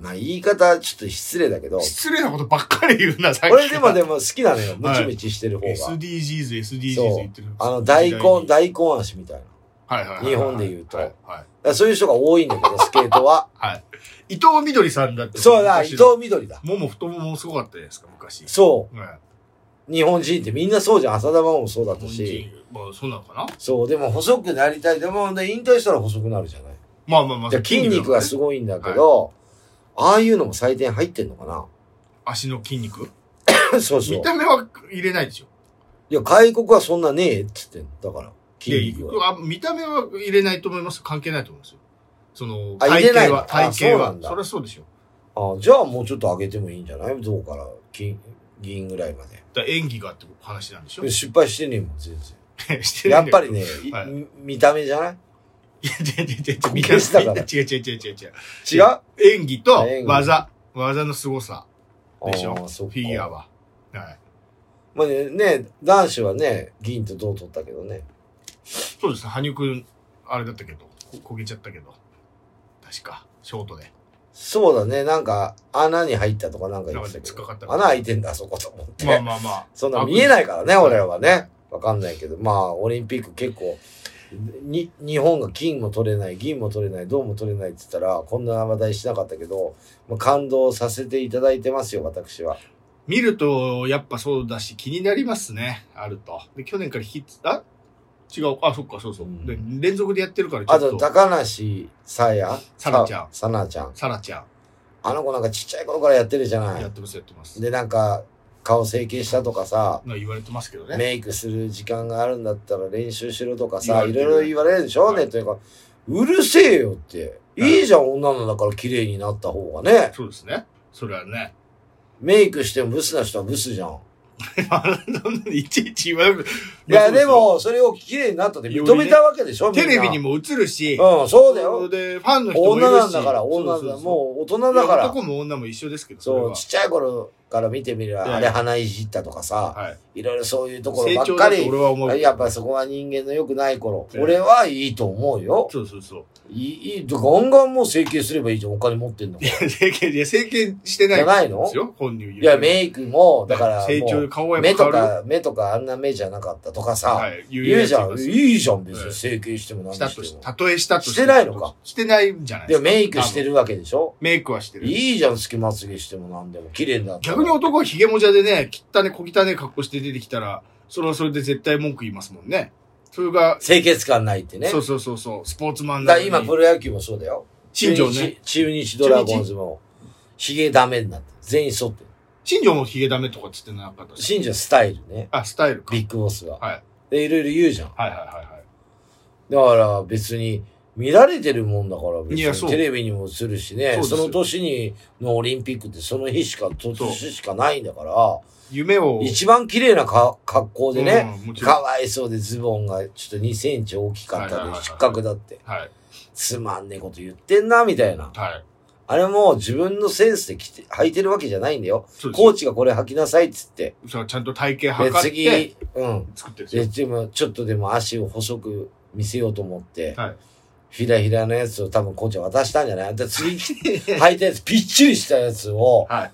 Speaker 1: まあ言い方ちょっと失礼だけど、
Speaker 2: 失礼なことばっかり言うな、さっき。
Speaker 1: 俺でもでも好きなのよ、ムチムチして
Speaker 2: (laughs)
Speaker 1: る方が。
Speaker 2: SDGs、SDGs
Speaker 1: そう
Speaker 2: 言ってる。
Speaker 1: あの、大根、、大根足みたいな。だか
Speaker 2: はいはいはい
Speaker 1: 日本で言うと
Speaker 2: はいはい
Speaker 1: らそういう人が多いんだ
Speaker 2: (laughs)
Speaker 1: けど、スケートは。
Speaker 2: はい。伊藤みどりさんだって。
Speaker 1: そうだ、伊藤みどりだ。
Speaker 2: もも太ももすごかったじゃないですか、昔。
Speaker 1: そ
Speaker 2: うん
Speaker 1: う。日本人ってみんなそうじゃん。浅田真央もそうだった
Speaker 2: 日
Speaker 1: し。
Speaker 2: 本人まあ、そうなのかな
Speaker 1: そう、でも細くなりたい。でもね、引退したら細くなるじゃない。
Speaker 2: まあまあまあ。
Speaker 1: じゃあ筋肉がすごいんだけど、ああいうのも採点入ってんのかな
Speaker 2: 足の筋肉
Speaker 1: そうそう
Speaker 2: 見。た目は入れないでしょ。
Speaker 1: いや、外国はそんなねえっつってんのだから、筋肉
Speaker 2: い
Speaker 1: は。
Speaker 2: やあ見た目は入れないと思いますよ関係ないと思いますよ。その、
Speaker 1: あ
Speaker 2: 体
Speaker 1: 入れない
Speaker 2: 型
Speaker 1: の
Speaker 2: は、体型
Speaker 1: あそうな
Speaker 2: は
Speaker 1: ん。だ
Speaker 2: そりゃそうでしょ。
Speaker 1: あじゃあもうちょっと上げてもいいんじゃないどうから、金、銀ぐらいまで。
Speaker 2: だから演技がって話なんでしょ
Speaker 1: 失敗してねえもん、全然。
Speaker 2: してな
Speaker 1: や
Speaker 2: い
Speaker 1: っ
Speaker 2: んだ
Speaker 1: ぱ
Speaker 2: け
Speaker 1: り
Speaker 2: ど
Speaker 1: ね、
Speaker 2: はい
Speaker 1: み見た目じゃない
Speaker 2: いや、違う違う違う違う。
Speaker 1: こ
Speaker 2: みん
Speaker 1: けしたから
Speaker 2: な、みんな違う違う違う違う違う。
Speaker 1: 違う
Speaker 2: 演技と
Speaker 1: 演技
Speaker 2: 技、技の凄さでしょ。
Speaker 1: あ
Speaker 2: フ
Speaker 1: ーそっか
Speaker 2: ィギュアは。はい。
Speaker 1: まあねね、男子はね、銀と銅取ったけどね。
Speaker 2: そうですね、羽生くん、あれだったけど、こ焦げちゃったけど。確か、ショートで。
Speaker 1: そうだね、なんか穴に入ったとかなんか言ってたけ
Speaker 2: なんかね突っかかっ
Speaker 1: ど。
Speaker 2: た
Speaker 1: 穴開いてんだ、あそこと思って。
Speaker 2: まあまあまあ。
Speaker 1: そんな見えないからね、俺らは
Speaker 2: はい
Speaker 1: ね。わかんないけど、まあ、オリンピック結構、に、日本が金も取れない、銀も取れない、銅も取れないって言ったら、こんな話題しなかったけど、まあ、感動させていただいてますよ、私は。
Speaker 2: 見ると、やっぱそうだし、気になりますね。あると。で、去年から引きつ、あ違う。あ、そっか、そうそう。
Speaker 1: うん
Speaker 2: で、連続でやってるから、ちょ
Speaker 1: あ
Speaker 2: っ
Speaker 1: と、
Speaker 2: と、
Speaker 1: 高梨沙耶
Speaker 2: さなちゃん
Speaker 1: さなちゃん。
Speaker 2: サラちゃ
Speaker 1: あの子なんかちっちゃい頃からやってるじゃ
Speaker 2: ん、
Speaker 1: な
Speaker 2: やっ
Speaker 1: い。
Speaker 2: てます、やってます。
Speaker 1: で、なんか、顔整形したとかさ、
Speaker 2: まあ言われてますけどね。
Speaker 1: メイクする時間があるんだったら練習しろとかさ、い
Speaker 2: 言われてる
Speaker 1: ろいろ言われるでしょ
Speaker 2: はい
Speaker 1: ね、というか、うるせえよって。いいじゃん、女のだから綺麗になった方がね。
Speaker 2: そうですね。それはね。 (laughs)
Speaker 1: メイクしてもブスな人はブスじゃん。
Speaker 2: そんなにいちいち言わなくて
Speaker 1: いや、で、も、それを綺麗になったって認めたわけでしょ、
Speaker 2: テレビに
Speaker 1: も。
Speaker 2: も映るし、
Speaker 1: うん、そうだよ。
Speaker 2: で、ファンの人もいるし。
Speaker 1: 女なんだから、女
Speaker 2: そう
Speaker 1: だ。
Speaker 2: そうそう
Speaker 1: もう大人だから。
Speaker 2: 男も女も一緒ですけど、れ
Speaker 1: そ
Speaker 2: は
Speaker 1: う、ちっちゃい頃から見てみれ
Speaker 2: ええ
Speaker 1: ば、あれ鼻いじったとかさ、
Speaker 2: はい。
Speaker 1: いろいろそういうところ
Speaker 2: 成
Speaker 1: ば
Speaker 2: 長
Speaker 1: っ
Speaker 2: だ
Speaker 1: か
Speaker 2: と
Speaker 1: り
Speaker 2: 俺。は思う。
Speaker 1: やっぱそこは人間の良くない頃。
Speaker 2: ええ
Speaker 1: 俺はいいと思うよ。
Speaker 2: そうそうそう。 (laughs)
Speaker 1: いい、いい、ガンガンもう整形すればいいじゃん、お金持ってんの。じ
Speaker 2: 整形、いや、整形してない
Speaker 1: ゃ
Speaker 2: ん
Speaker 1: ない
Speaker 2: で
Speaker 1: の
Speaker 2: すよ、本人言う
Speaker 1: いや、メイクも、だから、
Speaker 2: 成長、
Speaker 1: も
Speaker 2: 顔は
Speaker 1: う
Speaker 2: や
Speaker 1: 目
Speaker 2: っぱ
Speaker 1: と
Speaker 2: 変わる。
Speaker 1: か、目とかあんな目じゃなかったとかさ、
Speaker 2: はい、言
Speaker 1: いいじゃん、
Speaker 2: うやついます
Speaker 1: いいじゃん、別
Speaker 2: ええ
Speaker 1: に整形しても何
Speaker 2: した
Speaker 1: して
Speaker 2: とし
Speaker 1: も。
Speaker 2: たとえしたと
Speaker 1: してないのか。
Speaker 2: してないんじゃない
Speaker 1: でもメイクして
Speaker 2: る。
Speaker 1: るわけでしょ
Speaker 2: メイクはしてる。
Speaker 1: いいじゃん、つけまつげしても何でも。綺麗になった
Speaker 2: 逆に男はヒゲもじゃでね、汚ね、小汚ね格好して出てきたら、それはそれで絶対文句言いますもんね。それが、
Speaker 1: 清潔感ないってね。
Speaker 2: そうそうそうそう、スポーツマン
Speaker 1: だ
Speaker 2: な
Speaker 1: か
Speaker 2: の
Speaker 1: ら
Speaker 2: に
Speaker 1: 今、プロ野球もそうだよ。
Speaker 2: 新庄ね。
Speaker 1: 中日。中日ドラゴンズも、ヒゲダメになって。全員剃ってる。
Speaker 2: 新庄もヒゲダメとかつってなかったし。
Speaker 1: 新庄スタイルね。
Speaker 2: あ、スタイルか。
Speaker 1: ビッグボスは。
Speaker 2: はい。
Speaker 1: で、いろいろ言うじゃん。
Speaker 2: はいはいはいはい。
Speaker 1: だから別に、見られてるもんだから別
Speaker 2: いやそ
Speaker 1: に
Speaker 2: う
Speaker 1: テレビにも映るしね
Speaker 2: そうで
Speaker 1: そ
Speaker 2: すよ
Speaker 1: の年にのオリンピックってその日しかと年しかないんだから
Speaker 2: 夢を。
Speaker 1: 一番綺麗なか格好でね、
Speaker 2: うん。もちろ
Speaker 1: か
Speaker 2: ん。
Speaker 1: わいそうでズボンがちょっと2センチ大きかっ
Speaker 2: はい
Speaker 1: た
Speaker 2: はいは
Speaker 1: で
Speaker 2: いはい
Speaker 1: 失格だって。
Speaker 2: はい。
Speaker 1: つまんねえこと言ってんな、みたいな。
Speaker 2: はい。
Speaker 1: あれも自分のセンスで着て、履いてるわけじゃないんだよ。
Speaker 2: そうです
Speaker 1: コーチがこれ履きなさいっつって。
Speaker 2: そうちゃんと体型
Speaker 1: で、
Speaker 2: 測って
Speaker 1: 次、うん。
Speaker 2: 作ってるんです
Speaker 1: で、
Speaker 2: よ。
Speaker 1: でも、ちょっとでも足を細く見せようと思って、
Speaker 2: はい
Speaker 1: ひらひらのやつを多分コーチは渡したんじゃないで、
Speaker 2: (laughs)
Speaker 1: 次、履いたやつ、ぴっちりしたやつを、
Speaker 2: はい。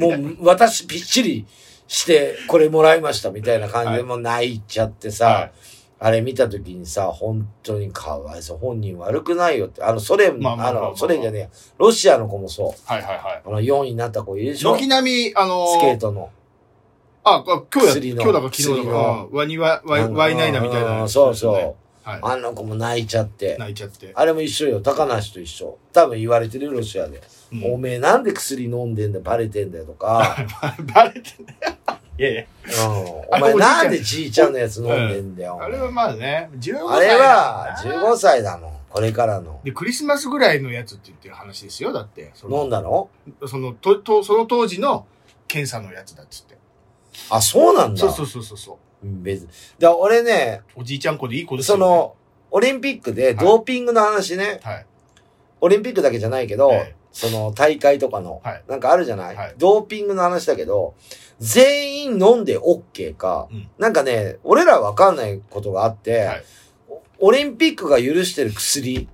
Speaker 1: もう、私、ぴっちりして、これもらいました、みたいな感じで、もう泣いちゃってさ、
Speaker 2: は
Speaker 1: あれ見たときにさ、本当にかわいそう。本人悪くないよって。あの、ソ連、
Speaker 2: まあまあ
Speaker 1: あ
Speaker 2: まあまあ
Speaker 1: の、ソ連じゃねえや。ロシアの子もそ
Speaker 2: い。はいはいはい。
Speaker 1: う。あの、4位になった子いるでしょス
Speaker 2: 軒並み、あのー
Speaker 1: ケートの。
Speaker 2: あ、あ今日や、
Speaker 1: 薬
Speaker 2: 今
Speaker 1: の
Speaker 2: 日だか昨日だ
Speaker 1: 薬
Speaker 2: か
Speaker 1: の、
Speaker 2: ワニワ、ワイワイナイナみたいな、
Speaker 1: うんそうそう。。
Speaker 2: は
Speaker 1: あの子も泣いちゃって
Speaker 2: い。。泣いちゃって。
Speaker 1: あれも一緒よ。高梨と一緒。多分言われてるよロシアで。
Speaker 2: うん
Speaker 1: おめえなんで薬飲んでんだよ、バレてんだよとか。
Speaker 2: (laughs) バレてね。いやいや。
Speaker 1: うん、お
Speaker 2: あれ
Speaker 1: 前
Speaker 2: おじいちゃん
Speaker 1: なんでじいちゃんのやつ飲んでんだよ。
Speaker 2: あれはまあね、15歳
Speaker 1: あれは
Speaker 2: だな
Speaker 1: 15歳だもん。これからの。
Speaker 2: で、クリスマスぐらいのやつって言ってる話ですよ、だって。そ
Speaker 1: 飲ん
Speaker 2: の、
Speaker 1: だの
Speaker 2: その、と、と、その当時の検査のやつだっつって。
Speaker 1: あ、そうなんだ。
Speaker 2: そうそうそうそうそう。
Speaker 1: うん別に。だから俺ね、
Speaker 2: おじいちゃん子でいい子です
Speaker 1: そ
Speaker 2: よ、ね。
Speaker 1: の、オリンピックでドーピングの話ね、
Speaker 2: はい。
Speaker 1: オリンピックだけじゃないけど、
Speaker 2: ええ
Speaker 1: その大会とかの、
Speaker 2: はい
Speaker 1: なんかあるじゃない、
Speaker 2: はい
Speaker 1: ドーピングの話だけど、全員飲んで OK か、
Speaker 2: うん
Speaker 1: なんかね、俺らわかんないことがあって、
Speaker 2: はい
Speaker 1: オリンピックが許してる薬、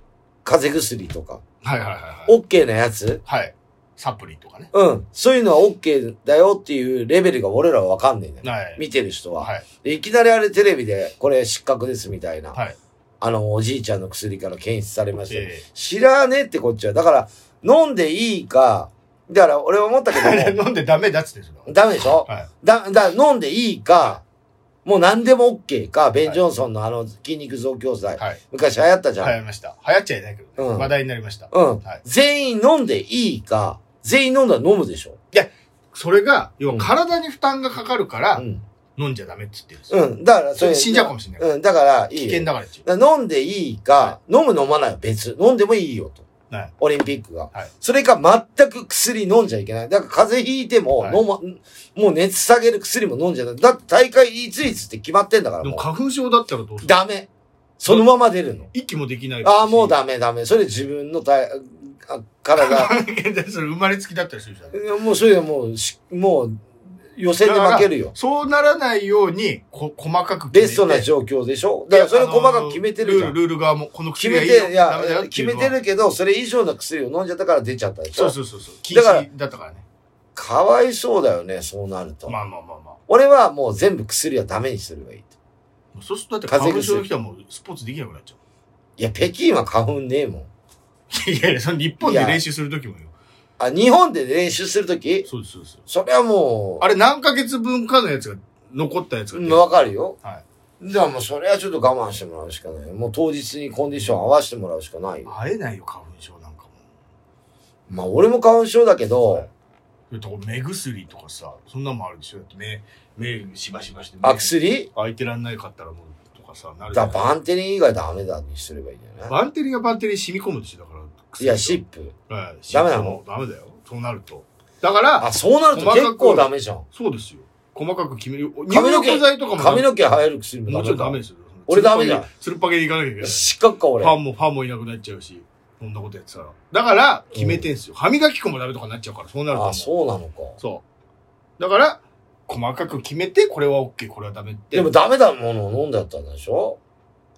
Speaker 1: 風邪薬とか、
Speaker 2: はいはいはいはい。
Speaker 1: OK なやつ
Speaker 2: はい。サプリとかね。
Speaker 1: うん。そういうのは OK だよっていうレベルが俺らはわかんねえんだよ。
Speaker 2: はい。
Speaker 1: 見てる人は、
Speaker 2: はい。
Speaker 1: でいきなりあれテレビで、これ失格ですみたいな。
Speaker 2: はい
Speaker 1: あの、おじいちゃんの薬から検出されましたよ。
Speaker 2: え
Speaker 1: 知らねえってこっちは。だから、飲んでいいか、だから俺は思ったけ
Speaker 2: え (laughs) あれ
Speaker 1: ど
Speaker 2: 飲んでダメだっつってんすよ
Speaker 1: も、ダメでしょ
Speaker 2: はい。
Speaker 1: だ、だ、飲んでいいか、もう何でも OK か、ベン・ジョンソンのあの筋肉増強剤、
Speaker 2: はい。
Speaker 1: 昔流行ったじゃん。
Speaker 2: 流行りました。流行っちゃいないけどね、
Speaker 1: うん
Speaker 2: 話題になりました。
Speaker 1: うん。
Speaker 2: はい
Speaker 1: 全員飲んでいいか、全員飲んだら飲むでしょ。
Speaker 2: それが、要
Speaker 1: う
Speaker 2: は
Speaker 1: ん
Speaker 2: 体に負担がかかるから
Speaker 1: う、ん。
Speaker 2: 飲んじゃダメって言ってるんですよ。
Speaker 1: うん。だから、それ。
Speaker 2: 死んじゃうかもしれないから
Speaker 1: うん、だから、いい
Speaker 2: 危
Speaker 1: よ。
Speaker 2: 険だからっていう。
Speaker 1: だから飲んでいいか、飲む飲まないは別。飲んでもいいよと。
Speaker 2: はい
Speaker 1: オリンピックが。
Speaker 2: はい
Speaker 1: それか全く薬飲んじゃいけない。だから風邪ひいても、
Speaker 2: はい
Speaker 1: 飲ま、もう熱下げる薬も飲んじゃない。だって大会いついつって決まってんだから
Speaker 2: でも
Speaker 1: も
Speaker 2: 花粉症だったらどうす
Speaker 1: う。
Speaker 2: る
Speaker 1: ダメ。そのまま出るの。
Speaker 2: 息もできない
Speaker 1: (laughs) ああ、もう
Speaker 2: (laughs) メ。
Speaker 1: ダメダメ。それ自分の体、あ体、 (laughs)
Speaker 2: 現在それ生まれつきだったりするじゃん。
Speaker 1: もうそれはもうし、もう、予選で負け
Speaker 2: (laughs)
Speaker 1: るよ。
Speaker 2: そうならないように、こ、細かく
Speaker 1: ベストな
Speaker 2: で
Speaker 1: 状況でしょだからそれを細かく決めてるじゃん。
Speaker 2: ルール、ルール側も、この
Speaker 1: 決
Speaker 2: 薬が
Speaker 1: め
Speaker 2: いいよ
Speaker 1: て、いや
Speaker 2: ダメだよ、って
Speaker 1: 決
Speaker 2: いう
Speaker 1: め
Speaker 2: のは
Speaker 1: てるけど、それ以上の薬を飲んじゃったから出ちゃったでしょ
Speaker 2: そうそうそうそう。禁
Speaker 1: だから
Speaker 2: 止だったからね。
Speaker 1: かわいそうだよね、そうなると。
Speaker 2: まあまあまあまあ。
Speaker 1: 俺はもう全部薬はダメにすればいいと。
Speaker 2: もうそうするとだって
Speaker 1: 風
Speaker 2: 花
Speaker 1: 邪
Speaker 2: 粉症
Speaker 1: 薬
Speaker 2: の人はもうスポーツできなくなっちゃ
Speaker 1: いや、北京は花粉ねえもん。
Speaker 2: う。いやいや、その日本
Speaker 1: い
Speaker 2: で
Speaker 1: や
Speaker 2: 練習するときもよ。
Speaker 1: あ、日本で練習するとき
Speaker 2: そうです、そうです。
Speaker 1: それはもう、
Speaker 2: あれ何ヶ月分かのやつが、残ったやつが出
Speaker 1: うん
Speaker 2: る。
Speaker 1: わかるよ。。
Speaker 2: はい
Speaker 1: じゃあもうそれはちょっと我慢してもらうしかない。もう当日にコンディション合わせてもらうしかないよ。
Speaker 2: 会えないよ、花粉症なんかも。
Speaker 1: まあ俺も花粉症だけど、
Speaker 2: はいだって目薬とかさ、そんなのもあるでしょ。だって目、目しばしばして、目
Speaker 1: あ、薬
Speaker 2: 開いてらんないかったらもう、とかさ、なるじゃ
Speaker 1: だ
Speaker 2: ん
Speaker 1: からバンテリン以外ダメだにすればいいんじゃない
Speaker 2: バンテリンがバンテリンに染み込むでしょ、だから。
Speaker 1: いや、湿布。
Speaker 2: はい。
Speaker 1: ダメなの
Speaker 2: ダメだよ。そうなると。だから、
Speaker 1: あ、そうなると
Speaker 2: 細かく
Speaker 1: 結構ダメじゃん。
Speaker 2: そうですよ。細かく決める。
Speaker 1: 髪
Speaker 2: 入
Speaker 1: の毛
Speaker 2: 浴剤とかもダ
Speaker 1: 髪
Speaker 2: メ
Speaker 1: の毛生える薬も
Speaker 2: も
Speaker 1: ダ
Speaker 2: うちょ
Speaker 1: メ
Speaker 2: っ
Speaker 1: だ
Speaker 2: とダメですよ。
Speaker 1: 俺ダメだ
Speaker 2: つるっぱげでいかなきゃいけない。フ
Speaker 1: 失格か俺。
Speaker 2: ァンも、ファンもいなくなっちゃうし、そんなことやってたら。だから、決めてんすよ。歯磨き粉もダメとかになっちゃうから、そうなると思
Speaker 1: あ、
Speaker 2: う。
Speaker 1: そうなのか。
Speaker 2: そう。だから、細かく決めて、これは OK、これはダメって。
Speaker 1: でも、ダメだものを飲んだったんでしょ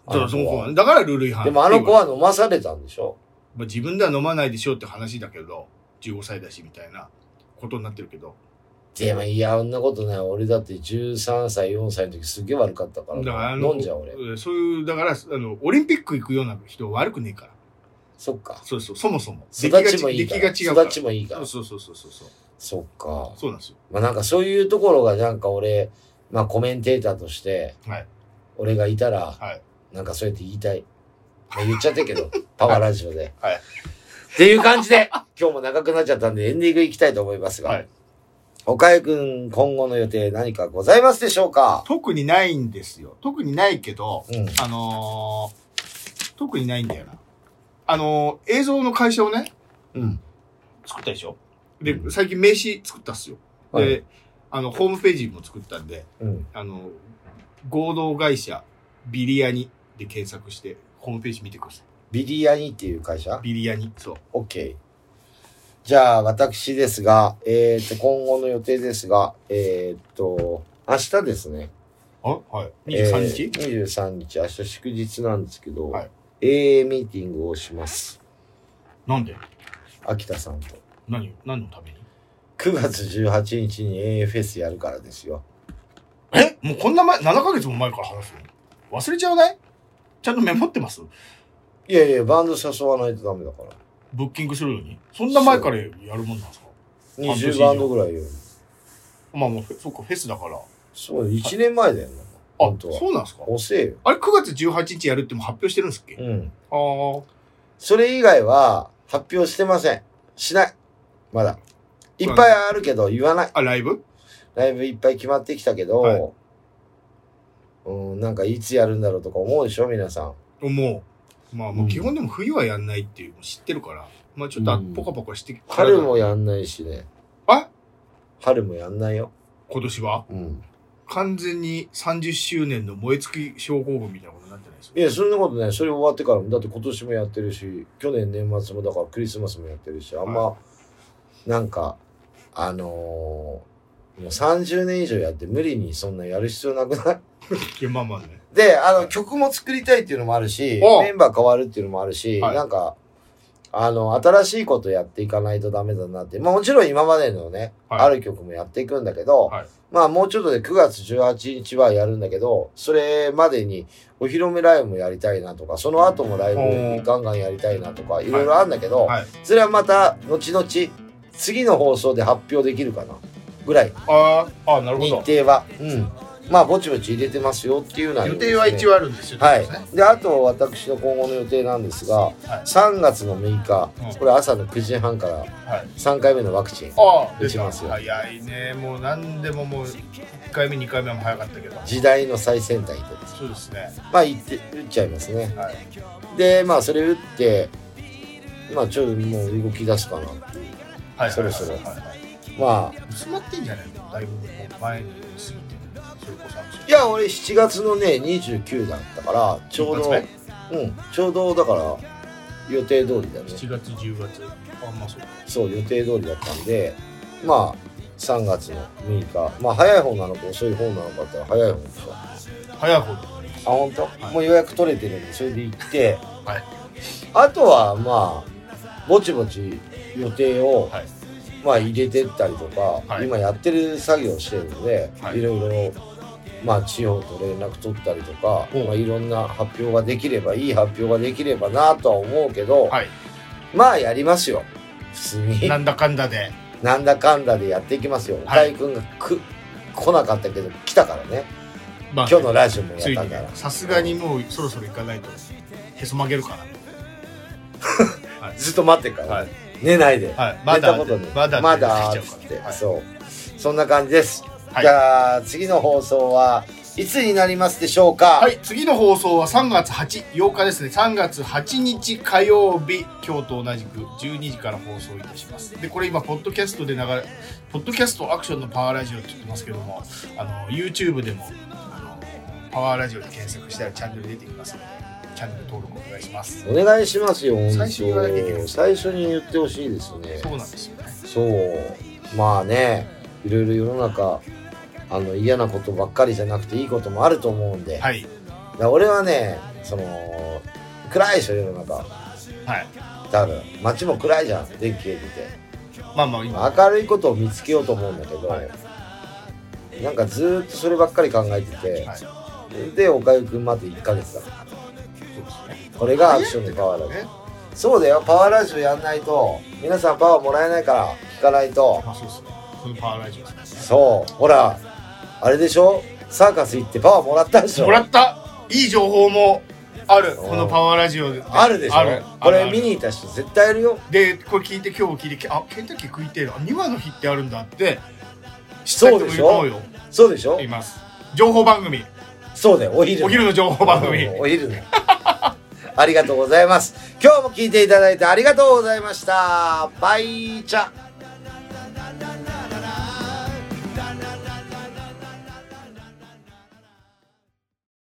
Speaker 2: だからその子
Speaker 1: あ
Speaker 2: は
Speaker 1: の
Speaker 2: ね、だからルール違反。
Speaker 1: でもあの子は飲まされたんでしょ
Speaker 2: まあ、自分では飲まないでしょうって話だけど、15歳だしみたいなことになってるけど。
Speaker 1: でもいや、あんなことない。俺だって13歳、4歳の時すげえ悪かったか
Speaker 2: だから
Speaker 1: ら。
Speaker 2: あの
Speaker 1: 飲んじゃう俺。
Speaker 2: うんそういう、だから、あの、オリンピック行くような人悪くねえから。
Speaker 1: そっか。
Speaker 2: そうそう、そもそも。
Speaker 1: 育ちもいいか
Speaker 2: 出来
Speaker 1: ら。
Speaker 2: が違うから。
Speaker 1: 育ちもいいから。
Speaker 2: そうそうそうそうそう。
Speaker 1: そっか。
Speaker 2: そうなんですよ。
Speaker 1: まあなんかそういうところがなんか俺、まあコメンテーターとして
Speaker 2: はい、
Speaker 1: 俺がいたら
Speaker 2: はい、
Speaker 1: なんかそうやって言いたい。まあ言っちゃったけ
Speaker 2: (laughs)
Speaker 1: ど、パワーラジオで。
Speaker 2: はい
Speaker 1: っていう感じで、今日も長くなっちゃったんでエンディングいきたいと思います
Speaker 2: は
Speaker 1: が
Speaker 2: い、
Speaker 1: 岡井くん今後の予定何かございますでしょうか
Speaker 2: 特にないんですよ。特にないけど、
Speaker 1: うん。
Speaker 2: あのー、特にないんだよな。あのー、映像の会社をね、
Speaker 1: うん。
Speaker 2: 作ったでしょで、最近名刺作ったっすよ。で、
Speaker 1: はい
Speaker 2: あの、ホームページも作ったんで、
Speaker 1: うん。
Speaker 2: あの、合同会社、ビリヤニで検索して、ホームページ見てくださ
Speaker 1: ビリヤニっていう会社
Speaker 2: い。ビリヤニ。そう。
Speaker 1: OK。じゃあ、私ですが、えっ、と、今後の予定ですが、えっ、と、明日ですね。
Speaker 2: あはい。23日、
Speaker 1: えー ?23 日、明日祝日なんですけど、
Speaker 2: はい
Speaker 1: AA ミーティングをします。
Speaker 2: なんで
Speaker 1: 秋田さんと。
Speaker 2: 何何のために
Speaker 1: 9月18日に AA フェスやるからですよ。
Speaker 2: えもうこんな前、7ヶ月も前から話すの忘れちゃわないちゃんとメモってます
Speaker 1: いやいや、バンド誘わないとダメだから。
Speaker 2: ブッキングするのに。そんな前からやるもんなんですか
Speaker 1: 20バンドぐらいよ。
Speaker 2: まあもうフェ、そっか、フェスだから。あ、
Speaker 1: そう、1年前だよ、もう本当は。
Speaker 2: そうなんですか
Speaker 1: 遅えよ。
Speaker 2: あれ9月18日やるってもう発表してるんですっけ、
Speaker 1: うん。
Speaker 2: ああ。
Speaker 1: それ以外は発表してません。しない。まだ。いっぱいあるけど言わない。
Speaker 2: あ、ライブ
Speaker 1: ライブいっぱい決まってきたけど、
Speaker 2: はいう
Speaker 1: ーん、なんかいつやるんだろうとか思うでしょ、皆さん。
Speaker 2: もう、まあもう基本でも冬はやんないっていうの知ってるから、まあちょっとあ
Speaker 1: うん
Speaker 2: ポカポカしてから
Speaker 1: 春もやんないしね。
Speaker 2: あ
Speaker 1: 春もやんないよ。
Speaker 2: 今年は
Speaker 1: うん。
Speaker 2: 完全に30周年の燃え尽き症候群みたいなことになってないですよ。
Speaker 1: いや、そんなことね、それ終わってからも、だって今年もやってるし、去年年末もだからクリスマスもやってるし、あんま、なんか、あのーもう30年以上やって無理にそんなやる必要なくない
Speaker 2: いやまあまあね。
Speaker 1: で、あの、曲も作りたいっていうのもあるし、
Speaker 2: お
Speaker 1: メンバー変わるっていうのもあるし、
Speaker 2: はい
Speaker 1: なんか、あの、新しいことやっていかないとダメだなって、まあもちろん今までのね、
Speaker 2: はい
Speaker 1: ある曲もやっていくんだけど、
Speaker 2: はい
Speaker 1: まあもうちょっとで9月18日はやるんだけど、それまでにお披露目ライブもやりたいなとか、その後もライ
Speaker 2: お
Speaker 1: ブガンガンやりたいなとか、いろいろあるんだけど、
Speaker 2: はい。
Speaker 1: それはまた後々、次の放送で発表できるかな、ぐらい、
Speaker 2: あーあー、なるほ
Speaker 1: 日
Speaker 2: ど。
Speaker 1: 程は。うん。まあぼちぼち入れてますよっていうのは、
Speaker 2: 予定は一応あるんですよね。
Speaker 1: はい
Speaker 2: そうですね。
Speaker 1: で、あと私の今後の予定なんですが、3月の6日
Speaker 2: うん、
Speaker 1: これ朝の9時半から
Speaker 2: はい。
Speaker 1: 3回目のワクチン。
Speaker 2: ああ、
Speaker 1: 打ちますよ
Speaker 2: 早いね。もう何でももう、1回目、2回目も早かったけど。
Speaker 1: 時代の最先端と。
Speaker 2: そうですね。
Speaker 1: まあ、言って、打っちゃいますね。
Speaker 2: はい。
Speaker 1: で、まあ、それ打って、まあ、ちょっともう動き出すかな。
Speaker 2: はい。
Speaker 1: そろそろ
Speaker 2: はいはい
Speaker 1: まあ、
Speaker 2: 薄まってんじゃないのだいぶもう前に過ぎてる。それこそあるし
Speaker 1: いや、俺7月のね、29だったから、ちょう
Speaker 2: 一
Speaker 1: ど、
Speaker 2: 発
Speaker 1: うん、ちょうどだから、予定通りだね。
Speaker 2: 7月、10月。あ、まあそうか。
Speaker 1: そう、予定通りだったんで、まあ、3月の6日、まあ、早い方なのか遅い方なのかって言ったら早い方でしょ。
Speaker 2: 早いほど。
Speaker 1: あ本当、
Speaker 2: い
Speaker 1: もう予約取れてるんでそれで行って、
Speaker 2: はい
Speaker 1: あとはまあぼちぼち予定を、
Speaker 2: はい
Speaker 1: まあ入れてったりとか、
Speaker 2: はい
Speaker 1: 今やってる作業をしてるので、
Speaker 2: はい
Speaker 1: い、ろいろまあ地方と連絡取ったりとか、
Speaker 2: お
Speaker 1: まあ、いろんな発表ができればいい発表ができればなとは思うけど、
Speaker 2: はい
Speaker 1: まあやりますよ普通に
Speaker 2: なんだかんだで。
Speaker 1: なんだかんだでやっていきますよ
Speaker 2: は
Speaker 1: 岡
Speaker 2: い
Speaker 1: 井君がく来なかったけど来たからね
Speaker 2: まあ
Speaker 1: 今日のラジオもや
Speaker 2: つ
Speaker 1: っ
Speaker 2: い
Speaker 1: た
Speaker 2: に
Speaker 1: んだか
Speaker 2: ね
Speaker 1: ら。
Speaker 2: さすがにもうそろそろ行かないとへそ曲げるか
Speaker 1: ずっと待ってるから
Speaker 2: な、
Speaker 1: ね、
Speaker 2: はい
Speaker 1: 寝ないで、
Speaker 2: はいまだ
Speaker 1: 寝たことない
Speaker 2: まだ
Speaker 1: まだ
Speaker 2: 出て
Speaker 1: っ
Speaker 2: きちゃう
Speaker 1: つ
Speaker 2: か
Speaker 1: っ
Speaker 2: ら
Speaker 1: て、
Speaker 2: はい
Speaker 1: そうそんな感じです、
Speaker 2: はい
Speaker 1: じゃあ次の放送はいつになりますでしょうか、
Speaker 2: はい、次の放送は3月8 8日ですね3月8日火曜日今日と同じく12時から放送いたしますでこれ今ポッドキャストで流れポッドキャストアクションのパワーラジオって言ってますけどもあの YouTube でもあのパワーラジオで検索したらチャンネル出てきますのでチャンネル登録お願いします
Speaker 1: お願いしますよ
Speaker 2: 最初に言わなきゃいけない
Speaker 1: 本当最初に言ってほしいですね
Speaker 2: そうなんですよね
Speaker 1: そうまあねいろいろ世の中あの嫌なことばっかりじゃなくていいこともあると思うんで、
Speaker 2: はい
Speaker 1: だから俺はねその暗いでしょ世の中
Speaker 2: はい
Speaker 1: 多分街も暗いじゃん電気消えてて
Speaker 2: まあまあ今
Speaker 1: 明るいことを見つけようと思うんだけど、
Speaker 2: はい
Speaker 1: なんかずーっとそればっかり考えてて、
Speaker 2: はいそう
Speaker 1: でおかゆくんまで1ヶ月だから
Speaker 2: ですね
Speaker 1: これがアクションのパワーラジ
Speaker 2: ね
Speaker 1: オそうだよパワーラジオやんないと皆さんパワーもらえないから聞かないと
Speaker 2: まあそうですねそのパワーラジオですね
Speaker 1: そうほらあれでしょサーカス行ってパワーもらったでしょ
Speaker 2: もらったいい情報もある
Speaker 1: おう
Speaker 2: このパワーラジオで
Speaker 1: あるでしょ
Speaker 2: ある
Speaker 1: こ
Speaker 2: あ
Speaker 1: れ
Speaker 2: る
Speaker 1: 見に行った人絶対いるよ
Speaker 2: でこれ聞いて今日聞いてあケンタッキー食いてえな2話の日ってあるんだって
Speaker 1: そうでし
Speaker 2: 知
Speaker 1: ょ
Speaker 2: ってる人もいると思
Speaker 1: そうでしょ
Speaker 2: うよいます情報番組
Speaker 1: そうだよお昼
Speaker 2: お昼の情報番組
Speaker 1: (laughs) お昼ねありがとうございます今日も聞いていただいてありがとうございましたバイチャ